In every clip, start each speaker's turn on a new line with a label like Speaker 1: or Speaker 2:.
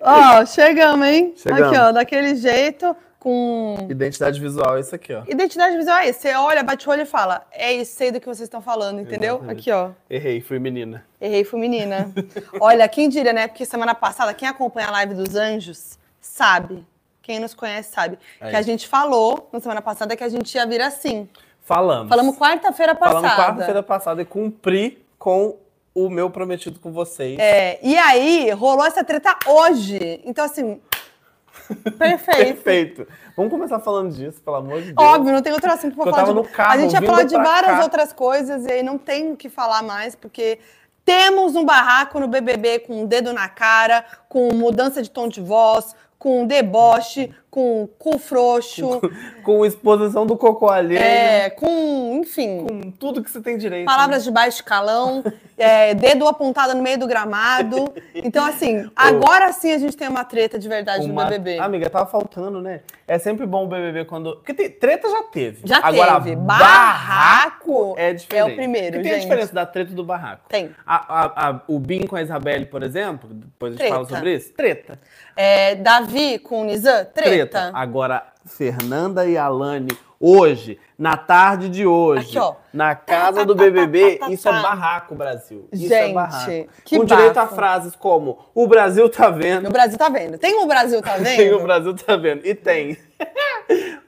Speaker 1: Ó, chegamos, hein?
Speaker 2: Chegamos.
Speaker 1: Aqui, ó, daquele jeito, com.
Speaker 2: Identidade visual é isso aqui, ó.
Speaker 1: Identidade visual é isso. Você olha, bate o olho e fala, é isso aí do que vocês estão falando, entendeu?
Speaker 2: Exatamente.
Speaker 1: Aqui, ó.
Speaker 2: Errei, fui menina.
Speaker 1: Errei, fui menina. Olha, quem diria, né? Porque semana passada, quem acompanha a live dos anjos sabe. Quem nos conhece sabe.
Speaker 2: Aí.
Speaker 1: Que a gente falou na semana passada que a gente ia vir assim.
Speaker 2: Falamos.
Speaker 1: Falamos quarta-feira passada.
Speaker 2: Falamos quarta-feira passada e cumpri com o meu prometido com vocês.
Speaker 1: É, e aí, rolou essa treta hoje. Então, assim. Perfeito.
Speaker 2: Perfeito. Vamos começar falando disso, pelo amor de Deus.
Speaker 1: Óbvio, não tem outro assunto pra
Speaker 2: Eu
Speaker 1: falar.
Speaker 2: tava
Speaker 1: de-
Speaker 2: no carro,
Speaker 1: a gente ia
Speaker 2: vindo
Speaker 1: falar de
Speaker 2: pra
Speaker 1: várias
Speaker 2: cá.
Speaker 1: outras coisas e aí não tem o que falar mais, porque temos um barraco no BBB com um dedo na cara, com mudança de tom de voz, com deboche, com cu frouxo,
Speaker 2: Com exposição do cocô alheio.
Speaker 1: é, com, enfim,
Speaker 2: Com tudo que você tem direito. né?
Speaker 1: palavras de baixo calão, é, dedo apontado no meio do gramado. Então, assim, agora sim a gente tem uma treta de verdade
Speaker 2: Uma-
Speaker 1: no BBB.
Speaker 2: Amiga, tava faltando, né? É sempre bom o BBB quando. Porque tem- treta já teve.
Speaker 1: Já
Speaker 2: Agora,
Speaker 1: teve.
Speaker 2: barraco
Speaker 1: Barraco
Speaker 2: é diferente.
Speaker 1: é o primeiro,
Speaker 2: E tem a
Speaker 1: gente.
Speaker 2: diferença da treta e do barraco.
Speaker 1: Tem.
Speaker 2: A- a- a- o Bin com a Isabelle, por exemplo, depois a gente
Speaker 1: Treta.
Speaker 2: fala sobre isso. Treta.
Speaker 1: É, Davi com Nizam, treta.
Speaker 2: Agora, Fernanda e Alane, hoje, na tarde de hoje,
Speaker 1: Aqui, ó.
Speaker 2: na casa do
Speaker 1: tá,
Speaker 2: BBB,
Speaker 1: tá, tá,
Speaker 2: isso é
Speaker 1: tá.
Speaker 2: barraco, Brasil. Isso é
Speaker 1: Gente,
Speaker 2: barraco.
Speaker 1: que
Speaker 2: Com direito a
Speaker 1: bafo.
Speaker 2: frases como: o Brasil tá vendo.
Speaker 1: No Brasil tá vendo. Tem o Brasil tá vendo?
Speaker 2: Tem, o Brasil tá vendo. E tem.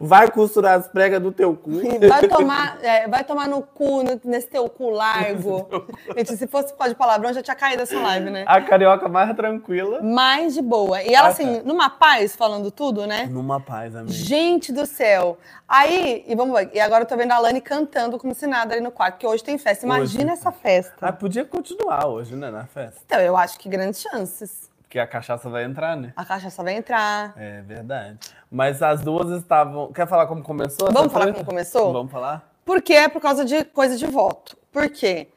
Speaker 2: Vai costurar as pregas do teu cu.
Speaker 1: E Vai tomar, é, vai tomar no cu, no- nesse teu cu largo. Gente, se fosse por causa de palavrão, já tinha caído essa live, né?
Speaker 2: A carioca mais tranquila.
Speaker 1: Mais de boa. E ela,
Speaker 2: Ah,
Speaker 1: assim, numa paz, falando tudo, né?
Speaker 2: Numa paz, amigo.
Speaker 1: Gente do céu. Aí, e vamos ver. E agora eu tô vendo a Lani cantando como se nada ali no quarto, que hoje tem festa. Imagina
Speaker 2: Hoje.
Speaker 1: essa festa.
Speaker 2: Ah, podia continuar hoje, né, na festa.
Speaker 1: Então, eu acho que grandes chances.
Speaker 2: Porque a cachaça vai entrar, né?
Speaker 1: A cachaça vai entrar.
Speaker 2: É verdade. Mas as duas estavam. Quer falar como começou? essa
Speaker 1: Vamos falar
Speaker 2: treta?
Speaker 1: como começou?
Speaker 2: Vamos falar?
Speaker 1: Porque é por causa de coisa de voto. Por quê?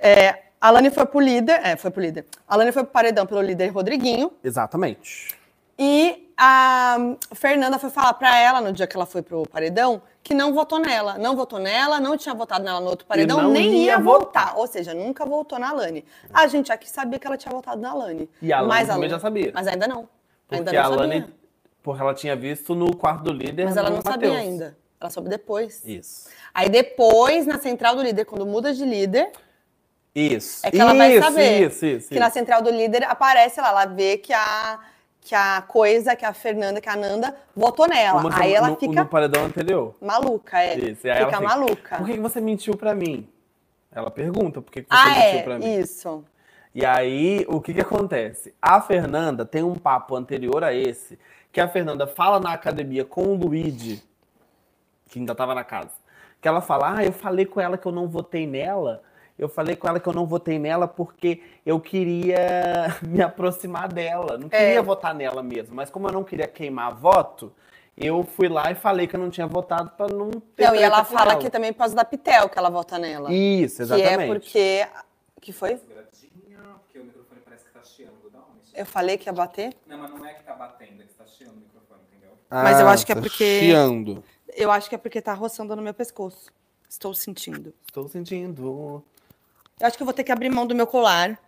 Speaker 1: É, a Lani foi pro líder. É, foi pro líder. A Lani foi pro paredão pelo líder Rodriguinho.
Speaker 2: Exatamente.
Speaker 1: E a Fernanda foi falar pra ela no dia que ela foi pro paredão que não votou nela. Não votou nela, não tinha votado nela no outro
Speaker 2: não
Speaker 1: paredão, nem
Speaker 2: ia
Speaker 1: ia,
Speaker 2: votar.
Speaker 1: votar. Ou seja, nunca votou na Lani. A gente aqui sabia que ela tinha votado na Lani.
Speaker 2: E a Lani
Speaker 1: mas
Speaker 2: também já sabia.
Speaker 1: Mas ainda não.
Speaker 2: Porque
Speaker 1: ainda não
Speaker 2: a Lani.
Speaker 1: sabia.
Speaker 2: Porque ela tinha visto no quarto do líder.
Speaker 1: Mas ela
Speaker 2: no
Speaker 1: não sabia
Speaker 2: Matheus.
Speaker 1: ainda. Ela soube depois.
Speaker 2: Isso.
Speaker 1: Aí depois, na central do líder, quando muda de líder,
Speaker 2: Isso.
Speaker 1: É que ela vai
Speaker 2: isso,
Speaker 1: saber
Speaker 2: Isso, isso,
Speaker 1: que na
Speaker 2: isso.
Speaker 1: central do líder aparece lá, ela vê que a, que a coisa, que a Fernanda, que a Nanda votou nela.
Speaker 2: Uma que
Speaker 1: aí
Speaker 2: no-
Speaker 1: ela
Speaker 2: no-
Speaker 1: fica
Speaker 2: No paredão anterior.
Speaker 1: maluca, é.
Speaker 2: Isso, e aí
Speaker 1: Fica,
Speaker 2: ela fica,
Speaker 1: maluca.
Speaker 2: Por que que você mentiu pra mim? Ela pergunta por que que você
Speaker 1: Ah,
Speaker 2: mentiu pra mim.
Speaker 1: é, isso.
Speaker 2: E aí, o que que acontece? A Fernanda tem um papo anterior a esse, que a Fernanda fala na academia com o Luigi, que ainda tava na casa, que ela fala, ah, eu falei com ela que eu não votei nela, eu falei com ela que eu não votei nela porque eu queria me aproximar dela, não
Speaker 1: É.
Speaker 2: queria votar nela mesmo, mas como eu não queria queimar voto, eu fui lá e falei que eu não tinha votado pra não ter
Speaker 1: Não, e
Speaker 2: treta
Speaker 1: ela
Speaker 2: com
Speaker 1: fala
Speaker 2: ela.
Speaker 1: que também é por causa da Pitel que ela vota nela.
Speaker 2: Isso,
Speaker 1: que é
Speaker 2: exatamente.
Speaker 1: porque. que foi?
Speaker 3: Gradinha, porque o microfone parece que tá chiando. Dá uma mexida.
Speaker 1: Eu falei que ia bater?
Speaker 3: Não, mas não é que tá batendo, é que tá chiando o microfone, entendeu?
Speaker 1: Mas eu acho que é porque-
Speaker 2: Ah, Chiando.
Speaker 1: Eu acho que é porque tá roçando no meu pescoço. Estou sentindo.
Speaker 2: Estou sentindo.
Speaker 1: Eu acho que eu vou ter que abrir mão do meu colar.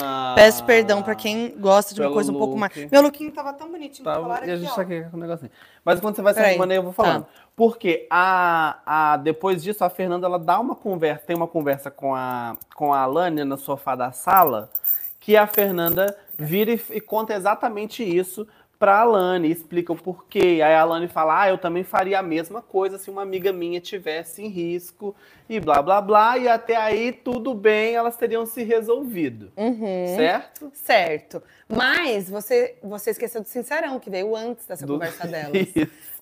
Speaker 2: Ah,
Speaker 1: Peço perdão pra quem gosta de uma
Speaker 2: pelo
Speaker 1: coisa um pouco mais.
Speaker 2: look.
Speaker 1: Meu lookinho tava tão bonitinho
Speaker 2: Tá,
Speaker 1: no colar
Speaker 2: e a
Speaker 1: aqui,
Speaker 2: gente
Speaker 1: ó.
Speaker 2: tá aqui com o negocinho. Mas quando você vai se
Speaker 1: Peraí.
Speaker 2: arrumando, aí eu vou
Speaker 1: Tá.
Speaker 2: falando. Porque a, a, depois disso, a Fernanda ela dá uma conversa, tem uma conversa com a, com a Alânia no sofá da sala, que a Fernanda vira e, e conta exatamente isso pra Alane, e explica o porquê. Aí a Alane fala: Ah, eu também faria a mesma coisa se uma amiga minha tivesse em risco, e blá blá blá, e até aí tudo bem, elas teriam se resolvido.
Speaker 1: Uhum.
Speaker 2: Certo?
Speaker 1: Certo. Mas você, você esqueceu do Sincerão, que veio antes dessa
Speaker 2: Do-
Speaker 1: conversa dela.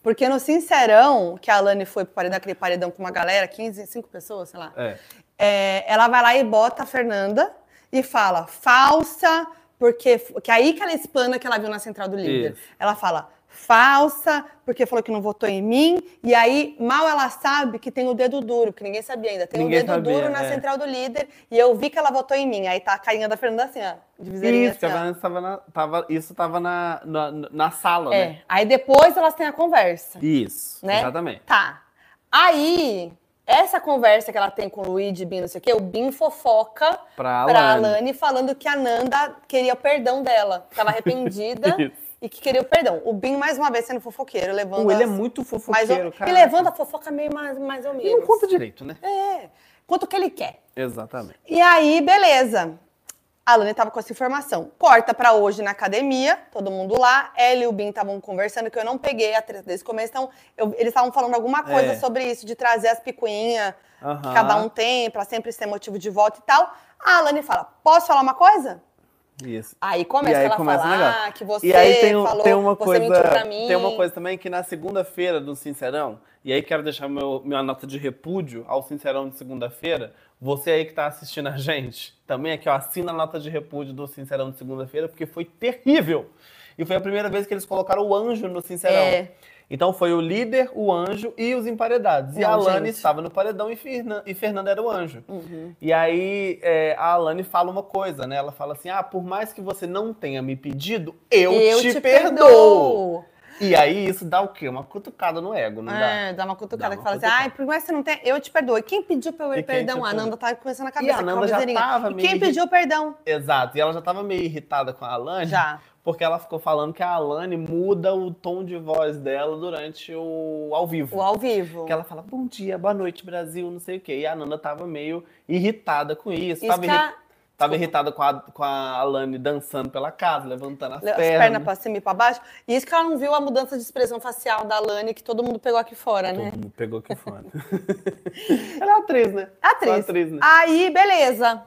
Speaker 1: Porque no Sincerão, que a Alane foi pro paredão, aquele paredão com uma galera, 15, 5 pessoas, sei lá.
Speaker 2: É.
Speaker 1: é, ela vai lá e bota a Fernanda e fala falsa, porque. Que é aí que ela explana que ela viu na central do líder. Ela fala falsa, porque falou que não votou em mim. E aí, mal ela sabe que tem o dedo duro, que ninguém sabia ainda. Tem
Speaker 2: Ninguém
Speaker 1: o dedo
Speaker 2: sabia,
Speaker 1: duro na
Speaker 2: é.
Speaker 1: central do líder. E eu vi que ela votou em mim. Aí tá a carinha da Fernanda assim, ó. De viseirinha
Speaker 2: Isso, que a
Speaker 1: assim, ó.
Speaker 2: Vanessa tava na- tava- isso tava na, na, na sala, né?
Speaker 1: É. Aí depois elas têm a conversa.
Speaker 2: Isso,
Speaker 1: É. Né?
Speaker 2: exatamente.
Speaker 1: Tá. Aí Essa conversa que ela tem com o Luigi, Bin, não sei o quê, o Bin fofoca
Speaker 2: Pra
Speaker 1: pra
Speaker 2: Alane.
Speaker 1: Alane falando que a Nanda queria o perdão dela, que estava arrependida
Speaker 2: Isso.
Speaker 1: e que queria o perdão. O Bin, mais uma vez, sendo fofoqueiro, levando.
Speaker 2: Pô, ele é
Speaker 1: as-
Speaker 2: muito
Speaker 1: mais ou-
Speaker 2: fofoqueiro, cara.
Speaker 1: E levando a fofoca meio mais, mais ou
Speaker 2: Ele não
Speaker 1: menos.
Speaker 2: conta direito, né?
Speaker 1: É, quanto que ele quer.
Speaker 2: Exatamente.
Speaker 1: E aí, beleza. A Lani tava com essa informação. Corta pra hoje na academia, todo mundo lá. Ela e o Bin estavam conversando, que eu não peguei a treta desde o começo. Então, eu- eles estavam falando alguma coisa
Speaker 2: É.
Speaker 1: sobre isso, de trazer as picuinhas, que
Speaker 2: Aham.
Speaker 1: cada um tem, pra sempre ser motivo de volta e tal. A Lani fala: Posso falar uma coisa?
Speaker 2: Isso.
Speaker 1: Aí começa
Speaker 2: E aí
Speaker 1: é ela a
Speaker 2: começa o
Speaker 1: falar
Speaker 2: negócio.
Speaker 1: que você
Speaker 2: e aí tem, um-
Speaker 1: falou,
Speaker 2: tem uma
Speaker 1: você
Speaker 2: coisa,
Speaker 1: mentiu pra mim.
Speaker 2: tem uma coisa também que na segunda-feira do Sincerão, e aí quero deixar meu, minha nota de repúdio ao Sincerão de segunda-feira. Você aí que tá assistindo a gente, também aqui, ó, assina a nota de repúdio do Sincerão de segunda-feira, porque foi terrível. E foi a primeira vez que eles colocaram o anjo no Sincerão.
Speaker 1: É.
Speaker 2: Então foi o líder, o anjo e os emparedados. e
Speaker 1: Não,
Speaker 2: a Alane
Speaker 1: gente.
Speaker 2: estava no paredão e, Fernan, e Fernanda era o anjo. E aí é, a Alane fala uma coisa, né? Ela fala assim: ah, por mais que você não tenha me pedido, eu, te, perdoo. E aí isso dá o quê? Uma cutucada no ego, não
Speaker 1: É, dá uma cutucada
Speaker 2: Dá
Speaker 1: que
Speaker 2: uma
Speaker 1: fala assim:
Speaker 2: cutucada.
Speaker 1: ai, por mais que você não tem, eu te perdoo. E quem pediu pra
Speaker 2: E
Speaker 1: eu
Speaker 2: quem
Speaker 1: perdão?
Speaker 2: te
Speaker 1: A
Speaker 2: perdoa?
Speaker 1: Nanda tá começando a
Speaker 2: dá? E
Speaker 1: cabeça
Speaker 2: a
Speaker 1: com uma
Speaker 2: Nanda já
Speaker 1: viseirinha.
Speaker 2: tava
Speaker 1: E
Speaker 2: meio.
Speaker 1: quem pediu perdão?
Speaker 2: Exato, e ela já tava meio irritada com a Alane,
Speaker 1: Já.
Speaker 2: porque ela ficou falando que a Alane muda o tom de voz dela durante o ao vivo.
Speaker 1: O ao vivo.
Speaker 2: Que ela fala, bom dia, boa noite, Brasil, não sei o quê. E a Nanda tava meio irritada com isso.
Speaker 1: Isso
Speaker 2: Tava,
Speaker 1: que
Speaker 2: irri-
Speaker 1: a
Speaker 2: tava irritada com a, com a Alane dançando pela casa, levantando as,
Speaker 1: as
Speaker 2: pernas.
Speaker 1: pernas pra cima e pra baixo. E isso que ela não viu a mudança de expressão facial da Lani, que todo mundo pegou aqui fora, né?
Speaker 2: Todo mundo pegou que fã. É. ela é atriz, né?
Speaker 1: Atriz.
Speaker 2: Só atriz, né?
Speaker 1: Aí, beleza.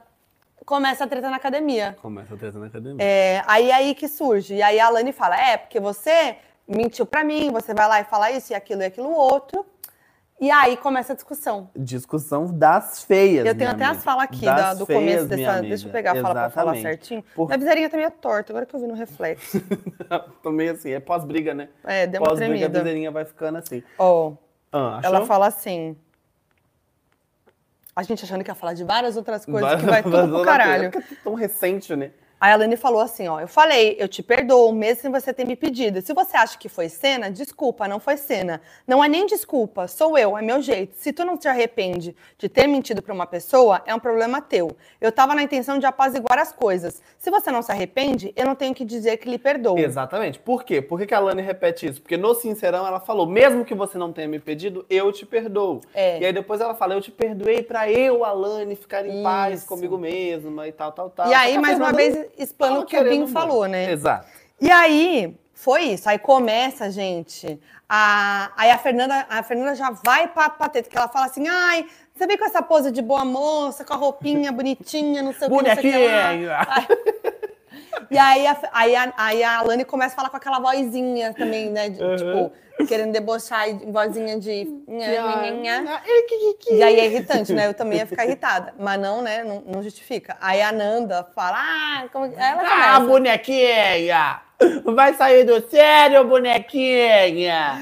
Speaker 1: Começa a treta na academia.
Speaker 2: Começa a treta na academia.
Speaker 1: É, aí aí que surge. E aí a Lani fala: é, porque você mentiu pra mim, você vai lá e fala isso e aquilo e aquilo outro. E aí começa a discussão.
Speaker 2: Discussão das feias,
Speaker 1: Eu tenho
Speaker 2: minha
Speaker 1: até
Speaker 2: amiga.
Speaker 1: as falas aqui
Speaker 2: Das
Speaker 1: da- do
Speaker 2: feias,
Speaker 1: começo
Speaker 2: minha
Speaker 1: dessa.
Speaker 2: amiga.
Speaker 1: Deixa eu pegar a fala pra falar
Speaker 2: Exatamente.
Speaker 1: certinho.
Speaker 2: Por-
Speaker 1: Minha viseirinha tá meio torta, agora que eu vi no reflexo.
Speaker 2: Tô meio assim, é pós-briga, né?
Speaker 1: É, deu uma
Speaker 2: Pós-briga, a
Speaker 1: tremida.
Speaker 2: viseirinha vai ficando assim.
Speaker 1: Ó,
Speaker 2: Ah, achou?
Speaker 1: ela fala assim. A gente achando que ia falar de várias outras coisas,
Speaker 2: Vai-
Speaker 1: que vai tudo pro
Speaker 2: outra
Speaker 1: caralho.
Speaker 2: coisa. Porque é Tão recente, né?
Speaker 1: Aí a Lani falou assim, ó, eu falei, eu te perdoo, mesmo sem você ter me pedido. Se você acha que foi cena, desculpa, não foi cena. Não é nem desculpa, sou eu, é meu jeito. Se tu não te arrepende de ter mentido pra uma pessoa, é um problema teu. Eu tava na intenção de apaziguar as coisas. Se você não se arrepende, eu não tenho que dizer que lhe perdoo.
Speaker 2: Exatamente. Por quê? Por que, que a Lani repete isso? Porque no Sincerão ela falou, mesmo que você não tenha me pedido, eu te perdoo.
Speaker 1: É.
Speaker 2: E aí depois ela fala, eu te perdoei pra eu, Alane, ficar em paz
Speaker 1: Isso.
Speaker 2: comigo mesma e tal, tal, tal.
Speaker 1: E
Speaker 2: Só
Speaker 1: aí,
Speaker 2: que a
Speaker 1: mais uma
Speaker 2: Fernanda
Speaker 1: vez,
Speaker 2: tá um, tava
Speaker 1: explana o que o
Speaker 2: querendo
Speaker 1: Binho
Speaker 2: muito.
Speaker 1: falou, né?
Speaker 2: Exato.
Speaker 1: E aí, foi isso. Aí começa, gente. A, aí a Fernanda, a Fernanda já vai pra pateta, que ela fala assim: ai, você vem com essa pose de boa moça, com a roupinha bonitinha, não sei o que, não sei o que lá."
Speaker 2: Bonequinha!
Speaker 1: E aí a, aí, a, aí a Alane começa a falar com aquela vozinha também, né? de-
Speaker 2: Uhum.
Speaker 1: Tipo, querendo debochar, e vozinha de.
Speaker 2: Ah, Que-
Speaker 1: é, E aí é irritante, né? Eu também ia ficar irritada. Mas não, né? Não, não justifica. Aí a Nanda fala, ah, como... aí ela
Speaker 2: Ah,
Speaker 1: começa.
Speaker 2: bonequinha! Vai sair do sério, bonequinha!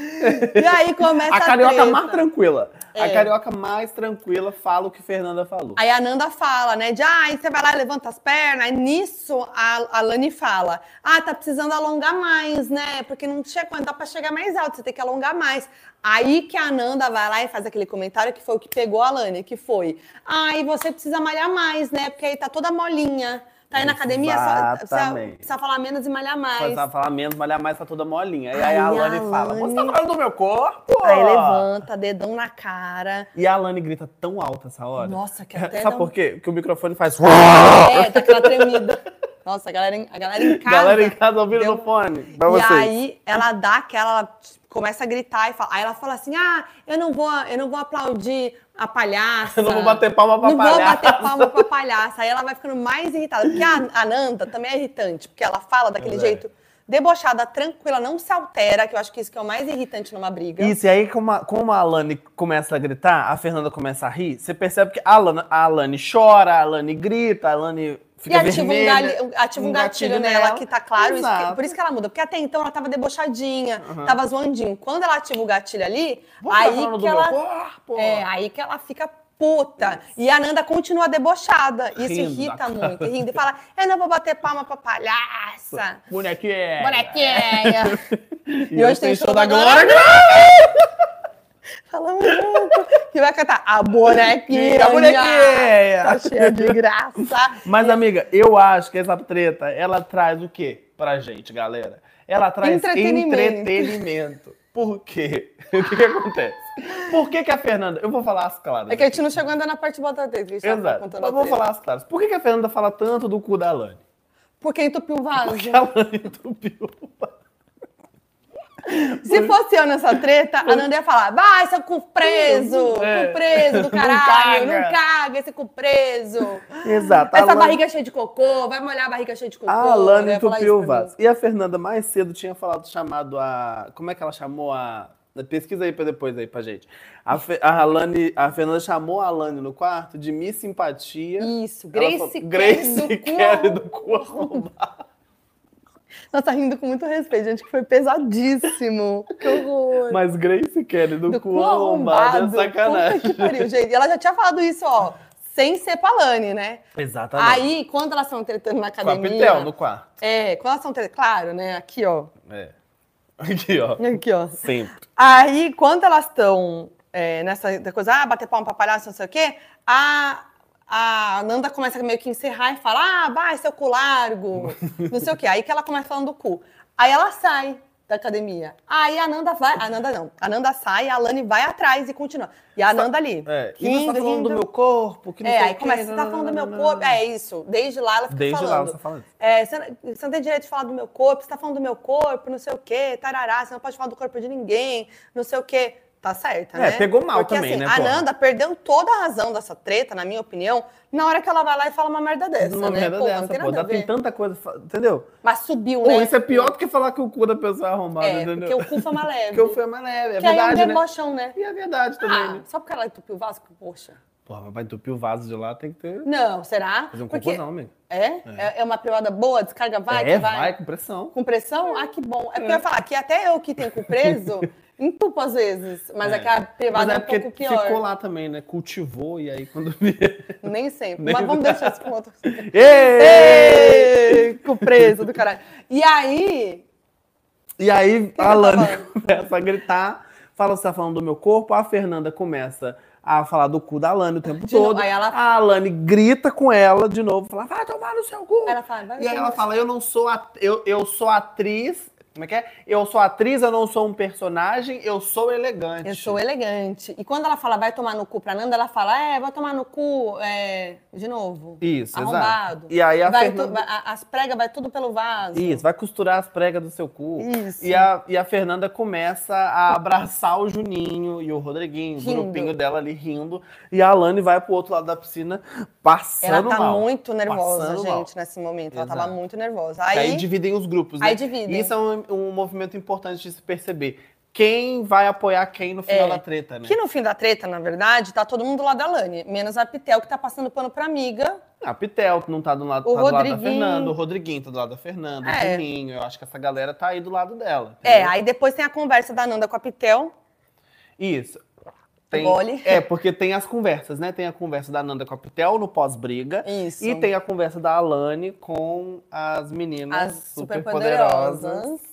Speaker 1: E aí começa
Speaker 2: A carioca
Speaker 1: treta.
Speaker 2: mais tranquila. A
Speaker 1: É.
Speaker 2: carioca mais tranquila fala o que Fernanda falou.
Speaker 1: Aí a Nanda fala, né? De, ah, você vai lá e levanta as pernas. Aí nisso, a, a Lani fala, ah, tá precisando alongar mais, né? Porque não tinha quando dá pra chegar mais alto, você tem que alongar mais. Aí que a Nanda vai lá e faz aquele comentário que foi o que pegou a Lani, que foi, ah, e você precisa malhar mais, né? Porque aí tá toda molinha. Tá aí na academia, só, precisa,
Speaker 2: Exatamente.
Speaker 1: precisa falar menos e malhar mais.
Speaker 2: Começava a falar menos, malhar mais, tá toda molinha. E
Speaker 1: Aí
Speaker 2: aí a
Speaker 1: a
Speaker 2: Alane fala,
Speaker 1: Alane-
Speaker 2: você tá falando do meu corpo?
Speaker 1: Aí levanta, dedão na cara.
Speaker 2: E a Alane grita tão alta essa hora.
Speaker 1: Nossa, que até dá
Speaker 2: Sabe
Speaker 1: um-
Speaker 2: por quê? Porque o microfone faz...
Speaker 1: É, tá aquela tremida. Nossa, a galera, em- a galera em casa.
Speaker 2: Galera em casa ouvindo
Speaker 1: deu- um-
Speaker 2: no fone. Pra
Speaker 1: e
Speaker 2: vocês.
Speaker 1: aí ela dá aquela, ela começa a gritar e fala. Aí ela fala assim: ah, eu não vou, eu não vou aplaudir a palhaça.
Speaker 2: Eu não vou bater palma pra
Speaker 1: Não vou
Speaker 2: palhaça.
Speaker 1: bater palma pra palhaça. Aí ela vai ficando mais irritada. Porque a, a Nanda também é irritante, porque ela fala daquele
Speaker 2: Ela é.
Speaker 1: jeito debochada, tranquila, não se altera, que eu acho que isso que é o mais irritante numa briga.
Speaker 2: Isso, e aí como a, como a Alane começa a gritar, a Fernanda começa a rir, você percebe que a Alane, a Alane chora, a Alane grita, a Alane
Speaker 1: E
Speaker 2: fica
Speaker 1: ativa, um,
Speaker 2: vermelha.
Speaker 1: gali- ativa um
Speaker 2: um
Speaker 1: gatilho,
Speaker 2: gatilho
Speaker 1: nela,
Speaker 2: nela.
Speaker 1: que tá claro, isso que-
Speaker 2: Exato.
Speaker 1: por isso que ela muda. Porque até então ela tava debochadinha,
Speaker 2: Aham.
Speaker 1: tava zoandinho. Quando ela ativa o gatilho ali,
Speaker 2: Vou ficar falando
Speaker 1: aí
Speaker 2: do
Speaker 1: que ela.
Speaker 2: meu corpo.
Speaker 1: É, aí que ela fica puta. E a Nanda continua debochada. Isso
Speaker 2: Rindo da
Speaker 1: irrita
Speaker 2: cara.
Speaker 1: muito. Rindo e fala: eu não vou bater palma pra palhaça.
Speaker 2: Bonequinha.
Speaker 1: Bonequinha.
Speaker 2: E, hoje tem show da Glória.
Speaker 1: Falamos junto. que vai cantar a bonequinha.
Speaker 2: A bonequinha.
Speaker 1: Tá cheia de graça.
Speaker 2: Mas, amiga, eu acho que essa treta, ela traz o quê pra gente, galera? Ela traz
Speaker 1: Entretenimento.
Speaker 2: entretenimento. Por quê? O que, que acontece? Por que, que a Fernanda. Eu vou falar as claras.
Speaker 1: É que a gente não chegou ainda na parte bota dele. a gente tava
Speaker 2: Exato.
Speaker 1: contando
Speaker 2: Mas
Speaker 1: a
Speaker 2: vou
Speaker 1: treta.
Speaker 2: falar as claras. Por que, que a Fernanda fala tanto do cu da Alane?
Speaker 1: Porque entupiu o vaso.
Speaker 2: Porque a Alane entupiu.
Speaker 1: Se fosse eu nessa treta, a Nanda ia falar: vai, seu cu preso!
Speaker 2: É.
Speaker 1: Cu preso do
Speaker 2: Não
Speaker 1: caralho! Não
Speaker 2: caga. Tá
Speaker 1: caga, esse cu preso!
Speaker 2: Exato. a
Speaker 1: Essa
Speaker 2: Alane-
Speaker 1: barriga cheia de cocô, vai molhar a barriga cheia de cocô.
Speaker 2: A Alane
Speaker 1: ia né? falar isso
Speaker 2: Ah, entupiu o
Speaker 1: pra mim.
Speaker 2: vaso. E a Fernanda mais cedo tinha falado, chamado a. Como é que ela chamou a. Pesquisa aí pra depois aí pra gente. A, Fe- a Alane, a Fernanda chamou a Alane no quarto de Miss Simpatia.
Speaker 1: Isso, Hum,
Speaker 2: Ela
Speaker 1: Grace,
Speaker 2: falou,
Speaker 1: Kelly
Speaker 2: Grace
Speaker 1: do cu.
Speaker 2: Kelly do cu arrombado.
Speaker 1: Nossa, tá rindo com muito respeito, gente, que foi pesadíssimo. Que horror.
Speaker 2: Mas Grace Kelly do,
Speaker 1: do
Speaker 2: cu, arrombado, é
Speaker 1: Puta
Speaker 2: sacanagem.
Speaker 1: que pariu, gente. E Ela já tinha falado isso, ó, sem ser pra Alane, né?
Speaker 2: Exatamente.
Speaker 1: Aí, quando elas estão tretando na
Speaker 2: Tá Com a
Speaker 1: academia...
Speaker 2: Pitel no quarto.
Speaker 1: É, quando elas estão tretando... Claro, né? Aqui, ó.
Speaker 2: É. Aqui, ó.
Speaker 1: Aqui, ó.
Speaker 2: Sempre.
Speaker 1: Aí, quando elas estão é, nessa coisa, ah, bater palma pra palhaço, não sei o quê, a, a Nanda começa meio que encerrar e fala, ah, vai, seu cu largo, não sei o quê. Aí que ela começa falando do cu. Aí ela sai da academia. Aí a Nanda vai, a Nanda não, a Nanda sai, a Lani vai atrás e continua. E a Nanda ali,
Speaker 2: É. E você
Speaker 1: rindo,
Speaker 2: tá falando
Speaker 1: rindo.
Speaker 2: do meu corpo? Que não
Speaker 1: É,
Speaker 2: sei
Speaker 1: aí
Speaker 2: o quê,
Speaker 1: começa, você tá falando do meu
Speaker 2: nananana.
Speaker 1: corpo, é isso. Desde lá ela fica
Speaker 2: Desde lá,
Speaker 1: falando.
Speaker 2: você tá falando.
Speaker 1: É, você, não- você não tem direito de falar do meu corpo, você tá falando do meu corpo, não sei o quê, tarará, você não pode falar do corpo de ninguém, não sei o quê. Tá certa,
Speaker 2: É,
Speaker 1: né?
Speaker 2: pegou mal
Speaker 1: Porque,
Speaker 2: também,
Speaker 1: assim,
Speaker 2: né,
Speaker 1: A
Speaker 2: porra?
Speaker 1: Nanda perdeu toda a razão dessa treta, na minha opinião, na hora que ela vai lá e fala uma merda dessa.
Speaker 2: Uma
Speaker 1: né?
Speaker 2: merda
Speaker 1: Pô, não
Speaker 2: dessa,
Speaker 1: tem
Speaker 2: pô.
Speaker 1: nada a
Speaker 2: Dá- Tem
Speaker 1: ver.
Speaker 2: tanta coisa, fa- entendeu?
Speaker 1: Mas subiu,
Speaker 2: Pô,
Speaker 1: né?
Speaker 2: isso é pior do que falar que o cu da pessoa é arrombado,
Speaker 1: É, porque
Speaker 2: entendeu?
Speaker 1: o cu foi uma leve.
Speaker 2: Porque eu fui mais leve, é
Speaker 1: Que aí é um
Speaker 2: verdade, né?
Speaker 1: debochão, né?
Speaker 2: E é verdade também,
Speaker 1: Ah,
Speaker 2: né?
Speaker 1: só porque ela entupiu o vaso, poxa.
Speaker 2: Porra, mas vai entupir o vaso de lá, tem que ter...
Speaker 1: Não, será?
Speaker 2: Fazer um
Speaker 1: porque
Speaker 2: cocôzão, amigo.
Speaker 1: é? é? é uma privada boa, descarga vai,
Speaker 2: é,
Speaker 1: que vai.
Speaker 2: vai, com pressão.
Speaker 1: Com pressão? Ah, que bom. É porque eu ia falar que até eu que tenho cu preso, entupo às vezes, mas
Speaker 2: É.
Speaker 1: é que a privada
Speaker 2: mas
Speaker 1: é
Speaker 2: é
Speaker 1: um
Speaker 2: porque
Speaker 1: pouco pior.
Speaker 2: ficou lá também, né? Cultivou, e aí quando... Ei!
Speaker 1: Nem sempre.
Speaker 2: Nem-
Speaker 1: Mas vamos deixar isso com outro. Ei, cu preso do caralho. E aí,
Speaker 2: E aí
Speaker 1: eu
Speaker 2: a Lani
Speaker 1: tava
Speaker 2: começa a gritar, fala você tá falando do meu corpo, a Fernanda começa a falar do cu da Lani o tempo
Speaker 1: De novo,
Speaker 2: todo.
Speaker 1: aí ela-
Speaker 2: A Lani grita com ela de novo, fala, vai tomar no seu cu.
Speaker 1: ela fala, vai
Speaker 2: E aí
Speaker 1: tomar
Speaker 2: ela fala, eu não sou at- eu, eu sou atriz, como é que é? Eu sou atriz, eu não sou um personagem, eu sou elegante.
Speaker 1: Eu sou elegante. E quando ela fala vai tomar no cu pra Nanda, ela fala, é, vai tomar no cu, é, de novo.
Speaker 2: Isso,
Speaker 1: Arrombado.
Speaker 2: exato. E aí a
Speaker 1: Vai
Speaker 2: Fernanda...
Speaker 1: tu- vai- a- as pregas vai tudo pelo vaso.
Speaker 2: Isso, vai costurar as pregas do seu cu.
Speaker 1: Isso.
Speaker 2: E a, e a Fernanda começa a abraçar o Juninho e o Rodriguinho,
Speaker 1: Rindo.
Speaker 2: o grupinho dela ali rindo. E a Alane vai pro outro lado da piscina passando
Speaker 1: Ela tá
Speaker 2: mal.
Speaker 1: muito nervosa,
Speaker 2: Passando
Speaker 1: gente,
Speaker 2: mal.
Speaker 1: nesse momento. Ela
Speaker 2: Exato.
Speaker 1: tava muito nervosa.
Speaker 2: Aí,
Speaker 1: Aí,
Speaker 2: dividem os grupos, né?
Speaker 1: aí divide.
Speaker 2: Isso é um, um movimento importante de se perceber. Quem vai apoiar quem no final
Speaker 1: É.
Speaker 2: da treta, né?
Speaker 1: Que no fim da treta, na verdade, tá todo mundo lá da Lani, menos a Pitel, que tá passando pano pra amiga.
Speaker 2: A Pitel não tá do lado,
Speaker 1: O
Speaker 2: tá do lado da
Speaker 1: Rodriguinho.
Speaker 2: Fernanda, o Rodriguinho tá do lado da Fernanda,
Speaker 1: É.
Speaker 2: o Juninho. Eu acho que essa galera tá aí do lado dela.
Speaker 1: É,
Speaker 2: entendeu?
Speaker 1: aí depois tem a conversa da Nanda com a Pitel.
Speaker 2: Isso. Tem,
Speaker 1: Gole.
Speaker 2: é, porque tem as conversas, né? Tem a conversa da Nanda com a Pitel no pós-briga.
Speaker 1: Isso.
Speaker 2: E tem a conversa da Alane com as meninas
Speaker 1: as
Speaker 2: superpoderosas.
Speaker 1: superpoderosas.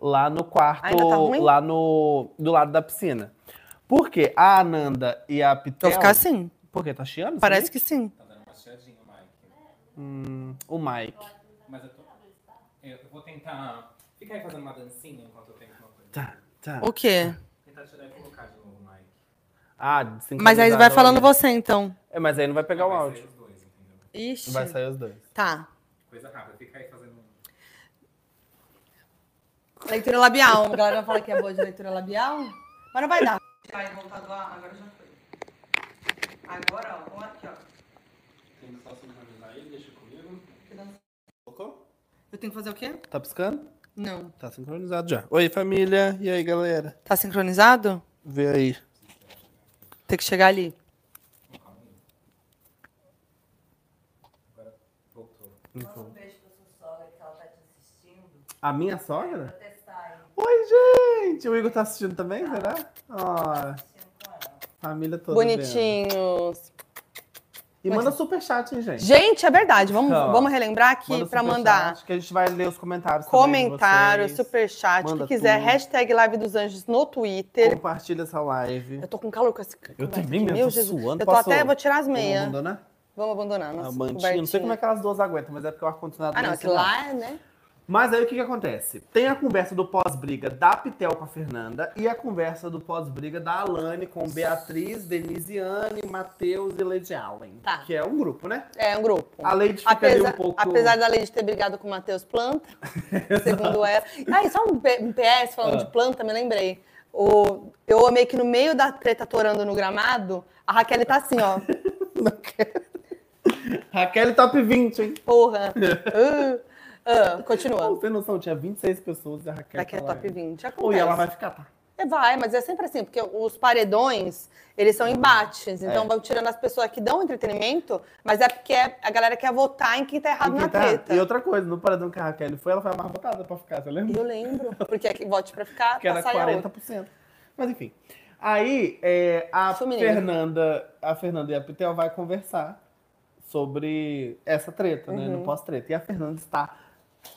Speaker 2: lá no quarto,
Speaker 1: Ainda tá ruim?
Speaker 2: lá no do lado da piscina. Por quê? A Ananda e a Pitel.
Speaker 1: assim.
Speaker 2: Por quê? Tá chiando?
Speaker 1: que sim.
Speaker 3: Tá dando uma chiadinha, Mike.
Speaker 2: Hum, o Mike.
Speaker 3: Mas eu tô. Eu eu vou tentar. Fica aí fazendo uma dancinha enquanto eu tenho uma coisa.
Speaker 2: Tá, tá.
Speaker 1: quê?
Speaker 3: Tentar tirar e colocar de novo, Mike.
Speaker 2: Ah, sincronizado, né?
Speaker 1: você, então.
Speaker 2: É, mas aí não vai pegar o
Speaker 3: Vai sair
Speaker 2: áudio.
Speaker 3: os dois, entendeu?
Speaker 1: Ixi.
Speaker 2: Vai sair os dois.
Speaker 1: Tá.
Speaker 3: Coisa rápida, fica aí fazendo. um-
Speaker 1: Leitura labial. A galera vai falar que é boa de leitura labial. Mas não vai dar. Vai voltar do ar, agora já foi. Agora, ó, aqui, ó.
Speaker 3: Tenta só sincronizar ele, Tá deixa comigo.
Speaker 2: Colocou?
Speaker 1: Eu tenho que fazer o quê?
Speaker 2: Tá piscando?
Speaker 1: Não.
Speaker 2: Tá sincronizado já. Oi, família. E aí, galera?
Speaker 1: Tá sincronizado?
Speaker 2: Vê aí.
Speaker 1: Tem que chegar ali.
Speaker 3: Voltou.
Speaker 2: A minha sogra? Oi, gente! O Igor tá assistindo também, será? Ó. Família toda. vendo.
Speaker 1: Bonitinhos.
Speaker 2: E E manda superchat, hein, gente.
Speaker 1: Gente, é verdade. Vamos,
Speaker 2: Então,
Speaker 1: vamos relembrar aqui para
Speaker 2: superchat,
Speaker 1: mandar
Speaker 2: Que a gente vai ler os comentários. também de
Speaker 1: comentário,
Speaker 2: vocês.
Speaker 1: superchat, o
Speaker 2: Manda
Speaker 1: que quiser,
Speaker 2: tudo.
Speaker 1: hashtag Live dos Anjos no Twitter.
Speaker 2: Compartilha essa live.
Speaker 1: Eu tô com calor com esse coberto
Speaker 2: também
Speaker 1: aqui,
Speaker 2: mesmo,
Speaker 1: meu
Speaker 2: tô
Speaker 1: Jesus.
Speaker 2: suando,
Speaker 1: Eu tô
Speaker 2: posso-
Speaker 1: até, vou tirar as
Speaker 2: Vamos
Speaker 1: meias.
Speaker 2: abandonar?
Speaker 1: Vamos abandonar
Speaker 2: A
Speaker 1: nossa
Speaker 2: mantinha. Não sei como é que elas duas aguentam, mas é porque o ar-condicionado
Speaker 1: Ah, não,
Speaker 2: não
Speaker 1: é que
Speaker 2: ensina.
Speaker 1: lá, né?
Speaker 2: Mas aí o que, que acontece? Tem a conversa do pós-briga da Pitel com a Fernanda e a conversa do pós-briga da Alane com Beatriz, Denisiane, Matheus e Lady Allen.
Speaker 1: Tá.
Speaker 2: Que é um grupo, né?
Speaker 1: É um grupo.
Speaker 2: A Lady fica ali
Speaker 1: Apesar,
Speaker 2: um pouco.
Speaker 1: apesar da Lady ter brigado com o Matheus Planta, segundo ela. Ah, e só um, P- um PS falando
Speaker 2: Ah.
Speaker 1: de planta, me lembrei. O, eu amei que no meio da treta torando no gramado, a Raquel tá assim, ó.
Speaker 2: Raquel top 20, hein?
Speaker 1: Porra. Ah, ah,
Speaker 2: Pra
Speaker 1: continua.
Speaker 2: Você tem noção, tinha 26 pessoas e a Raquel.
Speaker 1: Raquel
Speaker 2: tá lá.
Speaker 1: top 20.
Speaker 2: Ou e
Speaker 1: Acontece.
Speaker 2: ela vai ficar, tá?
Speaker 1: É, vai, mas é sempre assim, porque os paredões, eles são embates.
Speaker 2: É.
Speaker 1: Então vão tirando as pessoas que dão entretenimento, mas é porque a galera quer votar em quem tá errado
Speaker 2: E
Speaker 1: na
Speaker 2: quem tá-
Speaker 1: treta.
Speaker 2: E outra coisa, no paredão que a Raquel foi, ela foi a mais votada pra ficar, você lembra?
Speaker 1: Eu lembro, porque é que vote pra ficar,
Speaker 2: que era
Speaker 1: passar a outra.
Speaker 2: 40%. Mas enfim. Aí é, a
Speaker 1: Isso me lembra.
Speaker 2: Fernanda, a Fernanda e a Pitel vai conversar sobre essa treta, né?
Speaker 1: Uhum.
Speaker 2: No pós-treta. E a Fernanda está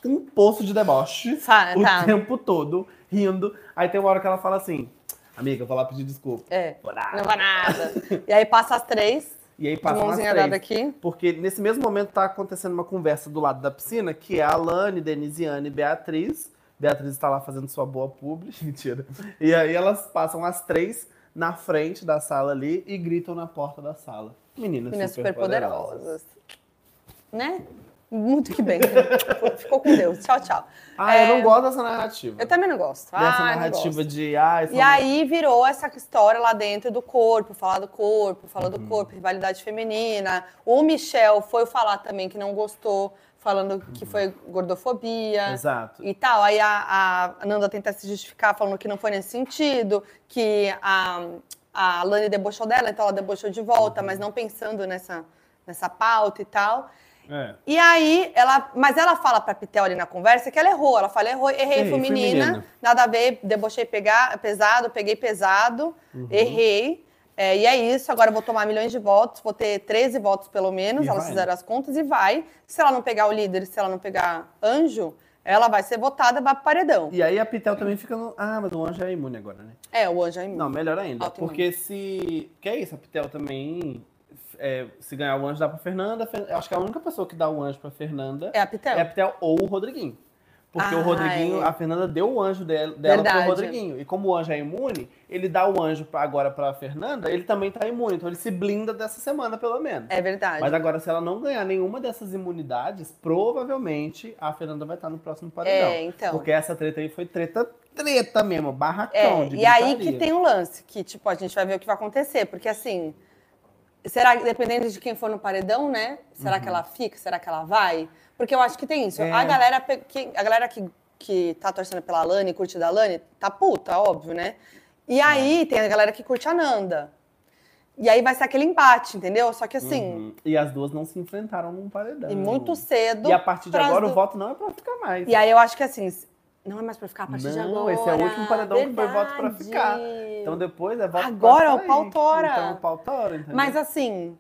Speaker 2: um poço de deboche
Speaker 1: Fa-
Speaker 2: o
Speaker 1: tá.
Speaker 2: tempo todo, rindo. Aí tem uma hora que ela fala assim: Amiga, eu vou lá pedir desculpa.
Speaker 1: É,
Speaker 2: Vou lá.
Speaker 1: não vai nada. E aí passa as três,
Speaker 2: E aí
Speaker 1: de
Speaker 2: passa umas
Speaker 1: mãozinha
Speaker 2: três.
Speaker 1: dada aqui.
Speaker 2: Porque nesse mesmo momento tá acontecendo uma conversa do lado da piscina, que é a Alane, Denisiane e Beatriz. Beatriz está lá fazendo sua boa publi, mentira. E aí elas passam as três na frente da sala ali e gritam na porta da sala. Meninas,
Speaker 1: Meninas
Speaker 2: super poderosas.
Speaker 1: superpoderosas. Né? Muito que bem. Ficou com Deus. Tchau, tchau.
Speaker 2: Ah,
Speaker 1: É,
Speaker 2: eu não gosto dessa narrativa.
Speaker 1: Eu também não gosto.
Speaker 2: Dessa
Speaker 1: Ah, não gosto.
Speaker 2: narrativa de, ai, são
Speaker 1: E aí virou essa história lá dentro do corpo, falar do corpo, falar do corpo, rivalidade feminina. O Michel foi falar também que não gostou, falando que foi gordofobia
Speaker 2: Exato.
Speaker 1: e tal. Aí a, a Nanda tenta se justificar falando que não foi nesse sentido, que a, a Lani debochou dela, então ela debochou de volta, mas não pensando nessa, nessa pauta e tal.
Speaker 2: É.
Speaker 1: E aí, ela, mas ela fala pra Pitel ali na conversa que ela errou. Ela fala, errou, errei,
Speaker 2: Errei,
Speaker 1: fui
Speaker 2: fui
Speaker 1: menina,
Speaker 2: menina.
Speaker 1: nada a ver, debochei pegar, pesado, peguei pesado,
Speaker 2: Uhum.
Speaker 1: errei. É, e é isso, agora eu vou tomar milhões de votos, vou ter 13 votos pelo menos,
Speaker 2: E
Speaker 1: elas
Speaker 2: vai,
Speaker 1: fizeram as contas e vai. Se ela não pegar o líder, se ela não pegar anjo, ela vai ser votada, vai pro paredão.
Speaker 2: E aí a Pitel também fica no. Ah, mas o anjo é imune agora, né?
Speaker 1: É, o anjo é imune.
Speaker 2: Não, melhor ainda.
Speaker 1: Ótimo.
Speaker 2: Porque se. Que é isso, a Pitel também. é, se ganhar o anjo, dá pra Fernanda. Fer- eu Acho que a única pessoa que dá o anjo pra Fernanda
Speaker 1: É a Pitel.
Speaker 2: é a Pitel ou o Rodriguinho. Porque
Speaker 1: Ah,
Speaker 2: o Rodriguinho,
Speaker 1: é.
Speaker 2: a Fernanda deu o anjo dela, dela
Speaker 1: Verdade.
Speaker 2: pro Rodriguinho. E como o anjo é imune, ele dá o anjo pra- agora pra Fernanda, ele também tá imune. Então ele se blinda dessa semana, pelo menos.
Speaker 1: É verdade.
Speaker 2: Mas agora, se ela não ganhar nenhuma dessas imunidades, provavelmente a Fernanda vai estar no próximo paredão.
Speaker 1: é, então.
Speaker 2: Porque essa treta aí foi treta, treta mesmo, barracão
Speaker 1: É,
Speaker 2: de
Speaker 1: e aí que
Speaker 2: gritaria.
Speaker 1: tem um lance, que tipo, a gente vai ver o que vai acontecer, porque assim, será que dependendo de quem for no paredão, né? Será que ela fica? Será que ela vai? Porque eu acho que tem isso.
Speaker 2: Uhum. É.
Speaker 1: A galera, pe- que, a galera que, que tá torcendo pela Lani, curte da Lani, tá puta, óbvio, né? E
Speaker 2: É.
Speaker 1: aí tem a galera que curte a Nanda. E aí vai ser aquele embate, entendeu? Só que assim,
Speaker 2: Uhum. E as duas não se enfrentaram num paredão.
Speaker 1: e muito cedo.
Speaker 2: E a partir de
Speaker 1: pras
Speaker 2: agora
Speaker 1: du-
Speaker 2: o voto não é pra ficar mais.
Speaker 1: E aí eu acho que assim, não é mais pra ficar a partir de
Speaker 2: Não,
Speaker 1: agora.
Speaker 2: esse é o último paredão que foi voto pra ficar.
Speaker 1: Verdade.
Speaker 2: Então depois é voto
Speaker 1: Agora
Speaker 2: pra
Speaker 1: o
Speaker 2: sair.
Speaker 1: pau tora.
Speaker 2: Então o pau tora, entendeu?
Speaker 1: Mas assim,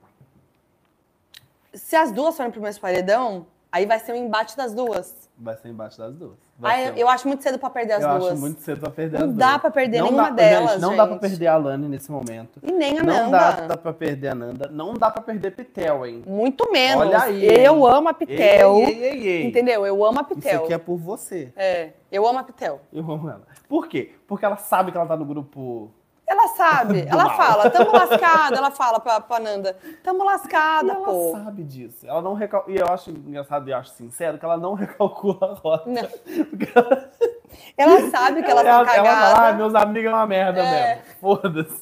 Speaker 1: se as duas forem pro mesmo paredão, aí vai ser um embate das duas.
Speaker 2: Vai ser embaixo das duas. Vai
Speaker 1: Aí
Speaker 2: ser- um-
Speaker 1: eu acho muito cedo pra perder as
Speaker 2: eu
Speaker 1: duas.
Speaker 2: acho muito cedo pra perder
Speaker 1: Não
Speaker 2: as
Speaker 1: dá
Speaker 2: duas.
Speaker 1: pra perder
Speaker 2: Não
Speaker 1: nenhuma
Speaker 2: dá-
Speaker 1: delas,
Speaker 2: Gente, não dá pra
Speaker 1: gente.
Speaker 2: perder a Lani nesse momento.
Speaker 1: E nem a
Speaker 2: Não
Speaker 1: Nanda.
Speaker 2: dá, tá- dá pra perder a Nanda. Não dá pra perder Pitel, hein?
Speaker 1: Muito menos.
Speaker 2: Olha aí,
Speaker 1: eu
Speaker 2: hein?
Speaker 1: amo a Pitel.
Speaker 2: Ei, ei, ei, ei.
Speaker 1: Entendeu? Eu amo a
Speaker 2: Isso
Speaker 1: Pitel.
Speaker 2: aqui é por você.
Speaker 1: É, eu amo a Pitel.
Speaker 2: Eu amo ela. Por quê? Porque ela sabe que ela tá no grupo.
Speaker 1: Ela sabe,
Speaker 2: Do
Speaker 1: ela
Speaker 2: mal.
Speaker 1: fala, tamo lascada, ela fala pra, pra Nanda, tamo
Speaker 2: E
Speaker 1: lascada,
Speaker 2: ela
Speaker 1: pô.
Speaker 2: sabe disso. Ela não recal... E eu acho engraçado e eu acho sincero que ela não recalcula a rota.
Speaker 1: Não.
Speaker 2: Porque ela
Speaker 1: Ela tá sabe que elas
Speaker 2: ela,
Speaker 1: são
Speaker 2: ela fala, ah,
Speaker 1: cagadas.
Speaker 2: meus amigos é uma merda
Speaker 1: É.
Speaker 2: mesmo. Foda-se.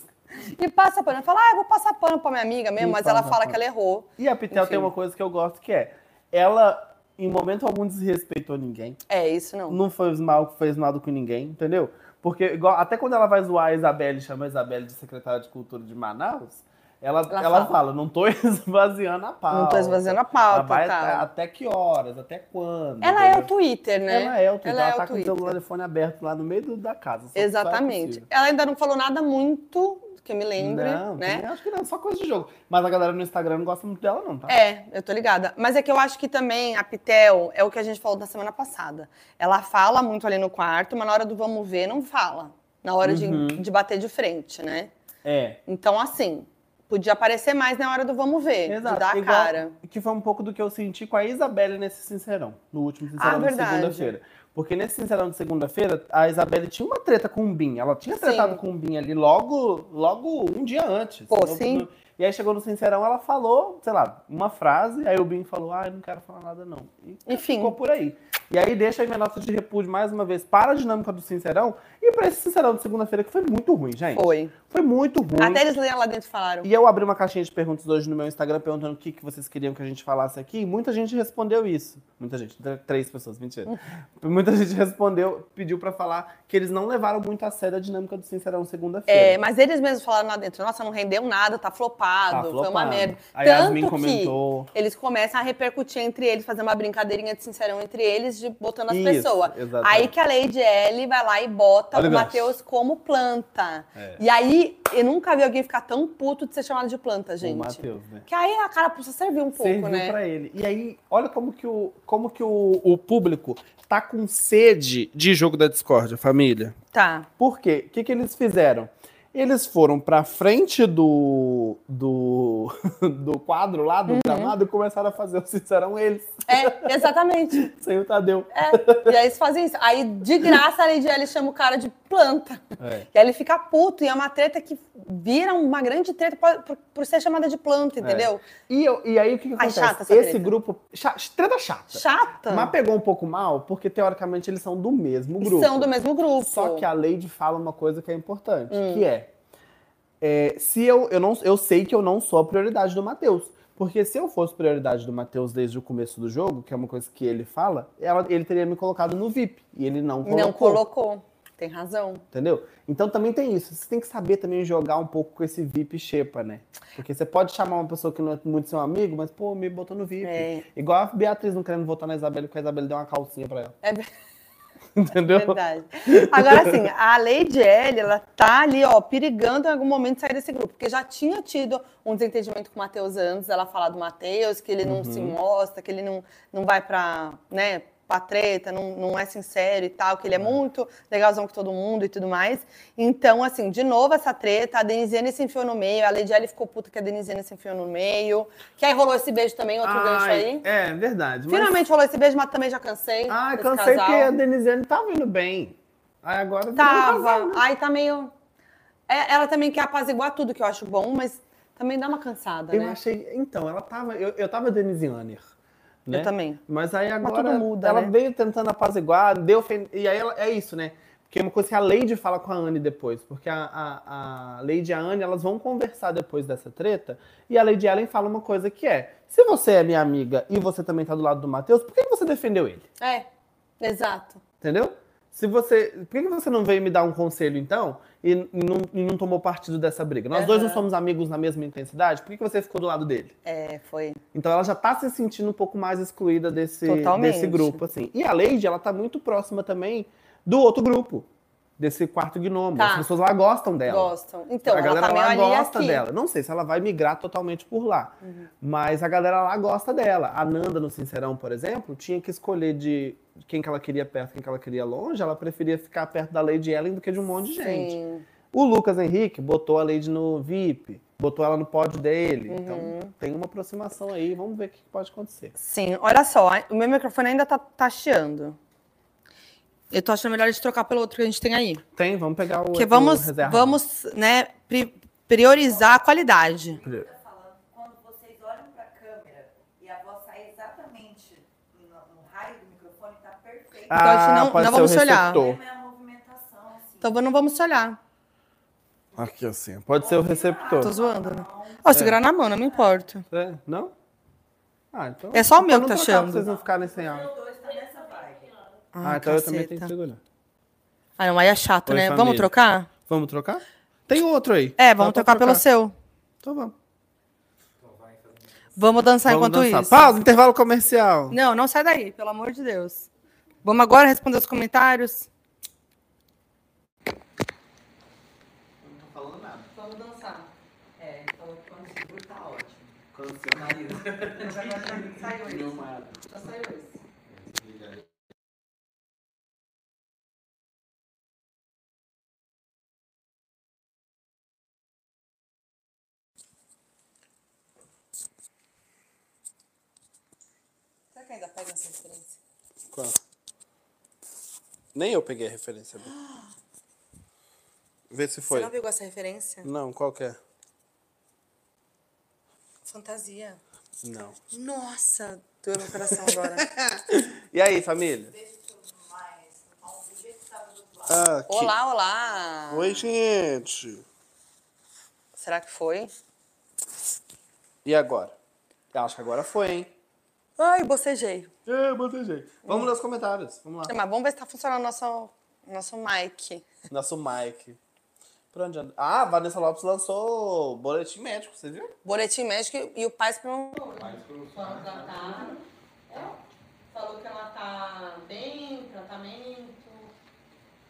Speaker 1: E passa pano. Ela Fala, ah, eu vou passar pano pra minha amiga mesmo,
Speaker 2: E
Speaker 1: mas ela
Speaker 2: passa
Speaker 1: fala
Speaker 2: pano.
Speaker 1: que ela errou.
Speaker 2: E a Pitel
Speaker 1: Enfim.
Speaker 2: tem uma coisa que eu gosto que é, ela em momento algum desrespeitou ninguém,
Speaker 1: É, isso não.
Speaker 2: não foi mal, fez mal com ninguém, entendeu? Porque igual- até quando ela vai zoar a Isabelle, chama a Isabelle de secretária de cultura de Manaus, Ela, ela, fala. não tô esvaziando a pauta.
Speaker 1: Não tô esvaziando a
Speaker 2: Ela
Speaker 1: pauta,
Speaker 2: ah, vai até,
Speaker 1: tá?
Speaker 2: até que horas, até quando.
Speaker 1: Ela é o
Speaker 2: entendeu?
Speaker 1: Twitter, né?
Speaker 2: Ela é o Twitter.
Speaker 1: Ela
Speaker 2: Ela,
Speaker 1: é o
Speaker 2: tá com o
Speaker 1: Twitter.
Speaker 2: celular telefone aberto lá no meio do- da casa. só- só é
Speaker 1: Exatamente.
Speaker 2: possível.
Speaker 1: Ela ainda não falou nada muito que eu me lembre,
Speaker 2: Não,
Speaker 1: né?
Speaker 2: também acho que não, só coisa de jogo. Mas a galera no Instagram não gosta muito dela, não, tá?
Speaker 1: É, eu tô ligada. Mas é que eu acho que também a Pitel é o que a gente falou na semana passada. Ela fala muito ali no quarto, mas na hora do vamos ver, não fala. Na hora de-
Speaker 2: Uhum.
Speaker 1: de, bater de frente, né?
Speaker 2: É.
Speaker 1: Então, assim, podia aparecer mais na hora do vamos ver, de dar a
Speaker 2: igual-
Speaker 1: cara.
Speaker 2: Que foi um pouco do que eu senti com a Isabelle nesse Sincerão, no último Sincerão de
Speaker 1: Ah, verdade.
Speaker 2: segunda-feira. Porque nesse Sincerão de segunda-feira, a Isabelle tinha uma treta com o Bin. Ela tinha tretado
Speaker 1: Sim.
Speaker 2: com o Bin ali logo, logo um dia antes.
Speaker 1: Pô,
Speaker 2: No-
Speaker 1: sim.
Speaker 2: no- e aí chegou no Sincerão, ela falou, sei lá, uma frase, aí o Bin falou, ah, eu não quero falar nada não. E
Speaker 1: Enfim,
Speaker 2: ficou por aí. E aí deixa aí minha nota de repúdio mais uma vez para a dinâmica do Sincerão e para esse Sincerão de segunda-feira que foi muito ruim, gente.
Speaker 1: foi.
Speaker 2: Foi muito ruim.
Speaker 1: Até eles leram lá dentro e falaram.
Speaker 2: E eu abri uma caixinha de perguntas hoje no meu Instagram perguntando o que, que vocês queriam que a gente falasse aqui. E muita gente respondeu isso. Muita gente, tr- três pessoas, mentira. muita gente respondeu, pediu pra falar que eles não levaram muito a sério a dinâmica do Sincerão
Speaker 1: É,
Speaker 2: segunda-feira.
Speaker 1: mas eles mesmos falaram lá dentro, nossa, não rendeu nada, tá flopado,
Speaker 2: Tá
Speaker 1: foi uma
Speaker 2: flopado.
Speaker 1: merda.
Speaker 2: A
Speaker 1: Tanto
Speaker 2: Yasmin
Speaker 1: que-
Speaker 2: comentou.
Speaker 1: Eles começam a repercutir entre eles, fazer uma brincadeirinha de sincerão entre eles, de botando as
Speaker 2: Isso,
Speaker 1: pessoas.
Speaker 2: exatamente.
Speaker 1: Aí que a Lady L vai lá e bota
Speaker 2: Olha
Speaker 1: o
Speaker 2: o gancho.
Speaker 1: Matheus como planta.
Speaker 2: É.
Speaker 1: E aí, eu nunca vi alguém ficar tão puto de ser chamado de planta,
Speaker 2: O
Speaker 1: gente.
Speaker 2: Matheus, né?
Speaker 1: Que aí a cara precisa servir um pouco,
Speaker 2: Serviu
Speaker 1: né?
Speaker 2: pra ele. E aí, olha como que, o, como que o, o público tá com sede de jogo da discórdia, família.
Speaker 1: Tá.
Speaker 2: Por quê? O que, que eles fizeram? Eles foram pra frente do, do, do quadro lá,
Speaker 1: Uhum.
Speaker 2: do gramado, e começaram a fazer o Sincerão eles,
Speaker 1: É, exatamente.
Speaker 2: sem o Tadeu.
Speaker 1: É. E aí eles fazem isso. Aí, de graça, a Lady L chama o cara de planta.
Speaker 2: É.
Speaker 1: E aí ele fica puto, e é uma treta que vira uma grande treta por, por- por ser chamada de
Speaker 2: É.
Speaker 1: planta, entendeu?
Speaker 2: E, eu- e aí o que, que
Speaker 1: Ai,
Speaker 2: acontece?
Speaker 1: chata essa
Speaker 2: Esse
Speaker 1: treta.
Speaker 2: grupo. cha- treta chata.
Speaker 1: Chata.
Speaker 2: Mas pegou um pouco mal, porque teoricamente eles são do mesmo grupo.
Speaker 1: São do mesmo grupo.
Speaker 2: Só que a Lady fala uma coisa que é importante,
Speaker 1: Hum.
Speaker 2: que é, é, se eu, eu não eu sei que eu não sou a prioridade do Matheus, porque se eu fosse prioridade do Matheus desde o começo do jogo, que é uma coisa que ele fala, ela- ele teria me colocado no VIP e ele não colocou,
Speaker 1: Não colocou. Tem razão.
Speaker 2: entendeu? Então também tem isso, você tem que saber também jogar um pouco com esse VIP xepa, né? Porque você pode chamar uma pessoa que não é muito seu amigo, mas pô, me botou no VIP.
Speaker 1: É.
Speaker 2: Igual a Beatriz não querendo votar na Isabela, porque a Isabela deu uma calcinha pra ela,
Speaker 1: É ver-
Speaker 2: entendeu?
Speaker 1: verdade. Agora, assim, a Lady L, ela tá ali, ó, perigando em algum momento sair desse grupo. Porque já tinha tido um desentendimento com o Matheus antes, ela falar do Matheus, que ele não se mostra, que ele não, não vai pra, né, pra treta, não, não é sincero e tal, que ele é muito legalzão com todo mundo e tudo mais. Então, assim, de novo essa treta, a Denisiane se enfiou no meio, a Lady L ficou puta que a Denisiane se enfiou no meio. Que aí rolou esse beijo também, outro gancho
Speaker 2: Ai,
Speaker 1: aí.
Speaker 2: É, verdade. mas-
Speaker 1: Finalmente rolou esse beijo, mas também já cansei.
Speaker 2: Ah,
Speaker 1: desse
Speaker 2: cansei
Speaker 1: casal.
Speaker 2: porque a Denisiane tava indo bem. Aí agora virou um casal,
Speaker 1: Tava.
Speaker 2: né?
Speaker 1: Aí tá meio. É, ela também quer apaziguar tudo, que eu acho bom, mas também dá uma cansada,
Speaker 2: Eu
Speaker 1: né?
Speaker 2: achei. Então, ela tava. Eu, eu tava Denisiane. Né?
Speaker 1: Eu também.
Speaker 2: Mas aí agora.
Speaker 1: tudo muda,
Speaker 2: ela
Speaker 1: né?
Speaker 2: veio tentando apaziguar, deu. fen- E aí ela, é isso, né? Porque é uma coisa que a Lady fala com a Anne depois. Porque a, a, a Lady e a Anne, elas vão conversar depois dessa treta. E a Lady Ellen fala uma coisa que é: se você é minha amiga e você também tá do lado do Matheus, por que que você defendeu ele?
Speaker 1: É, exato.
Speaker 2: Entendeu? Se você. Por que que você não veio me dar um conselho, então, e n- não, e não tomou partido dessa briga? Nós dois não
Speaker 1: Aham.
Speaker 2: somos amigos na mesma intensidade, por que que você ficou do lado dele?
Speaker 1: É, foi.
Speaker 2: Então ela já tá se sentindo um pouco mais excluída desse,
Speaker 1: Totalmente.
Speaker 2: desse grupo, assim. E a Lady, ela tá muito próxima também do outro grupo, desse quarto gnomo.
Speaker 1: Tá.
Speaker 2: As pessoas lá gostam dela.
Speaker 1: Gostam. Então,
Speaker 2: É, a
Speaker 1: ela
Speaker 2: galera
Speaker 1: tá meio
Speaker 2: lá
Speaker 1: ali aqui.
Speaker 2: gosta
Speaker 1: Uhum.
Speaker 2: dela. Não sei se ela vai migrar totalmente por lá. Mas a galera lá gosta dela. A Nanda, no Sincerão, por exemplo, tinha que escolher de quem que ela queria perto, quem que ela queria longe. Ela preferia ficar perto da Lady Ellen do que de um monte de gente.
Speaker 1: Sim.
Speaker 2: O Lucas Henrique botou a Lady no VIP, botou ela no pódio
Speaker 1: Uhum.
Speaker 2: dele. Então tem uma aproximação aí. Vamos ver o que pode acontecer.
Speaker 1: Sim, olha só, o meu microfone ainda tá, tá chiando. Eu tô achando melhor a gente trocar pelo outro que a gente tem aí.
Speaker 2: Tem, vamos pegar o.
Speaker 1: Porque
Speaker 2: o
Speaker 1: vamos,
Speaker 2: reserva.
Speaker 1: vamos né, pri- priorizar a qualidade.
Speaker 4: tá falando, quando vocês olham para a câmera e a voz sai exatamente no, no raio do microfone, tá perfeito.
Speaker 1: Ah, então a gente não-
Speaker 2: pode
Speaker 1: não
Speaker 2: ser o
Speaker 1: vamos se olhar.
Speaker 4: Não
Speaker 2: receptor.
Speaker 4: é a movimentação, assim.
Speaker 1: Então não vamos se olhar.
Speaker 2: Aqui assim. Pode ser o
Speaker 1: Tô
Speaker 2: receptor.
Speaker 1: zoando, né? Ó, segurar na mão, não me importo.
Speaker 2: É, não? Ah, então.
Speaker 1: É só o meu
Speaker 2: então
Speaker 1: que tá
Speaker 2: não trocar pra
Speaker 1: achando.
Speaker 2: Vocês não ficarem sem áudio.
Speaker 4: Os dois tá nessa vibe.
Speaker 2: Ah, então eu também tenho que segurar.
Speaker 1: Ah, não, aí é chato,
Speaker 2: Oi,
Speaker 1: né?
Speaker 2: família.
Speaker 1: Vamos trocar?
Speaker 2: Vamos trocar? Tem outro aí.
Speaker 1: É, vamos
Speaker 2: Dá pra
Speaker 1: trocar, pelo seu.
Speaker 2: Então vamos.
Speaker 1: Vamos dançar
Speaker 2: Vamos
Speaker 1: enquanto
Speaker 2: dançar.
Speaker 1: isso.
Speaker 2: Pausa, intervalo comercial.
Speaker 1: Não, não sai daí, pelo amor de Deus. Vamos agora responder os comentários?
Speaker 2: Não tô falando nada.
Speaker 4: Vamos dançar. É, então quando seguro tá ótimo.
Speaker 2: Cancionário.
Speaker 4: Saiu
Speaker 2: Meu
Speaker 4: isso.
Speaker 2: marido.
Speaker 4: Já saiu isso.
Speaker 1: Será que ainda pega essa referência?
Speaker 2: Qual? Nem eu peguei a referência. Bia. Vê se foi.
Speaker 1: pegou essa referência?
Speaker 2: Não, qual que é?
Speaker 1: Fantasia.
Speaker 2: Não.
Speaker 1: Nossa, doeu meu coração agora.
Speaker 2: E aí, família? Ah, que-
Speaker 1: olá, olá.
Speaker 2: Oi, gente.
Speaker 1: Será que foi?
Speaker 2: E agora? Eu acho que agora foi, hein?
Speaker 1: Ai, bocejei.
Speaker 2: É, botei jeito. Vamos nos comentários. Vamos lá.
Speaker 1: Mas vamos ver se tá funcionando o nosso, nosso mic.
Speaker 2: Nosso Mike. Pra onde anda? Ah, a Vanessa Lopes lançou boletim médico, você viu?
Speaker 1: Boletim médico e o pai para um.
Speaker 5: Falou que ela tá. É, falou que ela tá bem, tratamento,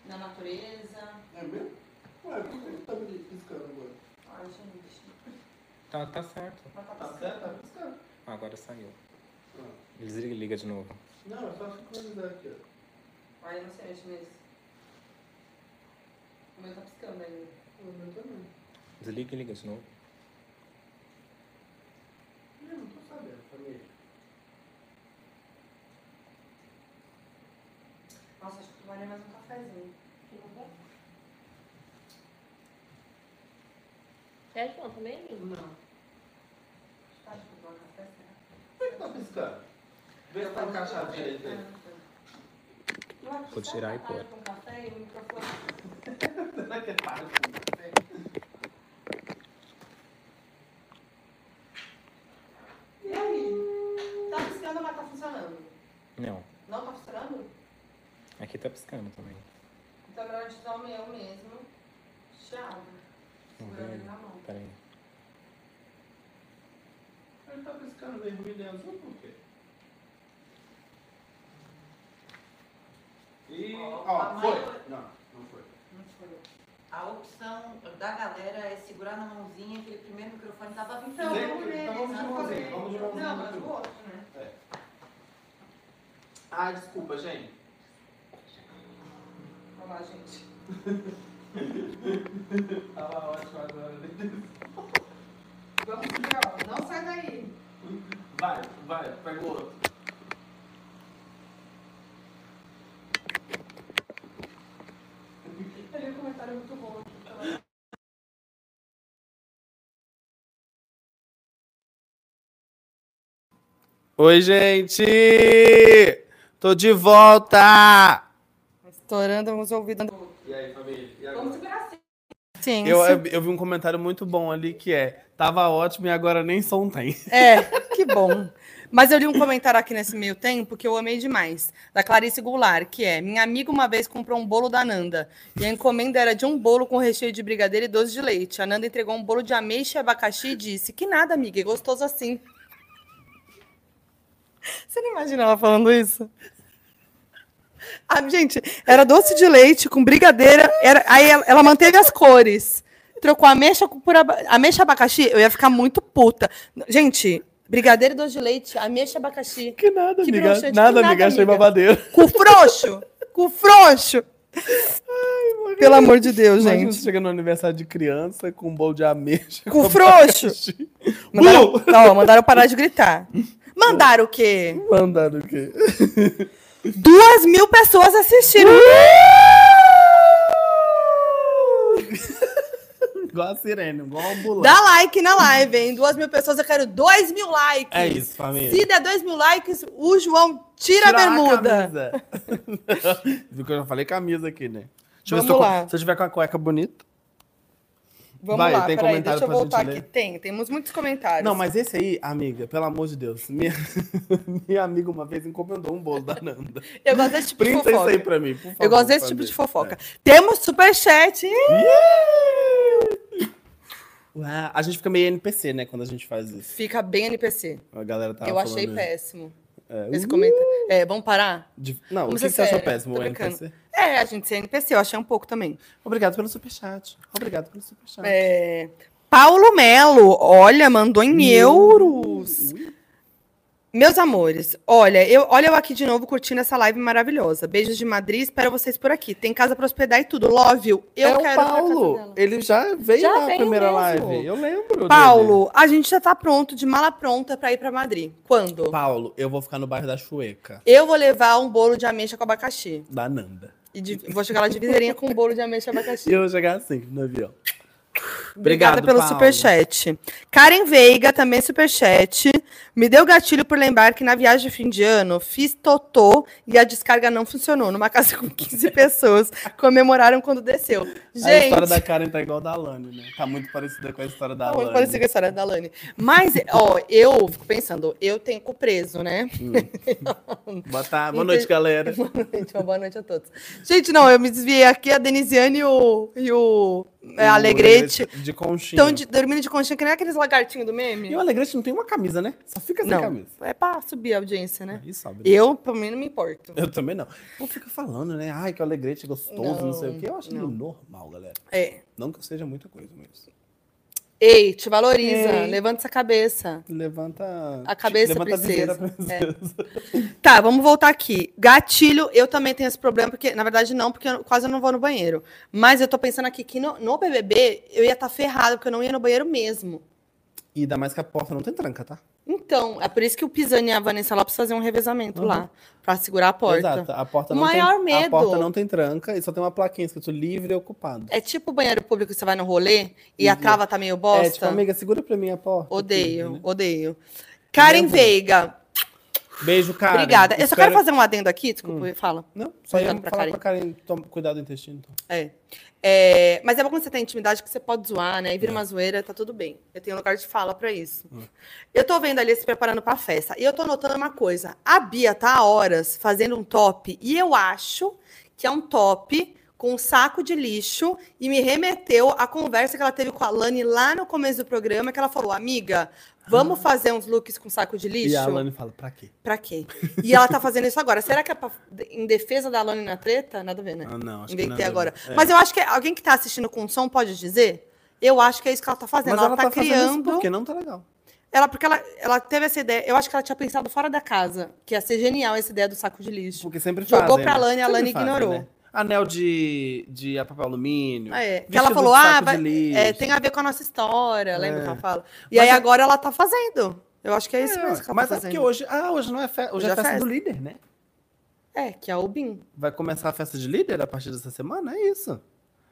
Speaker 5: na natureza.
Speaker 6: É mesmo? Ué, por que ele tá me piscando agora?
Speaker 5: Ai, gente.
Speaker 3: Tá, tá certo.
Speaker 6: Tá certo? Tá piscando?
Speaker 3: Ah, Agora saiu. Desliga e liga de novo.
Speaker 6: Não, é só sincronizar aqui, ó.
Speaker 5: Olha, eu não sei mexer nisso. O meu tá piscando ainda.
Speaker 6: O meu também.
Speaker 3: Desliga e liga de novo.
Speaker 6: Eu não tô sabendo, família.
Speaker 5: Nossa, acho que eu tomaria mais um cafezinho.
Speaker 7: Quer que não também?
Speaker 5: Não. Tá de tomar café, será?
Speaker 6: Por que tá piscando? Vê se tá encaixado direito aí.
Speaker 5: Eu acho
Speaker 3: Vou
Speaker 5: que
Speaker 3: tirar
Speaker 5: tá
Speaker 3: e pôr.
Speaker 5: com café e o microfone.
Speaker 6: Será que é tarde?
Speaker 5: E aí? Tá piscando, mas tá funcionando.
Speaker 3: Não,
Speaker 5: Não tá funcionando?
Speaker 3: aqui tá piscando também.
Speaker 5: Então é melhor a gente usar o meu mesmo. Chave. Segurando ele na mão.
Speaker 3: Pera aí.
Speaker 6: Ele tá piscando vermelho e azul por quê? E.
Speaker 4: Ó,
Speaker 6: Ó,
Speaker 4: a
Speaker 6: foi!
Speaker 4: maior-
Speaker 6: Não, não foi.
Speaker 5: Não foi.
Speaker 4: A opção da galera é segurar na mãozinha, aquele primeiro microfone tava vindo.
Speaker 5: Então,
Speaker 6: Sim,
Speaker 5: vamos ver.
Speaker 6: então vamos de
Speaker 5: vamos
Speaker 6: mãozinha,
Speaker 5: fazer.
Speaker 6: vamos de mãozinha
Speaker 5: Não,
Speaker 6: no
Speaker 5: mas o
Speaker 6: grupo.
Speaker 5: outro, né?
Speaker 6: Ah, desculpa, gente.
Speaker 5: Vamos lá, gente.
Speaker 6: Tava ótimo agora.
Speaker 5: Vamos ver, ó. Não sai daí.
Speaker 6: Vai, vai, pega o outro.
Speaker 5: Eu li um comentário muito bom aqui. pela-
Speaker 2: Oi, gente! Tô de volta!
Speaker 1: Estourando os ouvidos.
Speaker 6: E aí, família? E
Speaker 5: Vamos
Speaker 6: agora?
Speaker 5: segurar assim.
Speaker 1: Sim.
Speaker 2: Eu, eu vi um comentário muito bom ali que é: tava ótimo e agora nem som tem.
Speaker 1: É, que bom. Mas eu li um comentário aqui nesse meio tempo que eu amei demais, da Clarice Goulart, que é: Minha amiga uma vez comprou um bolo da Nanda. E a encomenda era de um bolo com recheio de brigadeiro e doce de leite. A Nanda entregou um bolo de ameixa e abacaxi e disse: Que nada, amiga, é gostoso assim. Você não imagina ela falando isso? Ah, gente, era doce de leite com brigadeira. Era, aí ela, ela manteve as cores. Trocou ameixa com- por aba- ameixa e abacaxi. Eu ia ficar muito puta. Gente, brigadeiro e doce de leite, ameixa e abacaxi.
Speaker 2: Que nada,
Speaker 1: Que
Speaker 2: amiga.
Speaker 1: broxante, que
Speaker 2: nada,
Speaker 1: nada,
Speaker 2: amiga. Achei
Speaker 1: amiga.
Speaker 2: babadeiro.
Speaker 1: Cu frouxo! Cu frouxo! Pelo amor de Deus,
Speaker 2: Imagina
Speaker 1: gente.
Speaker 2: você chega no aniversário de criança com um bolo de ameixa.
Speaker 1: Cu frouxo! Mandaram,
Speaker 2: Bu!
Speaker 1: não, mandaram parar de gritar. Mandaram o quê?
Speaker 2: Mandaram o quê?
Speaker 1: Duas mil pessoas assistiram.
Speaker 2: igual a sirene, igual a ambulância.
Speaker 1: Dá like na live, hein? Duas mil pessoas, eu quero dois mil likes.
Speaker 2: É isso, família.
Speaker 1: Se der dois mil likes, o João tira, a bermuda.
Speaker 2: camisa. Viu que eu já falei camisa aqui, né? Deixa eu
Speaker 1: Vamos
Speaker 2: ver se eu tô com-
Speaker 1: lá.
Speaker 2: Se eu tiver com a cueca bonita.
Speaker 1: Vamos
Speaker 2: Vai,
Speaker 1: lá,
Speaker 2: tem
Speaker 1: peraí,
Speaker 2: comentário
Speaker 1: deixa eu
Speaker 2: pra gente
Speaker 1: voltar
Speaker 2: ler?
Speaker 1: aqui. Tem, temos muitos comentários.
Speaker 2: Não, mas esse aí, amiga, pelo amor de Deus. Minha, minha amiga uma vez encomendou um bolo da Nanda.
Speaker 1: Eu gosto desse tipo de
Speaker 2: Printa isso
Speaker 1: fofoca.
Speaker 2: aí pra mim, por favor. É.
Speaker 1: eu gosto desse tipo de
Speaker 2: família.
Speaker 1: fofoca. Temos superchat.
Speaker 2: É. Yeah! Ué, A gente fica meio NPC, né, quando a gente faz isso.
Speaker 1: Fica bem NPC.
Speaker 2: A galera tá
Speaker 1: eu achei
Speaker 2: falando,
Speaker 1: péssimo.
Speaker 2: é,
Speaker 1: Esse
Speaker 2: uh,
Speaker 1: comentário. É, vamos parar?
Speaker 2: de- Não,
Speaker 1: Vamos
Speaker 2: o que,
Speaker 1: ser
Speaker 2: que você achou
Speaker 1: séria,
Speaker 2: péssimo,
Speaker 1: tô
Speaker 2: o
Speaker 1: brincando.
Speaker 2: NPC?
Speaker 1: É, a gente ser NPC, eu achei um pouco também.
Speaker 2: Obrigado pelo superchat. Obrigado pelo superchat.
Speaker 1: É, Paulo Melo, olha, mandou em euros.
Speaker 2: Ui.
Speaker 1: Meus amores, olha eu, olha eu aqui de novo curtindo essa live maravilhosa. Beijos de Madrid, espero vocês por aqui. Tem casa pra hospedar e tudo. Love you. Eu
Speaker 2: é
Speaker 1: quero
Speaker 2: o
Speaker 1: ir pra casa
Speaker 2: Paulo.
Speaker 1: dela.
Speaker 2: Ele já veio
Speaker 1: Já
Speaker 2: na
Speaker 1: veio
Speaker 2: primeira
Speaker 1: mesmo.
Speaker 2: live. Eu lembro. dele.
Speaker 1: Paulo, a gente já tá pronto, de mala pronta pra ir pra Madrid. Quando?
Speaker 2: Paulo, eu vou ficar no bairro da Chueca,
Speaker 1: Eu vou levar um bolo de ameixa com abacaxi.
Speaker 2: da Nanda.
Speaker 1: E de- vou chegar lá de viseirinha com um bolo de ameixa e abacaxi.
Speaker 2: E eu vou chegar assim, no avião.
Speaker 1: Obrigada
Speaker 2: Obrigado,
Speaker 1: pelo
Speaker 2: Paulo.
Speaker 1: superchat. Karen Veiga, também superchat. Me deu gatilho por lembrar que na viagem de fim de ano fiz totô e a descarga não funcionou. Numa casa com 15 pessoas comemoraram quando desceu.
Speaker 2: A história
Speaker 1: Gente,
Speaker 2: da Karen tá igual a da Alane, né? Tá muito parecida com a história da
Speaker 1: tá
Speaker 2: Alane.
Speaker 1: muito parecida com a história da Lani. Mas, ó, eu fico pensando, eu tenho cu preso, né?
Speaker 2: Boa, tarde, boa noite,
Speaker 1: Entendi.
Speaker 2: galera.
Speaker 1: Boa noite, uma Então, boa noite a todos. Gente, não, eu me desviei aqui, a Denisiane e o, e o é, Alegrete
Speaker 2: De conchinha.
Speaker 1: estão de- dormindo de conchinha, que nem aqueles lagartinhos do meme.
Speaker 2: E o Alegrete não tem uma camisa, né? Só fica sem
Speaker 1: Não.
Speaker 2: camisa.
Speaker 1: É pra subir a audiência, né?
Speaker 2: Isso, sabe, né?
Speaker 1: Eu, pra mim, não me importo.
Speaker 2: Eu também não. Não fica falando, né? Ai, que o Alegrete é gostoso, não, sei o quê. Eu acho
Speaker 1: não.
Speaker 2: normal, galera.
Speaker 1: É.
Speaker 2: Não que eu seja muita coisa, mas.
Speaker 1: Ei, te valoriza.
Speaker 2: Ei.
Speaker 1: Levanta essa cabeça.
Speaker 2: Levanta.
Speaker 1: A cabeça
Speaker 2: levanta
Speaker 1: precisa. é.
Speaker 2: A viseira, princesa.
Speaker 1: Tá, vamos voltar aqui. Gatilho, eu também tenho esse problema, porque, na verdade, não, porque eu quase não vou no banheiro. Mas eu tô pensando aqui que no, no BBB eu ia estar ferrada, porque eu não ia no banheiro mesmo.
Speaker 2: E ainda mais que a porta não tem tranca, tá?
Speaker 1: Então, é por isso que o Pisani e a Vanessa Lopes faziam um revezamento
Speaker 2: Uhum.
Speaker 1: lá, pra segurar a porta.
Speaker 2: Exato. A porta
Speaker 1: O
Speaker 2: não
Speaker 1: maior
Speaker 2: tem, A
Speaker 1: medo.
Speaker 2: porta não tem tranca e só tem uma plaquinha escrito livre e ocupado.
Speaker 1: É tipo o banheiro público que você vai no rolê e a
Speaker 2: Isso.
Speaker 1: trava tá meio bosta.
Speaker 2: Uhum. É, tipo, amiga, segura pra mim a porta.
Speaker 1: Odeio,
Speaker 2: Tudo, né?
Speaker 1: odeio. Karen
Speaker 2: Lembra?
Speaker 1: Veiga,
Speaker 2: Beijo, cara. Hum.
Speaker 1: Obrigada. Eu só quero
Speaker 2: Espero-
Speaker 1: fazer um adendo aqui, desculpa, fala.
Speaker 2: Não, só ia
Speaker 1: Obrigada pra
Speaker 2: falar pra Karen, toma cuidado do intestino. então.
Speaker 1: É. É, Mas é bom quando você tem intimidade que você pode zoar, né? E
Speaker 2: É.
Speaker 1: vira uma zoeira, tá tudo bem. Eu tenho lugar de fala pra isso.
Speaker 2: Hum.
Speaker 1: Eu tô vendo ali se preparando pra festa. E eu tô notando uma coisa. A Bia tá há horas fazendo um top. E eu acho que é um top com um saco de lixo. E me remeteu à conversa que ela teve com a Lani lá no começo do programa. Que ela falou, amiga, vamos fazer uns looks com saco de lixo?
Speaker 2: Ah. E a Alane fala, pra quê?
Speaker 1: Pra quê? E ela tá fazendo isso agora. Será que é pra- em defesa da Alane na treta? Nada a ver, né?
Speaker 2: Ah, não, acho que
Speaker 1: Inventei
Speaker 2: nada a ver.
Speaker 1: agora.
Speaker 2: É.
Speaker 1: Mas eu acho que alguém que tá assistindo com som pode dizer? Eu acho que é isso que ela tá fazendo. ela, tá,
Speaker 2: fazendo isso
Speaker 1: criando.
Speaker 2: porque não tá legal.
Speaker 1: ela, porque ela, ela teve essa ideia. Eu acho que ela tinha pensado fora da casa, que ia ser genial essa ideia do saco de lixo.
Speaker 2: Porque sempre
Speaker 1: Jogou
Speaker 2: fazem,
Speaker 1: pra
Speaker 2: né?
Speaker 1: Alane, a
Speaker 2: Sempre
Speaker 1: Alane
Speaker 2: fazem,
Speaker 1: ignorou.
Speaker 2: né? Anel de, de papel alumínio.
Speaker 1: É, que
Speaker 2: vestido
Speaker 1: ela falou,
Speaker 2: de
Speaker 1: ah,
Speaker 2: saco
Speaker 1: vai-
Speaker 2: de lixo.
Speaker 1: é, tem a ver com a nossa história, lembra que ela fala? E
Speaker 2: Mas
Speaker 1: aí
Speaker 2: é-
Speaker 1: agora ela tá fazendo. Eu acho que é
Speaker 2: É,
Speaker 1: isso mesmo que ela
Speaker 2: mas
Speaker 1: tá
Speaker 2: é
Speaker 1: fazendo.
Speaker 2: porque hoje, ah, hoje não é festa,
Speaker 1: Hoje
Speaker 2: hoje é
Speaker 1: é
Speaker 2: festa
Speaker 1: festa.
Speaker 2: do líder, né?
Speaker 1: É, que é o Bin.
Speaker 2: Vai começar a festa de líder a partir dessa semana, é isso.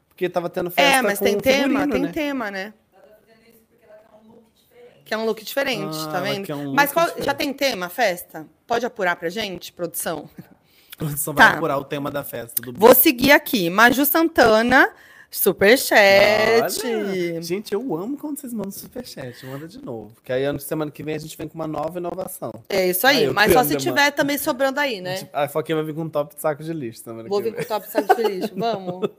Speaker 2: Porque tava tendo festa
Speaker 1: É, mas
Speaker 2: com
Speaker 1: tem
Speaker 2: o
Speaker 1: tema,
Speaker 2: figurino,
Speaker 1: tem
Speaker 2: né?
Speaker 1: tema, né?
Speaker 4: Ela tá fazendo isso porque ela quer um look diferente.
Speaker 1: Que é um look diferente,
Speaker 2: Ah,
Speaker 1: tá
Speaker 2: ela
Speaker 1: vendo?
Speaker 2: quer um
Speaker 1: Mas
Speaker 2: look
Speaker 1: qual- já
Speaker 2: diferente.
Speaker 1: tem tema, festa? Pode apurar pra gente, produção?
Speaker 2: A produção
Speaker 1: Tá.
Speaker 2: vai apurar o tema da festa do
Speaker 1: Vou seguir aqui. Maju Santana, superchat.
Speaker 2: Olha, Gente, eu amo quando vocês mandam superchat. Manda de novo. Que aí ano- semana que vem a gente vem com uma nova inovação.
Speaker 1: É isso aí.
Speaker 2: Ai, Ah, eu
Speaker 1: Mas só
Speaker 2: amo,
Speaker 1: se
Speaker 2: mano.
Speaker 1: tiver também sobrando aí, né?
Speaker 2: Tipo, né? A Foquinha vai vir com um top de saco de lixo semana
Speaker 1: Vou
Speaker 2: que
Speaker 1: vir
Speaker 2: vem.
Speaker 1: com o top saco de lixo. Vamos?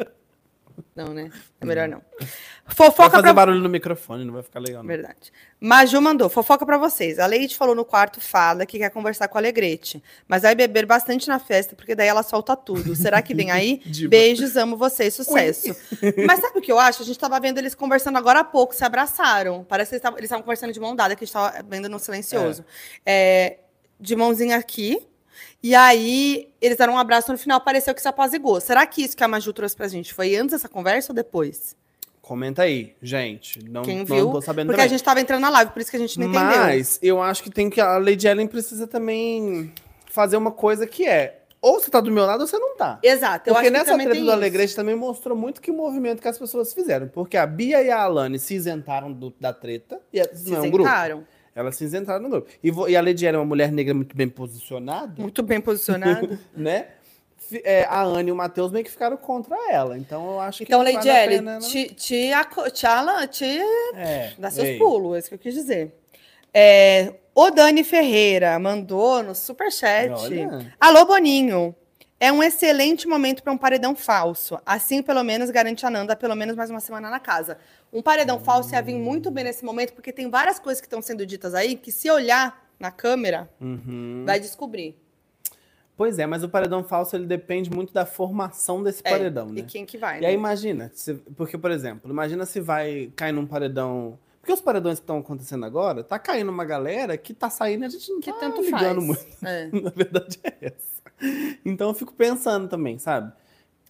Speaker 1: Não, né? É melhor não.
Speaker 2: Vai
Speaker 1: Fofoca
Speaker 2: fazer
Speaker 1: pra...
Speaker 2: barulho no microfone, não vai ficar legal. Não.
Speaker 1: Verdade. Maju mandou, fofoca pra vocês. A Leite falou no quarto fala que quer conversar com a Alegrete, mas vai beber bastante na festa, porque daí ela solta tudo. Será que vem aí?
Speaker 2: Diva.
Speaker 1: Beijos, amo vocês, sucesso. mas sabe o que eu acho? A gente tava vendo eles conversando agora há pouco, se abraçaram. Parece que eles tavam- eles estavam conversando de mão dada, que a gente tava vendo no silencioso. É, de mãozinha aqui. E aí, eles deram um abraço no final, pareceu que se apazigou. Será que isso que a Maju trouxe pra gente foi antes dessa conversa ou depois?
Speaker 2: Comenta aí, gente. Não,
Speaker 1: Quem
Speaker 2: não
Speaker 1: viu?
Speaker 2: tô sabendo
Speaker 1: Porque a
Speaker 2: também.
Speaker 1: gente tava entrando na live, por isso que a gente não entendeu.
Speaker 2: Mas eu acho que tem que. A Lady Ellen precisa também fazer uma coisa que é. Ou você tá do meu lado ou você não tá.
Speaker 1: Exato, eu
Speaker 2: Porque
Speaker 1: acho que
Speaker 2: nessa
Speaker 1: também
Speaker 2: treta
Speaker 1: tem
Speaker 2: do
Speaker 1: isso.
Speaker 2: Alegrete também mostrou muito que o movimento que as pessoas fizeram. Porque a Bia e a Alane se isentaram do- da treta. E a-
Speaker 1: se
Speaker 2: não é um grupo.
Speaker 1: sentaram.
Speaker 2: Elas se isentaram no grupo. E, vo- e a Lady era uma mulher negra muito bem posicionada,
Speaker 1: Muito bem posicionado.
Speaker 2: né? Fi- é, a Anne e o Matheus meio que ficaram contra ela. Então eu acho
Speaker 1: então,
Speaker 2: que. não
Speaker 1: Lady
Speaker 2: vale a
Speaker 1: L,
Speaker 2: pena, não-
Speaker 1: te, te, aco- te, ala- te
Speaker 2: É,
Speaker 1: dá seus
Speaker 2: ei.
Speaker 1: pulos, é isso que eu quis dizer. É, o Dani Ferreira mandou no superchat.
Speaker 2: Olha.
Speaker 1: Alô, Boninho. É um excelente momento para um paredão falso. Assim, pelo menos, garante a Nanda pelo menos mais uma semana na casa. Um paredão falso ia vir muito bem nesse momento, porque tem várias coisas que estão sendo ditas aí que, se olhar na câmera,
Speaker 2: Uhum.
Speaker 1: vai descobrir.
Speaker 2: Pois é, mas o paredão falso ele depende muito da formação desse
Speaker 1: É,
Speaker 2: paredão, né?
Speaker 1: E quem que vai?
Speaker 2: E aí
Speaker 1: né?
Speaker 2: imagina, se- porque, por exemplo, imagina se vai cair num paredão. Porque os paredões que estão acontecendo agora, tá caindo uma galera que tá saindo, a gente não
Speaker 1: Que
Speaker 2: tá
Speaker 1: tanto
Speaker 2: ligando
Speaker 1: faz.
Speaker 2: muito.
Speaker 1: É.
Speaker 2: Na verdade é essa. Então eu fico pensando também, sabe?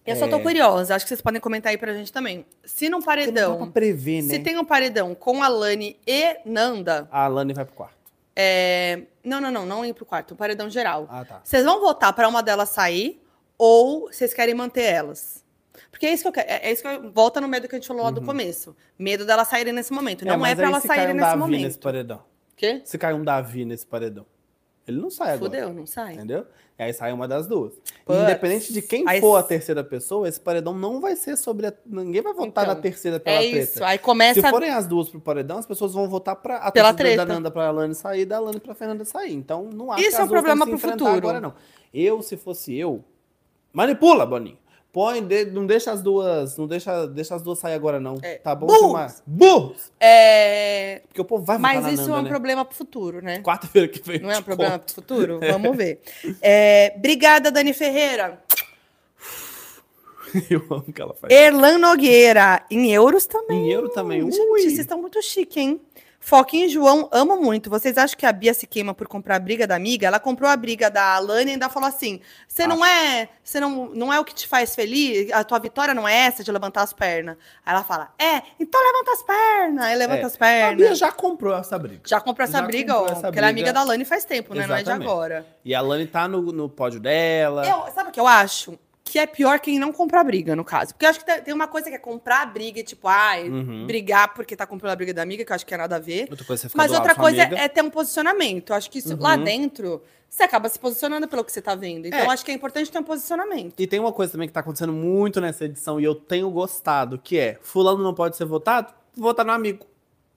Speaker 1: Eu só tô
Speaker 2: É.
Speaker 1: curiosa, acho que vocês podem comentar aí pra gente também. Se num
Speaker 2: Porque não dá pra
Speaker 1: paredão,
Speaker 2: prever, né?
Speaker 1: se tem um paredão com Alane e Nanda,
Speaker 2: A Alane vai pro quarto.
Speaker 1: é... não, não, não, não ir pro quarto, um paredão geral.
Speaker 2: Ah, tá.
Speaker 1: Vocês vão votar pra uma delas sair ou vocês querem manter elas? Porque é isso que eu quero. É é isso que eu, volta no medo que a gente falou lá do
Speaker 2: Uhum.
Speaker 1: começo. Medo delas saírem nesse momento. Não é,
Speaker 2: mas
Speaker 1: pra
Speaker 2: aí
Speaker 1: elas
Speaker 2: se cai
Speaker 1: saírem
Speaker 2: um
Speaker 1: nesse
Speaker 2: Davi
Speaker 1: momento.
Speaker 2: nesse paredão.
Speaker 1: Quê?
Speaker 2: Se cai um Davi nesse paredão. Ele não sai agora.
Speaker 1: Fudeu, não sai.
Speaker 2: Entendeu? E aí sai uma das duas.
Speaker 1: Puts.
Speaker 2: Independente de quem
Speaker 1: Aí-
Speaker 2: for a terceira pessoa, esse paredão não vai ser sobre a... Ninguém vai votar
Speaker 1: Então,
Speaker 2: na terceira pela
Speaker 1: É
Speaker 2: treta.
Speaker 1: isso. Aí começa.
Speaker 2: Se forem as duas pro paredão, as pessoas vão votar pra, a
Speaker 1: Pela
Speaker 2: torcida
Speaker 1: treta.
Speaker 2: da Nanda pra Alane sair, da Alane pra Fernanda sair. Então não acho
Speaker 1: Isso
Speaker 2: que
Speaker 1: é um
Speaker 2: as duas
Speaker 1: problema
Speaker 2: têm que se
Speaker 1: pro
Speaker 2: enfrentar
Speaker 1: futuro.
Speaker 2: agora, não. Eu, se fosse eu, manipula, Boninho. Põe, de- não deixa as duas, não deixa, deixa as duas sair agora, não.
Speaker 1: É.
Speaker 2: Tá bom,
Speaker 1: Burros!
Speaker 2: chamar. Burros!
Speaker 1: É,
Speaker 2: Porque o povo vai votar
Speaker 1: Mas
Speaker 2: na
Speaker 1: isso
Speaker 2: Nanda,
Speaker 1: é um
Speaker 2: né?
Speaker 1: problema pro futuro, né?
Speaker 2: Quarta-feira que vem.
Speaker 1: Não é
Speaker 2: eu
Speaker 1: um
Speaker 2: te
Speaker 1: problema pro futuro? Vamos ver. É, Obrigada, Dani Ferreira.
Speaker 2: conto. Eu amo que ela faz.
Speaker 1: Erlan Nogueira, em euros também.
Speaker 2: Dinheiro também.
Speaker 1: Gente,
Speaker 2: Ui!
Speaker 1: vocês estão muito chique, hein? Foquinha e João amo muito. Vocês acham que a Bia se queima por comprar a briga da amiga? Ela comprou a briga da Alane e ainda falou assim: você não
Speaker 2: Ah.
Speaker 1: é, você não, não é o que te faz feliz, a tua vitória não é essa de levantar as pernas. Aí ela fala: é, então levanta as pernas. Aí levanta
Speaker 2: É.
Speaker 1: as
Speaker 2: A Bia
Speaker 1: pernas.
Speaker 2: já comprou essa briga.
Speaker 1: Já comprou essa
Speaker 2: já
Speaker 1: briga,
Speaker 2: comprou
Speaker 1: ó,
Speaker 2: essa
Speaker 1: porque ela é
Speaker 2: briga.
Speaker 1: amiga da Alane faz tempo, né? Não é de
Speaker 2: Exatamente.
Speaker 1: agora.
Speaker 2: E a Alane tá no, no pódio dela.
Speaker 1: Eu- sabe o que eu acho? Que é pior quem não compra a briga, no caso. Porque eu acho que tem- tem uma coisa que é comprar a briga e, tipo, ai,
Speaker 2: Uhum.
Speaker 1: brigar porque tá comprando a briga da amiga, que eu acho que é nada a ver.
Speaker 2: Outra coisa é você ficar
Speaker 1: Mas
Speaker 2: do lado
Speaker 1: outra
Speaker 2: da sua
Speaker 1: coisa
Speaker 2: amiga.
Speaker 1: é ter um posicionamento. Eu acho que isso, lá
Speaker 2: Uhum.
Speaker 1: dentro, você acaba se posicionando pelo que você tá vendo. Então,
Speaker 2: É.
Speaker 1: eu acho que é importante ter um posicionamento.
Speaker 2: E tem uma coisa também que tá acontecendo muito nessa edição e eu tenho gostado, que é fulano não pode ser votado, votar no amigo.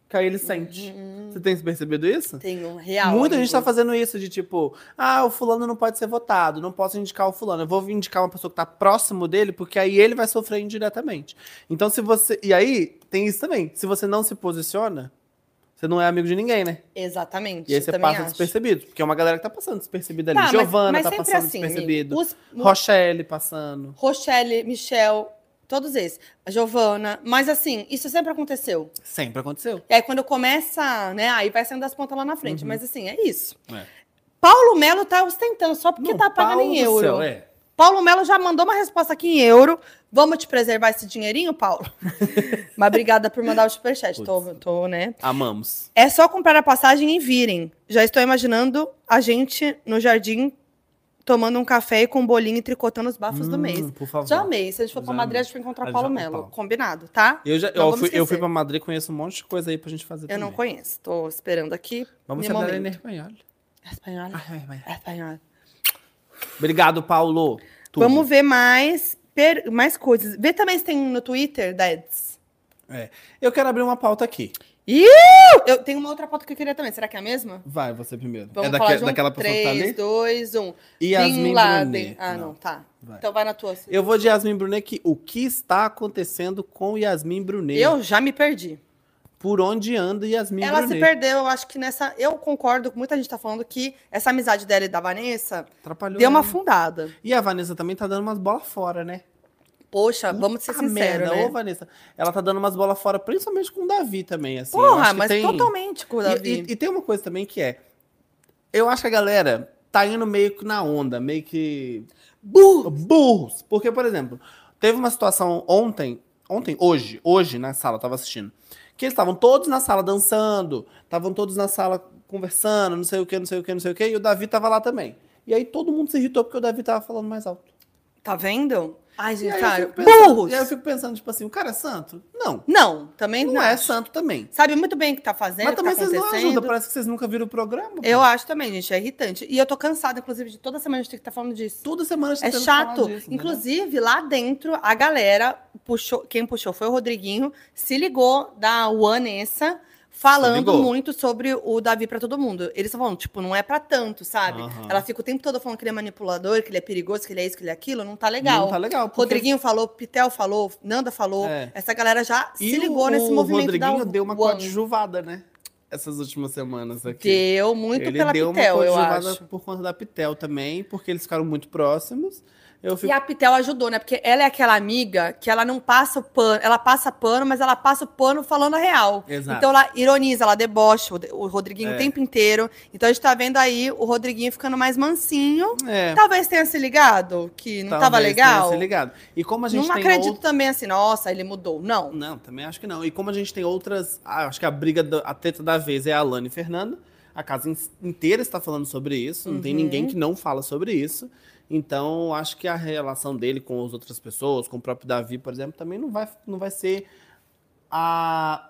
Speaker 2: Que aí ele sente. Você tem percebido isso?
Speaker 1: Tem um real.
Speaker 2: Muita gente
Speaker 1: amigo.
Speaker 2: tá fazendo isso de tipo, ah, o fulano não pode ser votado, não posso indicar o fulano, eu vou indicar uma pessoa que tá próximo dele, porque aí ele vai sofrer indiretamente. Então se você, e aí tem isso também, se você não se posiciona, você não é amigo de ninguém, né?
Speaker 1: Exatamente.
Speaker 2: E aí
Speaker 1: eu
Speaker 2: você
Speaker 1: também
Speaker 2: passa
Speaker 1: acho.
Speaker 2: despercebido, porque é uma galera que tá passando despercebida ali.
Speaker 1: Tá, mas-
Speaker 2: Giovana
Speaker 1: mas
Speaker 2: tá
Speaker 1: sempre
Speaker 2: passando
Speaker 1: assim, amigo.
Speaker 2: despercebido.
Speaker 1: Os-
Speaker 2: Rochelle passando.
Speaker 1: Rochelle, Michel, todos esses. A Giovana. Mas, assim, isso sempre aconteceu.
Speaker 2: Sempre aconteceu.
Speaker 1: E aí, quando começa, né? Aí vai saindo das pontas lá na frente.
Speaker 2: Uhum.
Speaker 1: Mas assim, é isso.
Speaker 2: É.
Speaker 1: Paulo Melo tá ostentando só porque tá pagando em euro.
Speaker 2: é.
Speaker 1: Paulo Melo já mandou uma resposta aqui em euro. Vamos te preservar esse dinheirinho, Paulo? Mas obrigada por mandar o superchat. Tô,
Speaker 2: Putz.
Speaker 1: tô, né?
Speaker 2: Amamos.
Speaker 1: É só comprar a passagem e virem. Já estou imaginando a gente no jardim tomando um café e com um bolinho e tricotando os bafos do
Speaker 2: Hum,
Speaker 1: mês.
Speaker 2: Por favor.
Speaker 1: Já amei. Se a gente for pra
Speaker 2: Já
Speaker 1: Madrid, a
Speaker 2: amei. Ah,
Speaker 1: gente vai encontrar
Speaker 2: Já
Speaker 1: Paulo
Speaker 2: com o
Speaker 1: Melo.
Speaker 2: Paulo.
Speaker 1: Ó, tá?
Speaker 2: Eu, já,
Speaker 1: Não
Speaker 2: eu,
Speaker 1: vamos
Speaker 2: fui, eu fui
Speaker 1: esquecer.
Speaker 2: pra Madrid conheço um monte de coisa aí pra gente fazer
Speaker 1: Eu
Speaker 2: também.
Speaker 1: não conheço. Tô esperando aqui.
Speaker 2: Vamos
Speaker 1: Em
Speaker 2: celebrar em
Speaker 1: momento.
Speaker 2: espanhol.
Speaker 1: Espanhol.
Speaker 2: Ai, ai, ai.
Speaker 1: Espanhol.
Speaker 2: Obrigado, Paulo. Tudo.
Speaker 1: Vamos ver mais, per- mais coisas. Vê também se tem um no Twitter da Eds.
Speaker 2: Eu quero abrir uma pauta aqui.
Speaker 1: Eu tenho uma outra pauta que eu queria também. Será que é a mesma?
Speaker 2: Vai, você primeiro.
Speaker 1: Vamos
Speaker 2: é
Speaker 1: falar
Speaker 2: daque-
Speaker 1: junto?
Speaker 2: daquela pessoa que tá
Speaker 1: 3,
Speaker 2: ali?
Speaker 1: 2, 1.
Speaker 2: E
Speaker 1: Bin
Speaker 2: Yasmin
Speaker 1: Laden.
Speaker 2: Brunet.
Speaker 1: Ah, não, tá.
Speaker 2: Vai.
Speaker 1: Então vai na tua. Cid.
Speaker 2: Eu vou de Yasmin Brunet que o que está acontecendo com Yasmin Brunet?
Speaker 1: Eu já me perdi.
Speaker 2: Por onde anda Yasmin
Speaker 1: Ela se
Speaker 2: Brunet?
Speaker 1: perdeu, eu acho que nessa. Eu concordo com muita gente tá falando que essa amizade dela e da Vanessa
Speaker 2: Atrapalhou.
Speaker 1: deu uma
Speaker 2: ela.
Speaker 1: afundada.
Speaker 2: E a Vanessa também tá dando umas bolas fora, né?
Speaker 1: Poxa, vamos ser
Speaker 2: Puta
Speaker 1: sinceros,
Speaker 2: merda,
Speaker 1: né?
Speaker 2: Ô, Vanessa, ela tá dando umas bolas fora, principalmente com o Davi também, assim. eu acho
Speaker 1: Porra,
Speaker 2: que
Speaker 1: mas
Speaker 2: tem-
Speaker 1: totalmente com o
Speaker 2: E-
Speaker 1: Davi.
Speaker 2: E, e tem uma coisa também que é, eu acho que a galera tá indo meio que na onda, meio que
Speaker 1: Burro!
Speaker 2: burros. Porque, por exemplo, teve uma situação ontem, ontem, hoje, hoje na sala, eu tava assistindo, que eles estavam todos na sala dançando, estavam todos na sala conversando, não sei o que, não sei o que, não sei o que, e o Davi tava lá também. E aí todo mundo se irritou porque o Davi tava falando mais alto.
Speaker 1: Tá vendo? Ai,
Speaker 2: E
Speaker 1: gente,
Speaker 2: aí,
Speaker 1: cara,
Speaker 2: eu fico pensando,
Speaker 1: burros!
Speaker 2: e aí eu fico pensando, tipo assim, o cara é santo? Não.
Speaker 1: Não, também não.
Speaker 2: Não é santo também.
Speaker 1: Sabe muito bem o que tá fazendo,
Speaker 2: Mas
Speaker 1: o que tá
Speaker 2: também vocês não
Speaker 1: acontecendo.
Speaker 2: ajudam, parece que vocês nunca viram o programa.
Speaker 1: Eu acho também, gente, é irritante. E eu tô cansada, inclusive, de toda semana a gente ter que estar falando disso.
Speaker 2: Toda semana a gente
Speaker 1: É
Speaker 2: tá tendo que
Speaker 1: chato.
Speaker 2: falar disso, né?
Speaker 1: Inclusive, lá dentro, a galera puxou. Quem puxou foi o Rodriguinho, se ligou da Vanessa. falando
Speaker 7: ligou?
Speaker 1: muito sobre o Davi pra todo mundo. Eles estão falando, tipo, não é pra tanto, sabe?
Speaker 7: Aham.
Speaker 1: Ela fica o tempo todo falando que ele é manipulador, que ele é perigoso, que ele é isso, que ele é aquilo. Não tá legal.
Speaker 2: Não tá legal. porque-
Speaker 1: Rodriguinho falou, Pitel falou, Nanda falou.
Speaker 2: É.
Speaker 1: Essa galera já
Speaker 2: E
Speaker 1: se ligou
Speaker 2: o,
Speaker 1: nesse movimento
Speaker 2: O Rodriguinho
Speaker 1: da
Speaker 2: deu uma
Speaker 1: One.
Speaker 2: coadjuvada, né? Essas últimas semanas aqui.
Speaker 1: Deu muito
Speaker 2: Ele
Speaker 1: pela
Speaker 2: deu
Speaker 1: Pitel,
Speaker 2: uma
Speaker 1: eu
Speaker 2: coadjuvada
Speaker 1: acho.
Speaker 2: por conta da Pitel também, porque eles ficaram muito próximos. Eu
Speaker 1: E
Speaker 2: fico...
Speaker 1: a Pitel ajudou, né? Porque ela é aquela amiga que ela não passa o pano, ela passa pano, mas ela passa o pano falando a real.
Speaker 2: Exato.
Speaker 1: Então ela ironiza, ela debocha o De- o Rodriguinho
Speaker 2: É.
Speaker 1: o tempo inteiro. Então a gente tá vendo aí o Rodriguinho ficando mais mansinho.
Speaker 2: É,
Speaker 1: Talvez tenha se ligado, que não tava
Speaker 2: talvez tenha
Speaker 1: legal.
Speaker 2: se ligado. E como a gente
Speaker 1: Não
Speaker 2: tem
Speaker 1: acredito
Speaker 2: outro-
Speaker 1: também assim, nossa, ele mudou. Não.
Speaker 2: Não, também acho que não. E como a gente tem outras. ah, acho que a briga, da, a treta da vez é a Alane e Fernando. A casa in- inteira está falando sobre isso. Não tem
Speaker 1: Uhum.
Speaker 2: ninguém que não fala sobre isso. Então, acho que a relação dele com as outras pessoas, com o próprio Davi, por exemplo, também não vai, não vai ser a,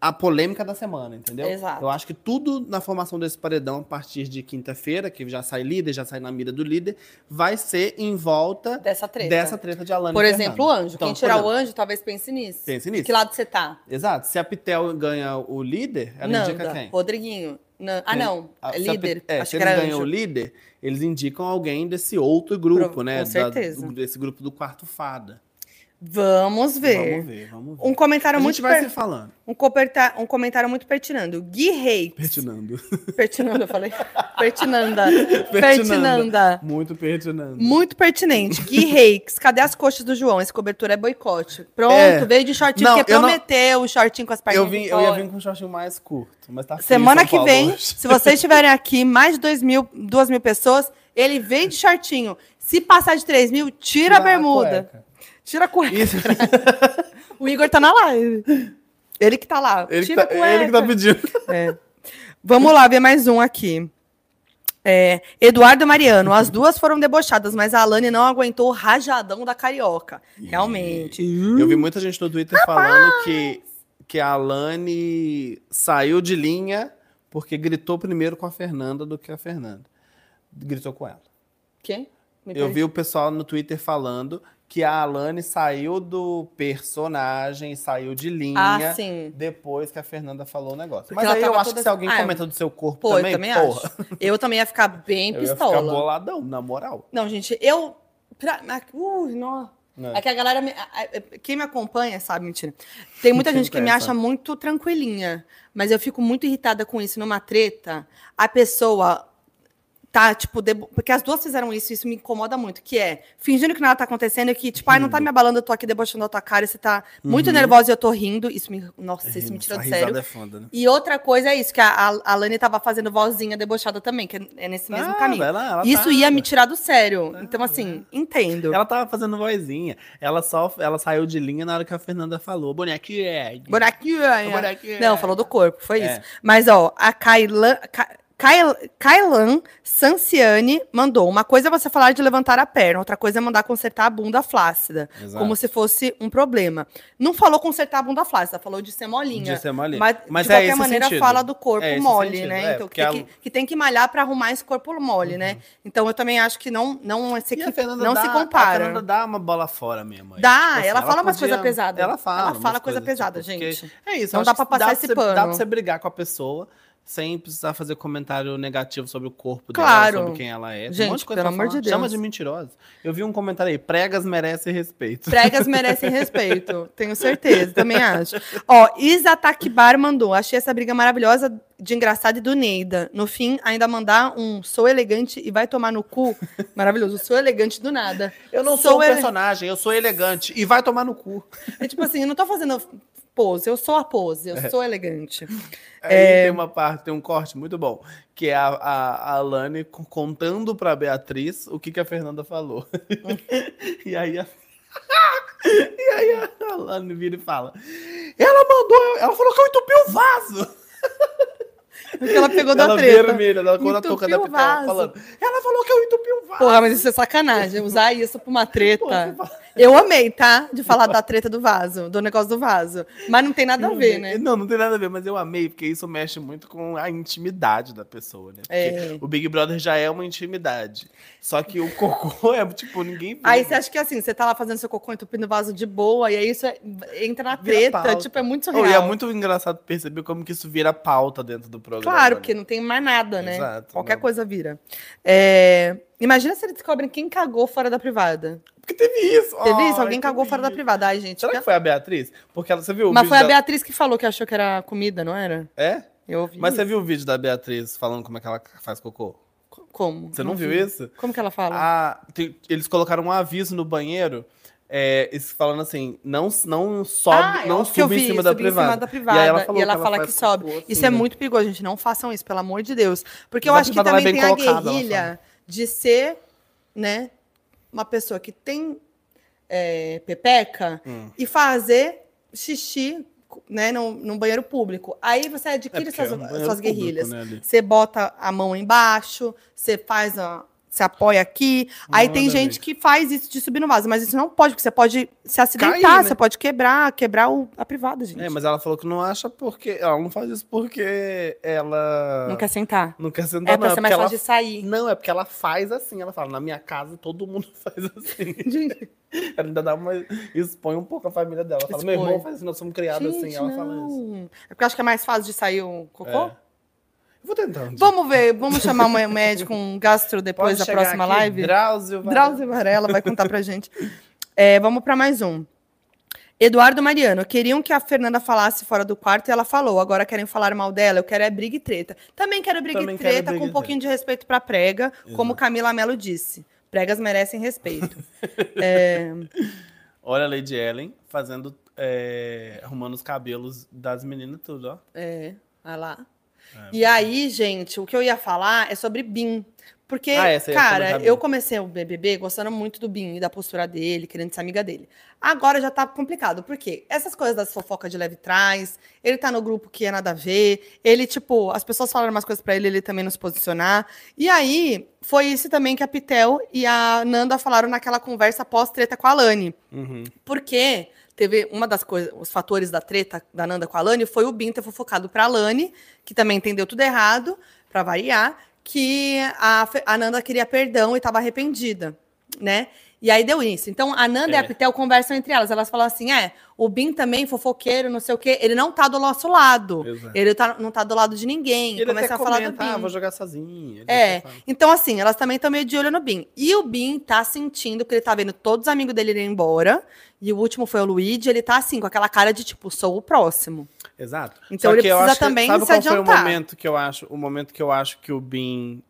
Speaker 2: a polêmica da semana, entendeu?
Speaker 1: Exato.
Speaker 2: Eu acho que tudo na formação desse paredão, a partir de quinta-feira, que já sai líder, já sai na mira do líder, vai ser em volta
Speaker 1: Dessa treta.
Speaker 2: dessa treta de Alane
Speaker 1: Por
Speaker 2: e
Speaker 1: exemplo, o
Speaker 2: Fernando.
Speaker 1: anjo.
Speaker 2: Então,
Speaker 1: Quem
Speaker 2: por
Speaker 1: tirar o
Speaker 2: exemplo,
Speaker 1: anjo, talvez pense nisso.
Speaker 2: Pense nisso.
Speaker 1: Que lado você tá?
Speaker 2: Exato. Se a Pitel ganha o líder, ela É indica
Speaker 1: Nanda,
Speaker 2: quem?
Speaker 1: Rodriguinho. Nan- Ah,
Speaker 2: Ele-
Speaker 1: não.
Speaker 2: Ah,
Speaker 1: É
Speaker 2: se a Pit-
Speaker 1: líder.
Speaker 2: é,
Speaker 1: Acho
Speaker 2: se
Speaker 1: que
Speaker 2: eles
Speaker 1: era
Speaker 2: ganham o
Speaker 1: anjo.
Speaker 2: líder, eles indicam alguém desse outro grupo,
Speaker 1: Pro-
Speaker 2: né?
Speaker 1: com certeza.
Speaker 2: do- desse grupo do quarto fada.
Speaker 1: Vamos ver.
Speaker 2: Vamos ver, vamos ver.
Speaker 1: Um comentário
Speaker 2: a gente
Speaker 1: muito
Speaker 2: vai
Speaker 1: per-
Speaker 2: se falando.
Speaker 1: um, comenta- um comentário muito pertinando. Gui Reis.
Speaker 2: Pertinando.
Speaker 1: Pertinando, eu falei. Pertinanda. Pertinanda.
Speaker 2: Muito pertinando.
Speaker 1: Muito pertinente. Gui Reis, cadê as coxas do João? Esse cobertura é boicote. Pronto,
Speaker 2: É.
Speaker 1: veio de shortinho,
Speaker 2: Não,
Speaker 1: porque
Speaker 2: eu não-
Speaker 1: prometeu o shortinho com as
Speaker 2: Eu,
Speaker 1: perninhas
Speaker 2: vim,
Speaker 1: de
Speaker 2: eu ia
Speaker 1: fora.
Speaker 2: vir com um shortinho mais curto, mas tá frio em
Speaker 1: Semana
Speaker 2: São
Speaker 1: que
Speaker 2: Paulo
Speaker 1: vem,
Speaker 2: hoje.
Speaker 1: se vocês tiverem aqui mais de 2 mil, 2 mil pessoas, ele vem de shortinho. Se passar de 3 mil, tira a bermuda.
Speaker 2: cueca.
Speaker 1: Tira a cueca.
Speaker 2: Isso,
Speaker 1: O Igor tá na live. Ele que tá lá.
Speaker 2: ele, que
Speaker 1: Tira
Speaker 2: tá,
Speaker 1: a cueca.
Speaker 2: ele que tá pedindo.
Speaker 1: Vamos lá ver mais um aqui. É, Eduardo Mariano, as duas foram debochadas, mas a Alane não aguentou o rajadão da carioca. Realmente.
Speaker 2: Eu vi muita gente no Twitter falando que, que a Alane saiu de linha porque gritou primeiro com a Fernanda do que a Fernanda. Gritou com ela.
Speaker 1: Quem? Me
Speaker 2: Eu
Speaker 1: perdi.
Speaker 2: vi o pessoal no Twitter falando que a Alane saiu do personagem, saiu de linha.
Speaker 1: Ah, sim.
Speaker 2: Depois que a Fernanda falou o negócio.
Speaker 1: Porque
Speaker 2: Mas
Speaker 1: ela
Speaker 2: aí eu
Speaker 1: tava
Speaker 2: acho
Speaker 1: toda-
Speaker 2: que se alguém
Speaker 1: Ah,
Speaker 2: comenta do seu corpo
Speaker 1: Pô,
Speaker 2: também,
Speaker 1: eu também
Speaker 2: porra,
Speaker 1: acho. Eu também ia ficar bem
Speaker 2: eu ia ficar
Speaker 1: pistola.
Speaker 2: boladão, na moral.
Speaker 1: Não, gente, eu. Pra, na- uh, não.
Speaker 2: né?
Speaker 1: É que a galera. me- a- a- Quem me acompanha sabe, mentira. Tem muita
Speaker 2: Quem
Speaker 1: gente que me
Speaker 2: conhece,
Speaker 1: acha muito tranquilinha, mas eu fico muito irritada com isso. Numa treta, a pessoa tá, tipo, debo- porque as duas fizeram isso, isso me incomoda muito, que é fingindo que nada tá acontecendo e que, tipo, ai, não tá me abalando, eu tô aqui debochando da tua cara, e você tá muito nervosa e eu tô rindo. Isso me. Nossa, isso me tirou
Speaker 2: a
Speaker 1: do
Speaker 2: Uhum. risada
Speaker 1: sério.
Speaker 2: é foda, né?
Speaker 1: E outra coisa é isso, que a, a, a Lani tava fazendo vozinha debochada também, que é- é nesse mesmo
Speaker 2: Ah,
Speaker 1: caminho.
Speaker 2: vai lá, ela
Speaker 1: Isso
Speaker 2: tá- né?
Speaker 1: ia me tirar do sério. Então, assim, entendo.
Speaker 2: Ela tava fazendo vozinha. Ela só ela saiu de linha na hora que a Fernanda falou. Bonequinho. é.
Speaker 1: Buraquinho.
Speaker 2: Buraquinho.
Speaker 1: Não, falou do corpo, foi
Speaker 2: É.
Speaker 1: isso. Mas, ó, a Kailan. Ka- Kail- Kailan Sanciani mandou. Uma coisa é você falar de levantar a perna, outra coisa é mandar consertar a bunda flácida.
Speaker 2: Exato.
Speaker 1: Como se fosse um problema. Não falou consertar a bunda flácida, falou de ser molinha.
Speaker 2: De ser molinha.
Speaker 1: Mas,
Speaker 2: Mas
Speaker 1: de
Speaker 2: é
Speaker 1: qualquer
Speaker 2: esse
Speaker 1: maneira,
Speaker 2: sentido.
Speaker 1: fala do corpo
Speaker 2: É esse
Speaker 1: mole,
Speaker 2: sentido,
Speaker 1: né?
Speaker 2: é,
Speaker 1: então, que
Speaker 2: porque
Speaker 1: tem,
Speaker 2: a-
Speaker 1: que, que tem que malhar pra arrumar esse corpo mole, né? Então, eu também acho que não, não, esse
Speaker 2: E
Speaker 1: aqui
Speaker 2: a Fernanda
Speaker 1: não
Speaker 2: dá-
Speaker 1: se
Speaker 2: A
Speaker 1: compara.
Speaker 2: Fernanda dá uma bola fora mesmo. aí.
Speaker 1: Dá,
Speaker 2: Tipo
Speaker 1: ela fala umas
Speaker 2: podia-
Speaker 1: coisa pesada.
Speaker 2: Ela fala.
Speaker 1: Ela fala
Speaker 2: umas
Speaker 1: coisa
Speaker 2: coisas, tipo,
Speaker 1: pesada,
Speaker 2: porque-
Speaker 1: gente.
Speaker 2: É isso.
Speaker 1: Não
Speaker 2: eu acho
Speaker 1: dá
Speaker 2: que
Speaker 1: pra passar
Speaker 2: dá
Speaker 1: esse
Speaker 2: você, Dá pra
Speaker 1: pano.
Speaker 2: você brigar com a pessoa sem precisar fazer comentário negativo sobre o corpo
Speaker 1: Claro.
Speaker 2: dela, sobre quem ela é. Tem
Speaker 1: Gente,
Speaker 2: um monte de coisa
Speaker 1: pelo
Speaker 2: pra
Speaker 1: amor
Speaker 2: falar.
Speaker 1: de
Speaker 2: Chama
Speaker 1: Deus.
Speaker 2: de mentirosa. Eu vi um comentário aí. Pregas merecem respeito.
Speaker 1: Pregas merecem respeito, tenho certeza, também acho. Ó, Isa Takbar mandou. Achei essa briga maravilhosa de engraçada e do Neida. No fim, ainda mandar um sou elegante e vai tomar no cu. Maravilhoso, sou elegante do nada.
Speaker 2: Eu não sou, um
Speaker 1: ele-
Speaker 2: personagem, eu sou elegante. E vai tomar no cu.
Speaker 1: É tipo assim, eu não tô fazendo pose, eu sou a pose, eu sou elegante.
Speaker 2: Aí
Speaker 1: É.
Speaker 2: tem uma parte, tem um corte muito bom, que é a, a, a Alane co- contando pra Beatriz o que, que a Fernanda falou. e aí a. e aí a Alane vira e fala. Ela mandou, ela falou que eu entupi o vaso.
Speaker 1: Porque ela pegou da
Speaker 2: Ela
Speaker 1: treta.
Speaker 2: vermelha, ela quando a touca da
Speaker 1: Entupiu o
Speaker 2: Pitel
Speaker 1: vaso.
Speaker 2: falando. Ela falou que eu entupi um o
Speaker 1: Porra, tá, mas isso é sacanagem. Usar isso pra uma treta. Eu amei, tá? De falar da treta do vaso, do negócio do vaso. Mas não tem nada a ver, né?
Speaker 2: Não, não tem nada a ver, mas eu amei, porque isso mexe muito com a intimidade da pessoa, né? Porque
Speaker 1: É.
Speaker 2: o Big Brother já é uma intimidade. Só que o cocô é, tipo, ninguém vê.
Speaker 1: Aí você acha que assim, você tá lá fazendo seu cocô entupindo o vaso de boa, e aí isso é- entra na
Speaker 2: Vira
Speaker 1: treta.
Speaker 2: pauta.
Speaker 1: Tipo, é muito surreal.
Speaker 2: Oh, e é muito engraçado perceber como que isso vira pauta dentro do programa.
Speaker 1: Claro,
Speaker 2: né?
Speaker 1: porque não tem mais nada, né?
Speaker 2: Exato,
Speaker 1: Qualquer
Speaker 2: não.
Speaker 1: coisa vira. É, Imagina se eles descobrem quem cagou fora da privada.
Speaker 2: Porque teve isso.
Speaker 1: Teve isso?
Speaker 2: Ai,
Speaker 1: Alguém cagou
Speaker 2: teve
Speaker 1: fora da
Speaker 2: isso.
Speaker 1: privada. Ai, gente.
Speaker 2: Será que
Speaker 1: pelo-
Speaker 2: foi a Beatriz? Porque ela, você viu o
Speaker 1: Mas
Speaker 2: vídeo
Speaker 1: foi a
Speaker 2: da...
Speaker 1: Beatriz que falou que achou que era comida, não era?
Speaker 2: É?
Speaker 1: Eu ouvi.
Speaker 2: Mas você
Speaker 1: isso.
Speaker 2: viu o vídeo da Beatriz falando como é que ela faz cocô?
Speaker 1: Co- Como?
Speaker 2: Você não, viu
Speaker 1: vi.
Speaker 2: isso?
Speaker 1: Como que ela fala?
Speaker 2: Ah, tem- eles colocaram um aviso no banheiro é, es- falando assim: não, não sobe,
Speaker 1: Ah, eu
Speaker 2: não
Speaker 1: acho que eu
Speaker 2: sobe em
Speaker 1: vi,
Speaker 2: cima da
Speaker 1: subi em cima
Speaker 2: privada.
Speaker 1: da privada,
Speaker 2: E aí ela falou
Speaker 1: e ela
Speaker 2: que ela
Speaker 1: fala
Speaker 2: faz
Speaker 1: que sobe.
Speaker 2: cocô, assim,
Speaker 1: Isso é
Speaker 2: né?
Speaker 1: muito perigoso, gente. Não façam isso, pelo amor de Deus. Porque eu
Speaker 2: Mas a
Speaker 1: acho que
Speaker 2: privada, ela é
Speaker 1: também tem
Speaker 2: bem
Speaker 1: a
Speaker 2: colocada, ela
Speaker 1: guerrilha de ser, né, uma pessoa que tem é, pepeca
Speaker 2: Hum.
Speaker 1: e fazer xixi, né, num, num banheiro público. Aí você
Speaker 2: É
Speaker 1: adquire
Speaker 2: porque
Speaker 1: suas,
Speaker 2: é um banheiro
Speaker 1: suas
Speaker 2: público,
Speaker 1: guerrilhas.
Speaker 2: né, ali.
Speaker 1: Você bota a mão embaixo, você faz a. Você apoia aqui. Aí tem
Speaker 2: Nada a
Speaker 1: gente
Speaker 2: ver.
Speaker 1: que faz isso de subir no vaso, mas isso não pode, porque você pode se acidentar,
Speaker 2: Cair, né?
Speaker 1: você pode quebrar, quebrar o- a privada, gente.
Speaker 2: É, mas ela falou que não acha porque. Ela não faz isso porque ela.
Speaker 1: Não quer sentar.
Speaker 2: Não quer sentar,
Speaker 1: É
Speaker 2: não.
Speaker 1: pra ser mais
Speaker 2: porque ela
Speaker 1: fácil de sair.
Speaker 2: Não, é porque ela faz assim. Ela fala, na minha casa todo mundo faz assim.
Speaker 1: Gente,
Speaker 2: Ela ainda dá uma. Expõe um pouco a família dela. Ela fala, meu
Speaker 1: Expõe.
Speaker 2: irmão faz assim, nós somos criados assim.
Speaker 1: gente,
Speaker 2: Ela
Speaker 1: não.
Speaker 2: fala isso.
Speaker 1: É porque eu acho que é mais fácil de sair o cocô?
Speaker 2: É. Eu vou tentar. um dia.
Speaker 1: Vamos ver, vamos chamar um médico, um gastro depois
Speaker 2: Pode
Speaker 1: da
Speaker 2: chegar
Speaker 1: próxima
Speaker 2: aqui,
Speaker 1: live?
Speaker 2: Drauzio, vai.
Speaker 1: Drauzio Varela vai contar pra gente. É, vamos pra mais um. Eduardo Mariano, queriam que a Fernanda falasse fora do quarto e ela falou. Agora querem falar mal dela, eu quero é briga e treta. Também quero briga
Speaker 2: Também
Speaker 1: e
Speaker 2: quero
Speaker 1: treta
Speaker 2: briga
Speaker 1: com
Speaker 2: e
Speaker 1: um pouquinho de respeito pra prega, como Camila Melo disse. Pregas merecem respeito.
Speaker 2: Olha a Lady Ellen fazendo. é, arrumando os cabelos das meninas e tudo, ó.
Speaker 1: é, vai lá. E aí, gente, o que eu ia falar é sobre Bin. Porque,
Speaker 2: Ah, é, você ia
Speaker 1: cara,
Speaker 2: comentar Bin.
Speaker 1: eu comecei o BBB gostando muito do Bin e da postura dele, querendo ser amiga dele. Agora já tá complicado, porque essas coisas das fofocas de leve trás, ele tá no grupo que é nada a ver, ele, tipo, as pessoas falaram umas coisas pra ele, ele também não se posicionar. E aí, foi isso também que a Pitel e a Nanda falaram naquela conversa pós-treta com a Lani.
Speaker 2: Uhum.
Speaker 1: Porque teve uma das coisas, os fatores da treta da Nanda com a Lani foi o Bin ter fofocado pra Lani, que também entendeu tudo errado, pra variar, que a, Fe- a Nanda queria perdão e tava arrependida, né? E aí deu isso. Então a Nanda e a
Speaker 2: É.
Speaker 1: Pitel conversam entre elas. Elas falam assim: é, o Bin também, fofoqueiro, não sei o quê, ele não tá do nosso lado.
Speaker 2: Exato.
Speaker 1: Ele tá- não tá do lado de ninguém.
Speaker 2: Ele
Speaker 1: Começa
Speaker 2: até
Speaker 1: a falar do
Speaker 2: comenta,
Speaker 1: Bin.
Speaker 2: ah, vou jogar sozinho. Ele
Speaker 1: É.
Speaker 2: até fala.
Speaker 1: Então, assim, elas também estão meio de olho no Bin. E o Bin tá sentindo que ele tá vendo todos os amigos dele irem embora. E o último foi o Luigi. Ele tá assim, com aquela cara de tipo, sou o próximo.
Speaker 2: Exato.
Speaker 1: Então ele
Speaker 2: eu
Speaker 1: precisa
Speaker 2: acho que-
Speaker 1: também
Speaker 2: sabe
Speaker 1: se
Speaker 2: qual Foi o
Speaker 1: adiantar.
Speaker 2: momento que eu acho, o momento que eu acho que o Bin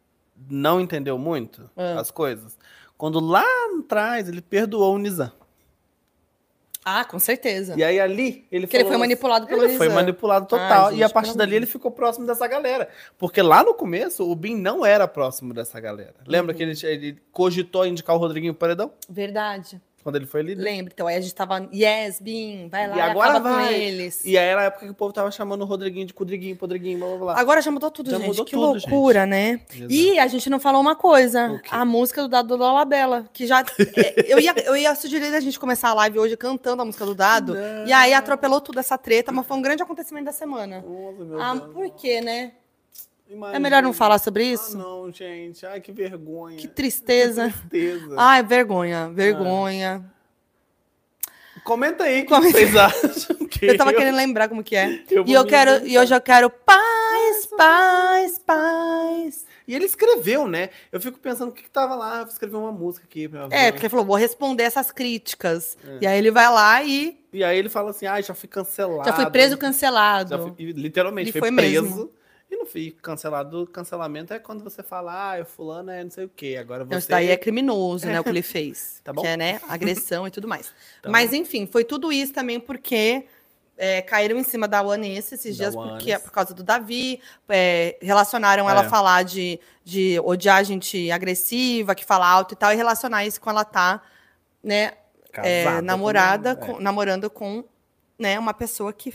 Speaker 2: não entendeu muito
Speaker 1: Ah.
Speaker 2: as coisas. Quando lá atrás ele perdoou o Nizam.
Speaker 1: Ah, com certeza.
Speaker 2: E aí ali ele
Speaker 1: Porque ele
Speaker 2: falou
Speaker 1: foi
Speaker 2: assim-
Speaker 1: manipulado pelo
Speaker 2: Ele foi
Speaker 1: Nizam.
Speaker 2: manipulado total.
Speaker 1: Ai, gente,
Speaker 2: e a partir
Speaker 1: pelo
Speaker 2: dali
Speaker 1: amor.
Speaker 2: ele ficou próximo dessa galera. Porque lá no começo o Bin não era próximo dessa galera.
Speaker 1: Uhum.
Speaker 2: Lembra que ele, ele cogitou indicar o Rodriguinho Paredão?
Speaker 1: Verdade.
Speaker 2: Quando ele foi líder?
Speaker 1: Lembra? Então aí a gente tava, yes, Bin, vai lá,
Speaker 2: E agora
Speaker 1: acaba com
Speaker 2: vai.
Speaker 1: eles.
Speaker 2: E aí era a época que o povo tava chamando o Rodriguinho de Cudriguinho, Podriguinho, blá blá blá.
Speaker 1: Agora já mudou tudo,
Speaker 2: Já
Speaker 1: gente.
Speaker 2: mudou
Speaker 1: que
Speaker 2: tudo,
Speaker 1: loucura, né? E a gente não falou uma coisa.
Speaker 2: O quê?
Speaker 1: A música do Dado Dolabella, que já. é, eu, ia, eu ia sugerir a gente começar a live hoje cantando a música do Dado. E aí atropelou tudo essa treta, mas foi um grande acontecimento da semana.
Speaker 2: Nossa, meu
Speaker 1: Ah,
Speaker 2: Deus.
Speaker 1: por quê, né?
Speaker 2: Imagina.
Speaker 1: É melhor não falar sobre
Speaker 2: Ah,
Speaker 1: isso?
Speaker 2: não, gente. Ai, que vergonha.
Speaker 1: Que Ah,
Speaker 2: Que
Speaker 1: tristeza.
Speaker 2: tristeza. Ah.
Speaker 1: Ai, vergonha, vergonha.
Speaker 2: Comenta aí o que
Speaker 1: Comenta.
Speaker 2: vocês acham que
Speaker 1: Eu tava querendo lembrar como que é.
Speaker 2: eu
Speaker 1: e
Speaker 2: vou
Speaker 1: eu
Speaker 2: me
Speaker 1: quero,
Speaker 2: inventar.
Speaker 1: e hoje eu quero paz, paz, paz.
Speaker 2: E ele escreveu, né? Eu fico pensando o que, que tava lá. Eu escrevi uma música aqui. Pra
Speaker 1: É,
Speaker 2: Havana.
Speaker 1: porque ele falou, vou responder essas críticas.
Speaker 2: É.
Speaker 1: E aí ele vai lá e
Speaker 2: E aí ele fala assim, ah, já fui cancelado.
Speaker 1: já foi preso, cancelado.
Speaker 2: Já fui- e literalmente,
Speaker 1: Ele
Speaker 2: foi,
Speaker 1: foi
Speaker 2: preso.
Speaker 1: mesmo.
Speaker 2: E não fui cancelado. Cancelamento é quando você fala, ah, eu fulano é não sei o quê. Agora você...
Speaker 1: Então, isso daí é criminoso, né? O que ele fez.
Speaker 2: Tá bom.
Speaker 1: Que é, né? Agressão e tudo mais.
Speaker 2: Tá
Speaker 1: Mas, enfim, foi tudo isso também porque é, caíram em cima da One Ace esses
Speaker 2: Da
Speaker 1: dias
Speaker 2: One
Speaker 1: porque, é
Speaker 2: Ace.
Speaker 1: por causa do Davi. é, relacionaram ela
Speaker 2: É.
Speaker 1: falar de, de odiar gente agressiva, que fala alto e tal, e relacionar isso com ela tá, né? é,
Speaker 2: Casado, é,
Speaker 1: namorada,
Speaker 2: todo
Speaker 1: com-
Speaker 2: mundo,
Speaker 1: namorando com né, uma pessoa que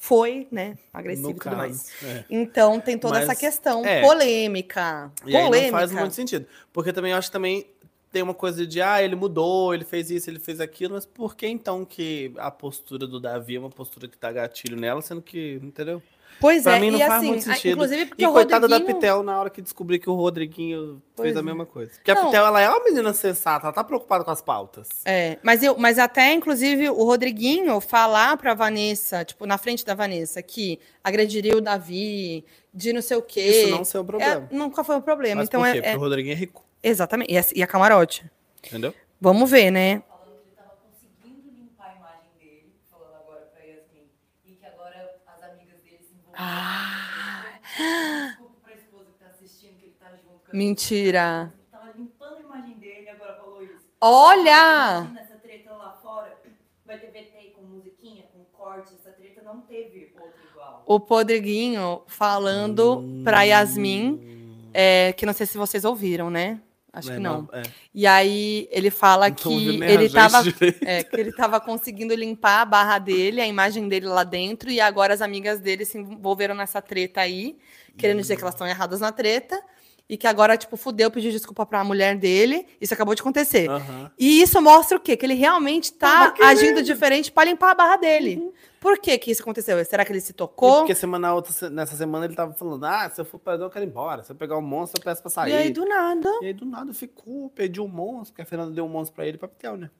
Speaker 1: foi, né, agressivo
Speaker 2: No
Speaker 1: e tudo
Speaker 2: caso,
Speaker 1: mais.
Speaker 2: é.
Speaker 1: Então tem toda
Speaker 2: Mas,
Speaker 1: essa questão
Speaker 2: é.
Speaker 1: polêmica.
Speaker 2: E aí
Speaker 1: polêmica.
Speaker 2: não faz muito sentido. Porque também eu acho que também tem uma coisa de, ah, ele mudou, ele fez isso, ele fez aquilo, mas por que então que a postura do Davi é uma postura que tá gatilho nela, sendo que, entendeu?
Speaker 1: Pois
Speaker 2: pra
Speaker 1: é,
Speaker 2: mim não
Speaker 1: e
Speaker 2: faz
Speaker 1: assim,
Speaker 2: muito
Speaker 1: a-
Speaker 2: sentido.
Speaker 1: inclusive porque
Speaker 2: E
Speaker 1: o
Speaker 2: coitada da
Speaker 1: Rodriguinho...
Speaker 2: Pitel, na hora que descobri que o Rodriguinho
Speaker 1: Pois
Speaker 2: fez a
Speaker 1: é.
Speaker 2: mesma coisa. Porque a
Speaker 1: Não.
Speaker 2: Pitel, ela é uma menina sensata, ela tá preocupada com as pautas.
Speaker 1: É, mas, eu, mas até, inclusive, o Rodriguinho falar pra Vanessa, tipo, na frente da Vanessa, que agrediria o Davi, de não sei o quê.
Speaker 2: Isso não é o
Speaker 1: É,
Speaker 2: problema.
Speaker 1: nunca foi um problema.
Speaker 2: Mas
Speaker 1: então
Speaker 2: por
Speaker 1: é,
Speaker 2: quê?
Speaker 1: é-
Speaker 2: Porque o Rodriguinho é rico,
Speaker 1: Exatamente. E a, e a camarote.
Speaker 2: entendeu?
Speaker 1: Vamos ver, né?
Speaker 4: falando que ele estava conseguindo limpar a imagem dele, falando agora pra Yasmin, e que agora as amigas dele se envolveram.
Speaker 1: Ah.
Speaker 4: Desculpa pra esposa que tá assistindo, que ele tá junto. com a-
Speaker 1: Mentira.
Speaker 4: Ele tava limpando a imagem dele e agora falou isso.
Speaker 1: Olha!
Speaker 4: Imagina essa treta lá fora. Vai ter VT com musiquinha, com corte, essa treta não teve outra igual.
Speaker 1: O Podriguinho falando
Speaker 2: Hum.
Speaker 1: pra Yasmin, é, que não sei se vocês ouviram, né? Acho
Speaker 2: É,
Speaker 1: que não.
Speaker 2: é.
Speaker 1: E aí ele fala
Speaker 2: Não tô ouvindo
Speaker 1: que
Speaker 2: nem
Speaker 1: ele
Speaker 2: a gente
Speaker 1: tava,
Speaker 2: direito.
Speaker 1: é, que ele tava conseguindo limpar a barra dele, a imagem dele lá dentro, e agora as amigas dele se envolveram nessa treta aí, querendo dizer que
Speaker 2: Uhum.
Speaker 1: elas estão erradas na treta, e que agora, tipo, fudeu, pediu desculpa pra mulher dele. Isso acabou de acontecer.
Speaker 2: Aham.
Speaker 1: E isso mostra o quê? Que ele realmente tá agindo diferente pra limpar a barra dele.
Speaker 2: Uhum.
Speaker 1: Por que que isso aconteceu? Será que ele se
Speaker 2: E
Speaker 1: tocou?
Speaker 2: Porque semana outra, se- nessa semana ele tava falando: ah, se eu for pegar, eu quero ir embora. Se eu pegar um monstro, eu peço pra sair.
Speaker 1: E aí, do nada.
Speaker 2: E aí, do nada, ficou, perdi um monstro, porque a Fernanda deu um monstro pra ele e pra Pitel, né?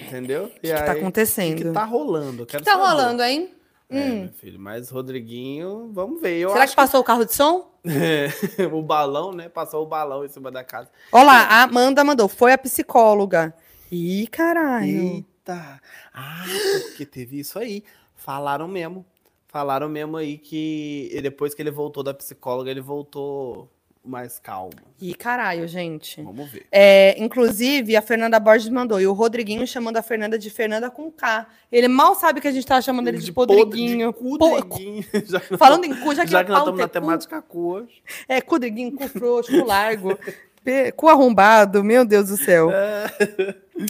Speaker 2: Entendeu? O
Speaker 1: É. O que, que tá
Speaker 2: O
Speaker 1: acontecendo?
Speaker 2: que tá rolando? Eu
Speaker 1: O
Speaker 2: quero
Speaker 1: que tá
Speaker 2: saber.
Speaker 1: rolando, hein?
Speaker 2: É,
Speaker 1: Hum.
Speaker 2: meu filho, mas Rodriguinho, vamos ver. Eu
Speaker 1: Será que
Speaker 2: acho
Speaker 1: passou o carro de som?
Speaker 2: que o balão, né? Passou o balão em cima da casa.
Speaker 1: Olha lá, a Amanda mandou. Foi a psicóloga. Ih, caralho.
Speaker 2: Eita! Ah, porque teve isso aí. Falaram mesmo. Falaram mesmo aí que e depois que ele voltou da psicóloga, ele voltou mais calmo.
Speaker 1: Ih, caralho, gente.
Speaker 2: Vamos ver.
Speaker 1: É, inclusive, a Fernanda Borges mandou. E o Rodriguinho chamando a Fernanda de Fernanda com K. Ele mal sabe que a gente tava chamando ele de, Podriguinho.
Speaker 2: podre-
Speaker 1: Po-
Speaker 2: de Cudriguinho. Já não-
Speaker 1: Falando em cu, já que,
Speaker 2: Já que nós
Speaker 1: o pau
Speaker 2: estamos
Speaker 1: tem
Speaker 2: na
Speaker 1: cu,
Speaker 2: temática cu hoje.
Speaker 1: É, cu driguinho, cu frouxo, cu largo, pe- cu arrombado, meu Deus do
Speaker 2: É,
Speaker 1: céu.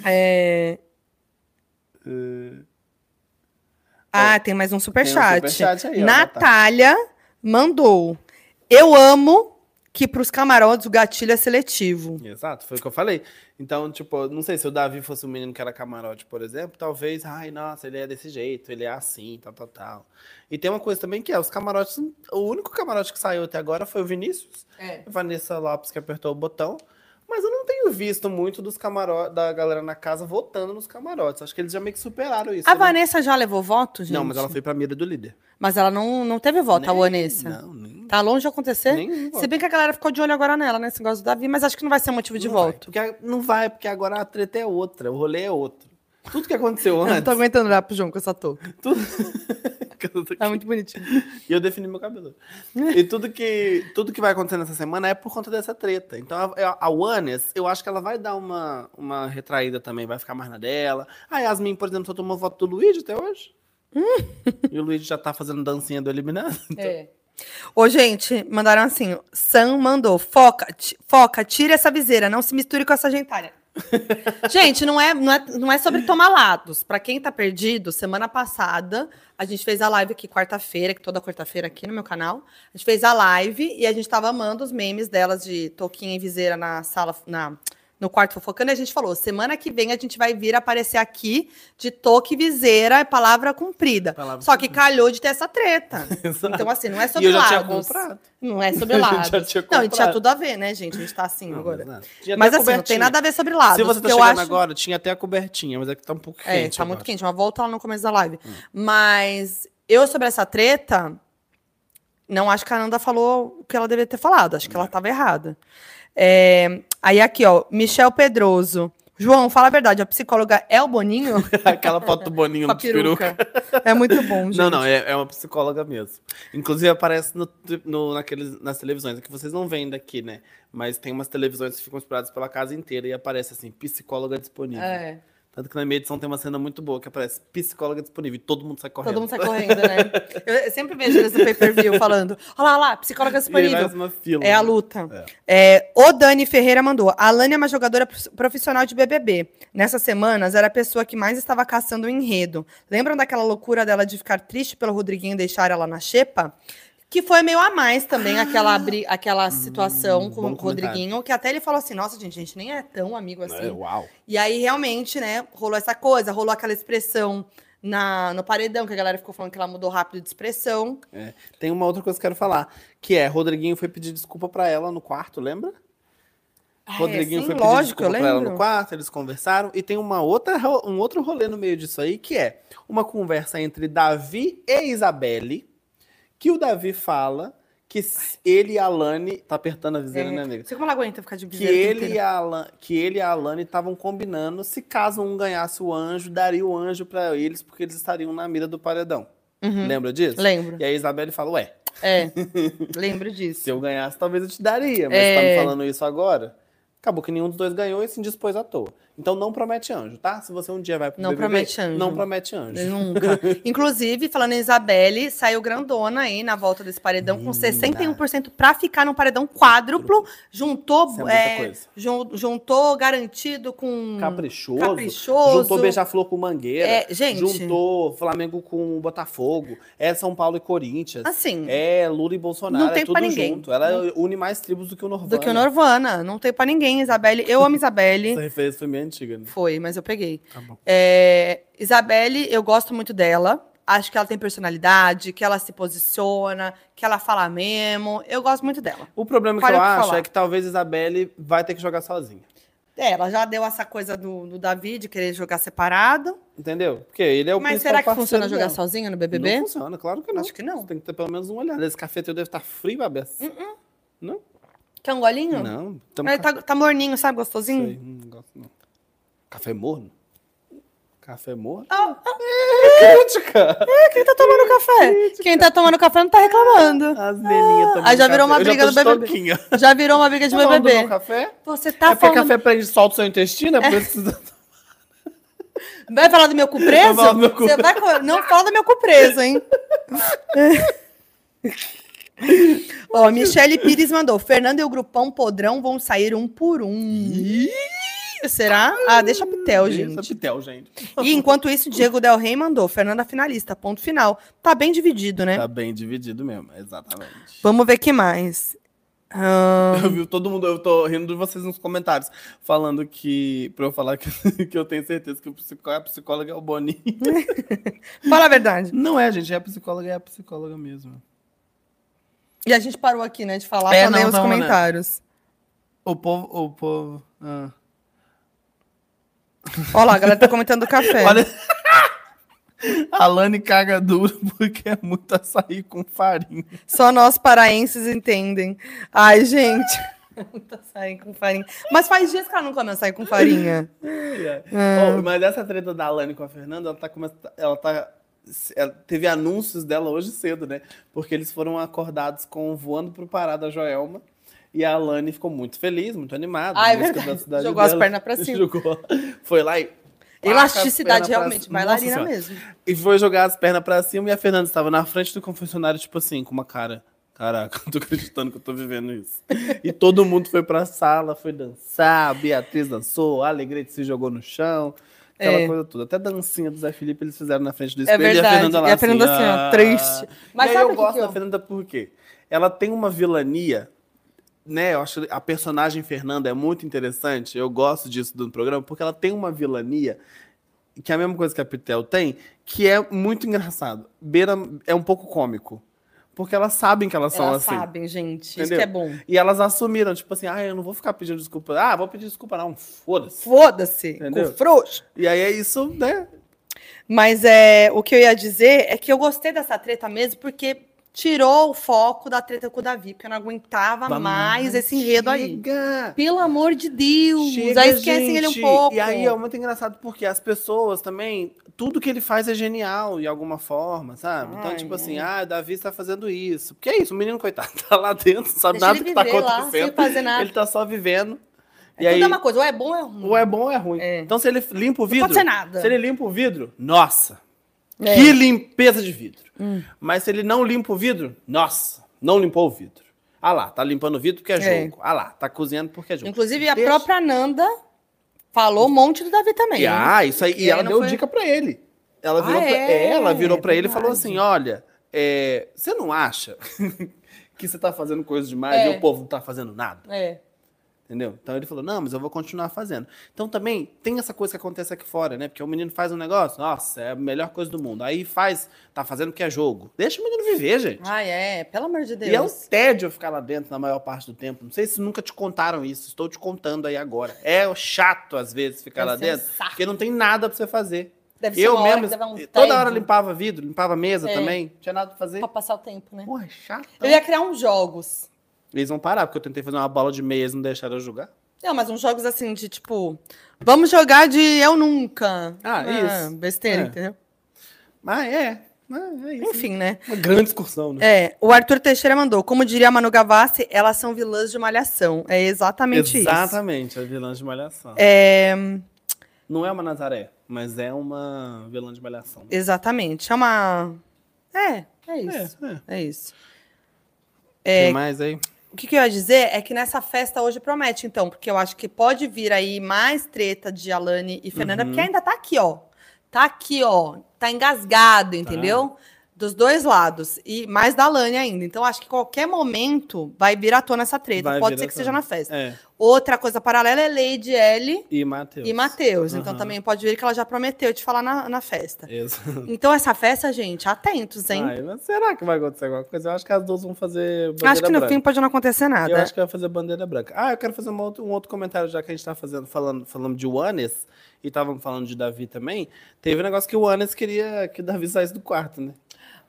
Speaker 1: É. Ah, tem mais um superchat.
Speaker 2: superchat aí, ó, tá.
Speaker 1: Natália mandou. Eu amo que pros camarotes o gatilho é seletivo.
Speaker 2: Exato, foi o que eu falei. Então, tipo, não sei se o Davi fosse um menino que era camarote, por exemplo, talvez, ai, nossa, ele é desse jeito, ele é assim, tal, tal, tal. E tem uma coisa também que é, os camarotes, o único camarote que saiu até agora foi o Vinícius,
Speaker 5: É.
Speaker 2: a Vanessa Lopes que apertou o botão, mas eu não tenho visto muito dos camarotes, da galera na casa votando nos camarotes. Acho que eles já meio que superaram isso.
Speaker 1: A
Speaker 2: né?
Speaker 1: Vanessa já levou voto, gente?
Speaker 2: Não, mas ela foi pra mira do líder.
Speaker 1: Mas ela não, não teve voto, a
Speaker 2: Nem-
Speaker 1: Vanessa.
Speaker 2: Não, nem.
Speaker 1: Tá longe de acontecer?
Speaker 2: nem
Speaker 1: Se bem que a galera ficou de olho agora nela, né? Esse negócio do Davi, mas acho que não vai ser motivo de
Speaker 2: não Vai,
Speaker 1: voto.
Speaker 2: porque a- não vai, porque agora a treta é outra, o rolê é outro. Tudo que aconteceu
Speaker 1: Eu não tô
Speaker 2: antes.
Speaker 1: aguentando olhar pro João com essa touca.
Speaker 2: Tudo... que eu tô
Speaker 1: Tá
Speaker 2: aqui.
Speaker 1: muito bonitinho.
Speaker 2: E eu defini meu cabelo. E tudo que, tudo que vai acontecer nessa semana é por conta dessa treta. Então, a, a Wanes, eu acho que ela vai dar uma, uma retraída também, vai ficar mais na dela. A Yasmin, por exemplo, só tomou voto do Luigi até hoje. e o Luigi já tá fazendo dancinha do eliminado.
Speaker 1: É. Ô, gente, mandaram assim. ó, Sam mandou, foca, ti- foca, tira essa viseira, não se misture com essa gentalha. gente, não é, não, é, não é sobre tomar lados. Pra quem tá perdido, semana passada, a gente fez a live aqui quarta-feira, que toda quarta-feira aqui no meu canal. A gente fez a live e a gente tava amando os memes delas de touquinha e viseira na sala, na, no quarto fofocando. E a gente falou, semana que vem a gente vai vir aparecer aqui de touca e viseira, é palavra cumprida.
Speaker 2: Palavra
Speaker 1: Só que calhou de ter essa treta. Então, assim, não é
Speaker 2: e
Speaker 1: sobre
Speaker 2: eu já tinha
Speaker 1: lados.
Speaker 2: comprado.
Speaker 1: Não é sobre
Speaker 2: Eu já
Speaker 1: lados.
Speaker 2: tinha
Speaker 1: não, a gente tinha
Speaker 2: comprado.
Speaker 1: tudo a ver, né, gente? A gente tá assim agora.
Speaker 2: Não, exato. Tinha
Speaker 1: Mas, assim,
Speaker 2: até
Speaker 1: não tem
Speaker 2: cobertinha.
Speaker 1: nada a ver sobre lados.
Speaker 2: Se você tá
Speaker 1: porque eu
Speaker 2: chegando
Speaker 1: acho-
Speaker 2: agora, tinha até a cobertinha, mas é que tá um pouco quente. Hum.
Speaker 1: É, tá
Speaker 2: eu
Speaker 1: muito
Speaker 2: acho.
Speaker 1: quente. Mas volta lá no começo da live. Mas eu, sobre essa treta, não acho que a Ananda falou o que ela deveria ter falado. Acho que ela tava errada. É, Aí aqui, ó, Michel Pedroso. João, fala a verdade, a psicóloga é o Boninho?
Speaker 2: Aquela foto do Boninho
Speaker 1: Com a
Speaker 2: no peruca.
Speaker 1: peruca. É muito bom, gente.
Speaker 2: Não, não, é, é uma psicóloga mesmo. Inclusive aparece no, no- naqueles, nas televisões, é que vocês não veem daqui, né? Mas tem umas televisões que ficam espalhadas pela casa inteira e aparece assim, psicóloga disponível.
Speaker 1: É.
Speaker 2: Então Tanto que na minha edição tem uma cena muito boa que aparece psicóloga disponível e todo mundo sai correndo.
Speaker 1: Todo mundo sai correndo, né? Eu eu sempre vejo eles no pay-per-view falando: olha lá, olha lá, psicóloga
Speaker 2: E
Speaker 1: disponível.
Speaker 2: mais uma fila.
Speaker 1: É a luta. É, o Dani Ferreira mandou. A Alane é uma jogadora prof- profissional de BBB. Nessas semanas, era a pessoa que mais estava caçando o enredo. Lembram daquela loucura dela de ficar triste pelo Rodriguinho deixar ela na xepa? Que foi meio a mais também aquela, abri- aquela situação com
Speaker 2: Ah. Hum, bom
Speaker 1: o
Speaker 2: comentário.
Speaker 1: Rodriguinho, que até ele falou assim: nossa, gente, a gente nem é tão amigo assim.
Speaker 2: É, uau.
Speaker 1: E aí, realmente, né, rolou essa coisa, rolou aquela expressão na, no paredão, que a galera ficou falando que ela mudou rápido de expressão.
Speaker 2: Tem uma outra coisa que eu quero falar, que é Rodriguinho foi pedir desculpa pra ela no quarto, lembra?
Speaker 1: Ah, é,
Speaker 2: Rodriguinho
Speaker 1: sim,
Speaker 2: foi pedir
Speaker 1: lógico, eu
Speaker 2: desculpa pra ela no
Speaker 1: lembro.
Speaker 2: quarto, eles conversaram. E tem uma outra, ro- um outro rolê no meio disso aí, que é uma conversa entre Davi e Isabelle, que o Davi fala que s- ele e a Alane... Tá apertando a viseira,
Speaker 1: É,
Speaker 2: né, amiga?
Speaker 1: Não sei como ela aguenta ficar de
Speaker 2: Que
Speaker 1: bezerra o tempo
Speaker 2: ele,
Speaker 1: inteiro.
Speaker 2: e a Alan- que ele e a Alane estavam combinando se caso um ganhasse o anjo, daria o anjo pra eles, porque eles estariam na mira do paredão.
Speaker 1: Uhum.
Speaker 2: Lembra disso?
Speaker 1: Lembro.
Speaker 2: E aí a Isabelle fala, ué,
Speaker 1: É. Lembro disso.
Speaker 2: se eu ganhasse, talvez eu te daria, mas
Speaker 1: É.
Speaker 2: tá me falando isso agora? Acabou que nenhum dos dois ganhou e se indispôs à toa. Então não promete anjo, tá? Se você um dia vai pro
Speaker 1: Não
Speaker 2: BBB,
Speaker 1: promete anjo.
Speaker 2: Não promete anjo.
Speaker 1: Nunca. Inclusive, falando em Isabelle, saiu grandona aí na volta desse paredão com
Speaker 2: Linda.
Speaker 1: 61% pra ficar num paredão quádruplo.
Speaker 2: Isso é
Speaker 1: Juntou,
Speaker 2: muita
Speaker 1: é,
Speaker 2: coisa.
Speaker 1: jun- juntou garantido com
Speaker 2: Caprichoso.
Speaker 1: caprichoso.
Speaker 2: Juntou Beija-Flor com Mangueira.
Speaker 1: É, gente,
Speaker 2: Juntou Flamengo com Botafogo. É São Paulo e Corinthians.
Speaker 1: assim,
Speaker 2: É Lula e Bolsonaro.
Speaker 1: Não tem
Speaker 2: é tudo
Speaker 1: pra ninguém.
Speaker 2: junto. Ela une mais tribos do que o Norvana.
Speaker 1: do que o Norvana. Não tem pra ninguém, Isabelle. Eu amo
Speaker 2: Essa
Speaker 1: Isabelle.
Speaker 2: referência foi meio antiga, né?
Speaker 1: Foi, mas eu peguei.
Speaker 2: Tá bom.
Speaker 1: É, Isabelle, eu gosto muito dela. Acho que ela tem personalidade, que ela se posiciona, que ela fala mesmo. Eu gosto muito dela.
Speaker 2: O problema que
Speaker 1: Olha
Speaker 2: eu
Speaker 1: o que
Speaker 2: acho
Speaker 1: falar.
Speaker 2: é que talvez Isabelle vai ter que jogar sozinha.
Speaker 1: É, ela já deu essa coisa do, do Davi de querer jogar separado.
Speaker 2: Entendeu? Porque ele é o
Speaker 1: mas
Speaker 2: principal
Speaker 1: será que
Speaker 2: parceiro
Speaker 1: funciona jogar
Speaker 2: dela.
Speaker 1: sozinho no
Speaker 2: Não
Speaker 1: BBB?
Speaker 2: funciona, claro que não.
Speaker 1: Acho que não.
Speaker 2: Você tem que ter pelo menos um olhar. Esse cafeteiro deve estar frio, Babessa.
Speaker 1: Quer um golinho?
Speaker 2: Não,
Speaker 1: Mas
Speaker 2: estamos
Speaker 1: ele tá, assim. tá morninho, sabe? Gostosinho?
Speaker 2: não gosto não. Café morno? Café morno?
Speaker 1: Ah,
Speaker 2: Crítica!
Speaker 1: quem tá tomando café? Quem tá tomando café não tá reclamando.
Speaker 2: As meninas também.
Speaker 1: aí Ah, já virou uma briga do BBB. Já virou uma briga de
Speaker 2: Tá falando do meu
Speaker 1: BBB.
Speaker 2: café?
Speaker 1: Você tá
Speaker 2: é porque
Speaker 1: falando.
Speaker 2: café prende solta o seu intestino? É por isso que você-
Speaker 1: Vai falar do meu cu preso?
Speaker 2: Vai falar do meu cu
Speaker 1: Você vai co- Não fala do meu cu preso, hein? Ó, Michele Pires mandou. Fernando e o grupão podrão vão sair um por um.
Speaker 2: Ih,
Speaker 1: Será? Ah, deixa a Pitel,
Speaker 2: isso é
Speaker 1: gente.
Speaker 2: pitel, gente.
Speaker 1: E enquanto isso, Diego Del Rey mandou. Fernanda finalista, ponto final. Tá bem dividido, né?
Speaker 2: Tá bem dividido mesmo, exatamente.
Speaker 1: Vamos ver que mais. Ahn,
Speaker 2: Eu vi todo mundo, eu tô rindo de vocês nos comentários, falando que. Pra eu falar que, que eu tenho certeza que o psicó- a psicóloga é o Boninho.
Speaker 1: fala a verdade.
Speaker 2: Não é, gente, é a psicóloga, é a psicóloga mesmo.
Speaker 1: E a gente parou aqui, né, de falar
Speaker 2: É,
Speaker 1: também
Speaker 2: não,
Speaker 1: os
Speaker 2: vamos, né?
Speaker 1: comentários.
Speaker 2: O povo. O povo. ah.
Speaker 1: Olha lá, a galera tá comentando do café.
Speaker 2: Olha. A Lani caga duro porque é muito açaí com farinha.
Speaker 1: Só nós paraenses entendem. Ai, gente. Muito açaí Tá com farinha. Mas faz dias que ela não come açaí com farinha. É.
Speaker 2: Oh, mas essa treta da Alane com a Fernanda, ela tá come- Ela tá. ela teve anúncios dela hoje cedo, né? Porque eles foram acordados com o voando pro Pará da Joelma. E a Alane ficou muito feliz, muito animada.
Speaker 1: Ah, é
Speaker 2: música
Speaker 1: verdade.
Speaker 2: da cidade
Speaker 1: Jogou as
Speaker 2: dela.
Speaker 1: pernas pra cima.
Speaker 2: Jogou. Foi lá e.
Speaker 1: Elasticidade,
Speaker 2: Taca a perna pra
Speaker 1: realmente.
Speaker 2: cima.
Speaker 1: Bailarina
Speaker 2: Nossa
Speaker 1: mesmo.
Speaker 2: E foi jogar as pernas pra cima e a Fernanda estava na frente do confessionário, tipo assim, com uma cara. Caraca, não tô acreditando que eu tô vivendo isso. E todo mundo foi pra sala, foi dançar, a Beatriz dançou, a Alegrete se jogou no chão, aquela
Speaker 1: É.
Speaker 2: coisa toda. Até a dancinha do Zé Felipe eles fizeram na frente do
Speaker 1: É
Speaker 2: espelho
Speaker 1: verdade.
Speaker 2: e a Fernanda lá
Speaker 1: e a Fernanda assim, ó,
Speaker 2: "Ah".
Speaker 1: triste. Mas
Speaker 2: e aí
Speaker 1: sabe
Speaker 2: eu
Speaker 1: o que
Speaker 2: gosto
Speaker 1: que eu-
Speaker 2: da Fernanda por quê? Ela tem uma vilania, né? Eu acho que a personagem Fernanda é muito interessante. Eu gosto disso do programa, porque ela tem uma vilania que é a mesma coisa que a Pitel tem, que é muito engraçado. Beira é um pouco cômico. Porque elas sabem que elas são
Speaker 1: Elas
Speaker 2: assim.
Speaker 1: sabem, gente. Isso
Speaker 2: Entendeu?
Speaker 1: que é bom.
Speaker 2: E elas assumiram, tipo assim, ah, eu não vou ficar pedindo desculpa. Ah, vou pedir desculpa, não. Foda-se.
Speaker 1: Foda-se,
Speaker 2: Entendeu?
Speaker 1: com frouxo.
Speaker 2: E aí é isso, né?
Speaker 1: Mas é, o que eu ia dizer é que eu gostei dessa treta mesmo, porque tirou o foco da treta com o Davi, porque eu não aguentava mais esse enredo aí.
Speaker 2: Chega!
Speaker 1: Pelo amor de Deus!
Speaker 2: Chega,
Speaker 1: aí esquecem ele um
Speaker 2: gente.
Speaker 1: pouco.
Speaker 2: E aí é muito engraçado porque as pessoas também, tudo que ele faz é genial de alguma forma, sabe? então,
Speaker 1: Ai,
Speaker 2: tipo assim, ah, Davi está fazendo isso. Porque é isso, o menino, coitado, tá lá dentro, não sabe
Speaker 1: Deixa
Speaker 2: nada
Speaker 1: ele
Speaker 2: que tá
Speaker 1: viver lá, sem
Speaker 2: acontecendo.
Speaker 1: fazer nada.
Speaker 2: Ele tá só vivendo.
Speaker 1: É
Speaker 2: E
Speaker 1: tudo
Speaker 2: aí-
Speaker 1: é uma coisa, ou é bom ou é ruim.
Speaker 2: Ou é bom ou é ruim.
Speaker 1: É.
Speaker 2: Então, se ele limpa o vidro.
Speaker 1: pode ser nada.
Speaker 2: Se ele limpa o vidro, nossa,
Speaker 1: É. Hum.
Speaker 2: que limpeza de vidro. Mas se ele não limpa o vidro, nossa, não limpou o vidro. Ah lá, tá limpando o vidro porque é
Speaker 1: É.
Speaker 2: jogo. Ah lá, tá cozinhando porque é jogo.
Speaker 1: Inclusive, a
Speaker 2: Deixa-
Speaker 1: própria Nanda falou um monte do Davi também.
Speaker 2: E,
Speaker 1: né?
Speaker 2: ah, isso aí. E,
Speaker 1: E
Speaker 2: ela
Speaker 1: aí não
Speaker 2: deu
Speaker 1: foi-
Speaker 2: dica pra ele. Ela
Speaker 1: Ah,
Speaker 2: virou, pra,
Speaker 1: é?
Speaker 2: é, ela virou pra ele e
Speaker 1: Verdade.
Speaker 2: falou assim: olha, é, você não acha que você tá fazendo coisa demais
Speaker 1: É.
Speaker 2: e o povo não tá fazendo nada?
Speaker 1: É.
Speaker 2: Entendeu? Então ele falou: não, mas eu vou continuar fazendo. Então também tem essa coisa que acontece aqui fora, né? Porque o menino faz um negócio, nossa, é a melhor coisa do mundo. Aí faz, tá fazendo porque é jogo. Deixa o menino viver, gente.
Speaker 1: Ai, é, pelo amor de Deus.
Speaker 2: E é um tédio ficar lá dentro na maior parte do tempo. Não sei se nunca te contaram isso, estou te contando aí agora. É chato, às vezes, ficar
Speaker 1: Deve
Speaker 2: lá
Speaker 1: ser um
Speaker 2: dentro,
Speaker 1: saco.
Speaker 2: porque não tem nada pra você fazer.
Speaker 1: Deve ser
Speaker 2: Eu
Speaker 1: uma
Speaker 2: mesmo,
Speaker 1: hora que dava um
Speaker 2: toda
Speaker 1: tédio
Speaker 2: hora limpava vidro, limpava mesa
Speaker 1: É.
Speaker 2: também, não tinha nada pra fazer.
Speaker 1: Pra passar o tempo, né?
Speaker 2: Porra, é chato.
Speaker 1: Eu ia criar uns jogos.
Speaker 2: Eles vão parar, porque eu tentei fazer uma bola de meia, eles não deixaram eu jogar.
Speaker 1: Não, mas uns jogos assim de tipo, vamos jogar de eu nunca.
Speaker 2: Ah, isso.
Speaker 1: Besteira,
Speaker 2: É.
Speaker 1: entendeu?
Speaker 2: Ah, é. Ah, é isso.
Speaker 1: Enfim, né?
Speaker 2: Uma grande excursão, né?
Speaker 1: É, o Arthur Teixeira mandou, como diria a Manu Gavassi, elas são vilãs de malhação. É exatamente, isso.
Speaker 2: Exatamente, a vilã de malhação.
Speaker 1: É,
Speaker 2: Não é uma Nazaré, mas é uma vilã de malhação.
Speaker 1: exatamente. É uma. É, é isso.
Speaker 2: É, é.
Speaker 1: É, isso.
Speaker 2: Tem mais aí?
Speaker 1: O que, que eu ia dizer é que nessa festa hoje promete, então, porque eu acho que pode vir aí mais treta de Alane e Fernanda,
Speaker 2: Uhum.
Speaker 1: porque ainda tá aqui, ó. Tá aqui, ó. Tá engasgado, entendeu? Dos dois lados. E mais da Alane ainda. Então, acho que qualquer momento vai vir à tona essa treta.
Speaker 2: Vai
Speaker 1: pode
Speaker 2: vir
Speaker 1: ser
Speaker 2: à
Speaker 1: que
Speaker 2: tona.
Speaker 1: seja na festa.
Speaker 2: É.
Speaker 1: Outra coisa paralela é Lady L
Speaker 2: E Matheus.
Speaker 1: e Matheus. Então,
Speaker 2: Aham.
Speaker 1: também pode vir que ela já prometeu de falar na, na festa.
Speaker 2: Exato.
Speaker 1: Então, essa festa, gente, atentos, hein?
Speaker 2: Ai, mas será que vai acontecer alguma coisa? Eu acho que as duas vão fazer bandeira
Speaker 1: acho que no
Speaker 2: branca.
Speaker 1: fim pode não acontecer nada.
Speaker 2: Eu acho que vai fazer bandeira branca. Ah, eu quero fazer uma outra- um outro comentário, já que a gente tá fazendo, falando, falando de Wannes e estávamos falando de Davi também. Teve um negócio que o Wannes queria que o Davi saísse do quarto, né?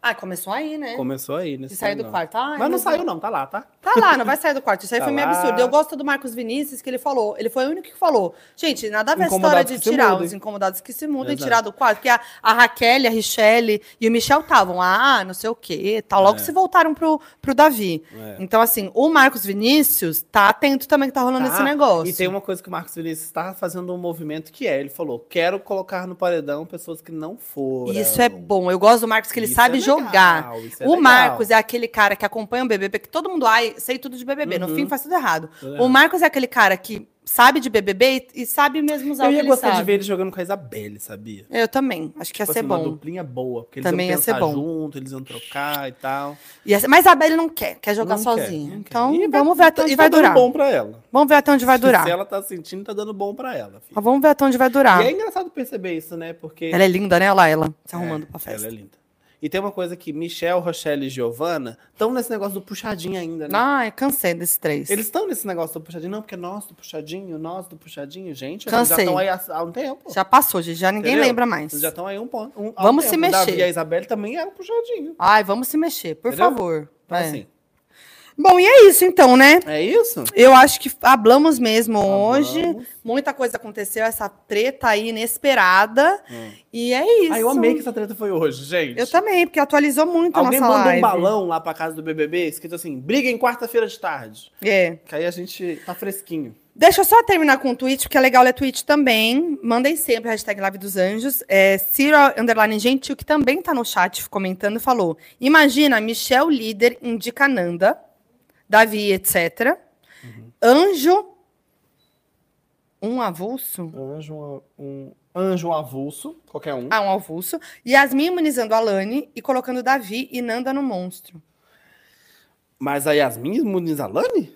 Speaker 1: Ah, começou aí, né?
Speaker 2: Começou aí, né?
Speaker 1: De sair do quarto. Ai,
Speaker 2: Mas não
Speaker 1: meu
Speaker 2: saiu, não, tá lá, tá?
Speaker 1: Tá lá, não vai sair do quarto. Isso aí
Speaker 2: Tá
Speaker 1: foi meio
Speaker 2: lá.
Speaker 1: absurdo. Eu gosto do Marcos Vinícius, que ele falou. Ele foi o único que falou. Gente, nada a ver a história
Speaker 2: Incomodados
Speaker 1: de
Speaker 2: que se
Speaker 1: tirar
Speaker 2: mudem.
Speaker 1: os incomodados que se mudam e
Speaker 2: Exato.
Speaker 1: tirar do quarto. Porque a, a Raquel, a Richelle e o Michel estavam, ah, não sei o quê, tal. Logo
Speaker 2: É.
Speaker 1: se voltaram pro, pro Davi. Então, assim, o Marcos Vinícius tá atento também que tá rolando
Speaker 2: Tá.
Speaker 1: esse negócio.
Speaker 2: E tem uma coisa que o Marcos Vinícius está fazendo um movimento que é, ele falou, quero colocar no paredão pessoas que não foram.
Speaker 1: Isso é bom. Eu gosto do Marcos, que ele
Speaker 2: né? Isso
Speaker 1: sabe
Speaker 2: é legal,
Speaker 1: jogar.
Speaker 2: isso é
Speaker 1: O
Speaker 2: legal.
Speaker 1: Marcos é aquele cara que acompanha o BBB, que todo mundo, ai, sei tudo de BBB, no
Speaker 2: Uhum.
Speaker 1: fim faz tudo errado.
Speaker 2: Tudo
Speaker 1: O
Speaker 2: errado.
Speaker 1: Marcos é aquele cara que sabe de BBB e, e sabe mesmo usar
Speaker 2: Eu
Speaker 1: o que
Speaker 2: ia
Speaker 1: ele
Speaker 2: gostar
Speaker 1: sabe.
Speaker 2: de ver ele jogando com a Isabelle, sabia?
Speaker 1: Eu também, acho que ia
Speaker 2: Tipo
Speaker 1: ser
Speaker 2: assim, Uma
Speaker 1: bom.
Speaker 2: duplinha boa, porque eles
Speaker 1: Também ia
Speaker 2: iam
Speaker 1: ser
Speaker 2: pensar
Speaker 1: bom.
Speaker 2: junto, eles iam trocar e tal.
Speaker 1: Ia ser- Mas a Belle não quer, quer jogar
Speaker 2: Não quer,
Speaker 1: sozinha.
Speaker 2: não quer.
Speaker 1: Então,
Speaker 2: E
Speaker 1: vamos ver até
Speaker 2: tá-
Speaker 1: onde
Speaker 2: e
Speaker 1: vai
Speaker 2: tá dando
Speaker 1: durar.
Speaker 2: bom pra ela.
Speaker 1: Vamos ver até onde vai durar.
Speaker 2: Se ela tá sentindo, tá dando bom pra ela. filho.
Speaker 1: Mas vamos ver até onde vai durar.
Speaker 2: E é engraçado perceber isso, né? Porque
Speaker 1: Ela é linda, né? Olha lá ela, se arrumando pra
Speaker 2: ela
Speaker 1: festa.
Speaker 2: é linda. E tem uma coisa que Michelle, Rochelle e Giovanna estão nesse negócio do puxadinho ainda, né?
Speaker 1: Ai, cansei desses três.
Speaker 2: Eles estão nesse negócio do puxadinho, não, porque nós do puxadinho, nós do puxadinho, gente,
Speaker 1: Cansei.
Speaker 2: eles já estão aí há, há um tempo.
Speaker 1: Já passou, gente, já ninguém
Speaker 2: Entendeu?
Speaker 1: lembra mais.
Speaker 2: Eles já estão aí um ponto. Um, há um
Speaker 1: Vamos se
Speaker 2: tempo. O Davi
Speaker 1: mexer.
Speaker 2: e a Isabelle também eram puxadinho.
Speaker 1: Ai, vamos se mexer, por
Speaker 2: Entendeu?
Speaker 1: favor.
Speaker 2: Então,
Speaker 1: É.
Speaker 2: assim,
Speaker 1: Bom, e é isso então, né?
Speaker 2: é isso? Tá
Speaker 1: Eu acho que hablamos mesmo hoje.
Speaker 2: Vamos.
Speaker 1: Muita coisa aconteceu, essa treta aí inesperada.
Speaker 2: Hum.
Speaker 1: E é isso.
Speaker 2: Ah, eu amei que essa treta foi hoje, gente.
Speaker 1: Eu também, porque atualizou muito
Speaker 2: Alguém
Speaker 1: a nossa
Speaker 2: mandou
Speaker 1: live.
Speaker 2: um balão lá pra casa do BBB, escrito assim, briga em quarta-feira de tarde.
Speaker 1: É.
Speaker 2: Que aí a gente tá fresquinho.
Speaker 1: Deixa eu só terminar com o tweet, porque é legal ler tweet também. Mandem sempre a hashtag Live dos Anjos. É, Ciro Underline Gentil, que também tá no chat comentando, falou: Imagina, Michel líder indica Nanda, Davi, etc.
Speaker 2: Uhum.
Speaker 1: Anjo. Um avulso?
Speaker 2: Um anjo, um, um anjo avulso, qualquer um.
Speaker 1: Ah, um avulso. Yasmin imunizando a Lani e colocando Davi e Nanda no monstro.
Speaker 2: Mas a Yasmin imuniza a Lani?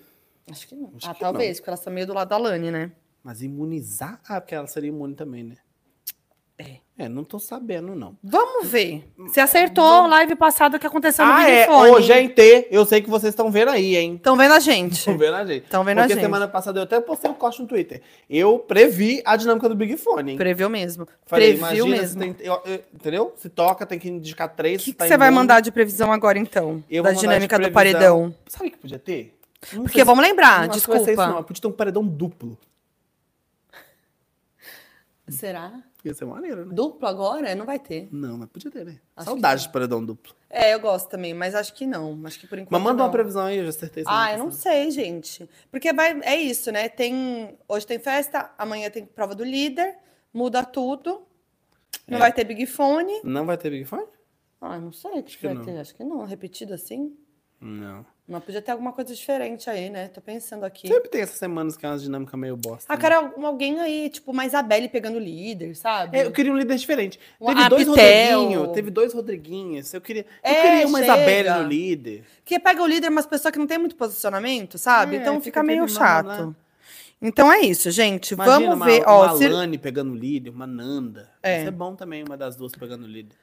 Speaker 1: Acho que não.
Speaker 2: Acho
Speaker 1: ah,
Speaker 2: que
Speaker 1: talvez, porque elas estão meio do lado da Lani, né?
Speaker 2: Mas imunizar? Ah, porque ela seria imune também, né? É. É, não tô sabendo, não.
Speaker 1: Vamos ver. Você acertou a live passada que aconteceu no
Speaker 2: Hum, ah, é.
Speaker 1: Vidifone.
Speaker 2: Ô, gente, eu sei que vocês estão vendo aí, hein?
Speaker 1: Estão vendo a gente.
Speaker 2: Estão vendo a gente.
Speaker 1: Estão vendo a
Speaker 2: Porque
Speaker 1: gente.
Speaker 2: semana passada eu até postei um corte no Twitter. Eu previ a dinâmica do Big Fone, hein?
Speaker 1: Previu mesmo.
Speaker 2: Falei,
Speaker 1: Previu
Speaker 2: imagina,
Speaker 1: mesmo.
Speaker 2: se tem- eu- eu- entendeu? Se toca, tem que indicar três.
Speaker 1: O
Speaker 2: se
Speaker 1: que,
Speaker 2: tá
Speaker 1: que você vai
Speaker 2: imune.
Speaker 1: mandar de previsão agora, então?
Speaker 2: Eu
Speaker 1: da
Speaker 2: vou mandar de
Speaker 1: dinâmica do
Speaker 2: previsão.
Speaker 1: paredão.
Speaker 2: Sabe o que podia ter? Não
Speaker 1: Porque
Speaker 2: sei se- é
Speaker 1: vamos
Speaker 2: não
Speaker 1: lembrar,
Speaker 2: um acho que vai ser
Speaker 1: desculpa.
Speaker 2: isso, não. Podia ter um paredão duplo.
Speaker 1: Será?
Speaker 2: Ia ser maneiro, né?
Speaker 1: Duplo agora? Não vai ter.
Speaker 2: Não, mas podia ter, né?
Speaker 1: Acho
Speaker 2: Saudades
Speaker 1: que
Speaker 2: de paredão duplo.
Speaker 1: É, eu gosto também, mas acho que não. Acho que por enquanto.
Speaker 2: Mas manda
Speaker 1: não.
Speaker 2: uma previsão aí, eu já acertei. semana
Speaker 1: Ah, eu não
Speaker 2: passada.
Speaker 1: sei, gente. Porque vai, é isso, né? Tem, hoje tem festa, amanhã tem prova do líder, muda tudo. Não
Speaker 2: É.
Speaker 1: vai ter Big Fone.
Speaker 2: Não vai ter Big Fone?
Speaker 1: Ah, não sei o que,
Speaker 2: Acho que
Speaker 1: vai
Speaker 2: não.
Speaker 1: ter. Acho que não, repetido assim.
Speaker 2: Não.
Speaker 1: Mas podia ter alguma coisa diferente aí, né? Tô pensando aqui.
Speaker 2: Sempre tem essas semanas que é uma dinâmica meio bosta.
Speaker 1: Ah,
Speaker 2: né?
Speaker 1: cara, algum- alguém aí, tipo, uma Isabelle pegando líder, sabe?
Speaker 2: É, Eu queria um líder diferente.
Speaker 1: Um
Speaker 2: Teve dois
Speaker 1: Apitel.
Speaker 2: Rodriguinho, teve dois Rodriguinhos. Eu queria, eu
Speaker 1: É,
Speaker 2: queria uma
Speaker 1: chega.
Speaker 2: Isabelle no líder.
Speaker 1: Porque pega o líder umas pessoas que não tem muito posicionamento, sabe?
Speaker 2: É,
Speaker 1: então
Speaker 2: fica
Speaker 1: fica, meio
Speaker 2: aquele mal,
Speaker 1: chato.
Speaker 2: né?
Speaker 1: Então é isso, gente.
Speaker 2: Imagina
Speaker 1: Vamos
Speaker 2: uma,
Speaker 1: ver.
Speaker 2: uma
Speaker 1: ó, se-
Speaker 2: Lani pegando o líder, uma Nanda.
Speaker 1: É.
Speaker 2: Isso é bom também, uma das duas pegando o líder.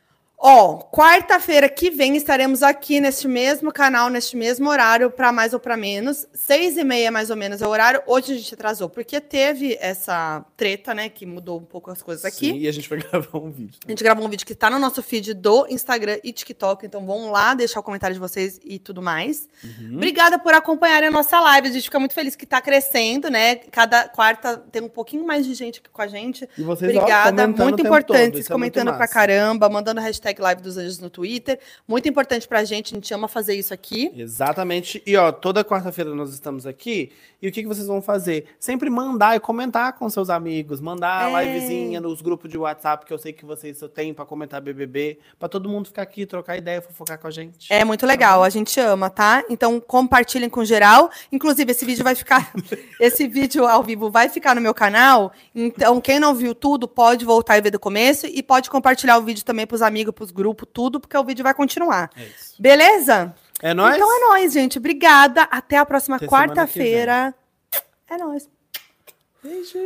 Speaker 1: Ó, quarta-feira que vem estaremos aqui neste mesmo canal, neste mesmo horário, para mais ou para menos. Seis e meia, mais ou menos, é o horário. Hoje a gente atrasou, porque teve essa treta, né? Que mudou um pouco as coisas aqui.
Speaker 2: Sim, e a gente vai gravar um vídeo.
Speaker 1: A gente gravou um vídeo que tá no nosso feed do Instagram e TikTok, então vão lá deixar o comentário de vocês e tudo mais.
Speaker 2: Uhum.
Speaker 1: Obrigada por acompanharem a nossa live. A gente fica muito feliz que tá crescendo, né? Cada quarta tem um pouquinho mais de gente aqui com a gente.
Speaker 2: E vocês, ó,
Speaker 1: Obrigada,
Speaker 2: comentando o
Speaker 1: muito
Speaker 2: tempo
Speaker 1: importante.
Speaker 2: todo,
Speaker 1: Vocês
Speaker 2: isso é muito
Speaker 1: comentando pra
Speaker 2: massa.
Speaker 1: caramba, mandando hashtag Live dos Anjos no Twitter. Muito importante pra gente, a gente ama fazer isso aqui.
Speaker 2: Exatamente. E ó, toda quarta-feira nós estamos aqui. E o que, que vocês vão fazer? Sempre mandar e comentar com seus amigos, mandar a
Speaker 1: É.
Speaker 2: livezinha nos grupos de WhatsApp que eu sei que vocês só têm pra comentar BBB, pra todo mundo ficar aqui, trocar ideia, fofocar com a gente.
Speaker 1: É muito legal, a gente ama, tá? Então compartilhem com geral. Inclusive, esse vídeo vai ficar. esse vídeo ao vivo vai ficar no meu canal. Então, quem não viu tudo, pode voltar e ver do começo. E pode compartilhar o vídeo também pros amigos, pros grupos, tudo, porque o vídeo vai continuar.
Speaker 2: É isso.
Speaker 1: Beleza?
Speaker 2: É nóis?
Speaker 1: Então é nóis, gente. Obrigada. Até a próxima
Speaker 2: Até semana que
Speaker 1: quarta-feira. É nóis.
Speaker 2: Beijo.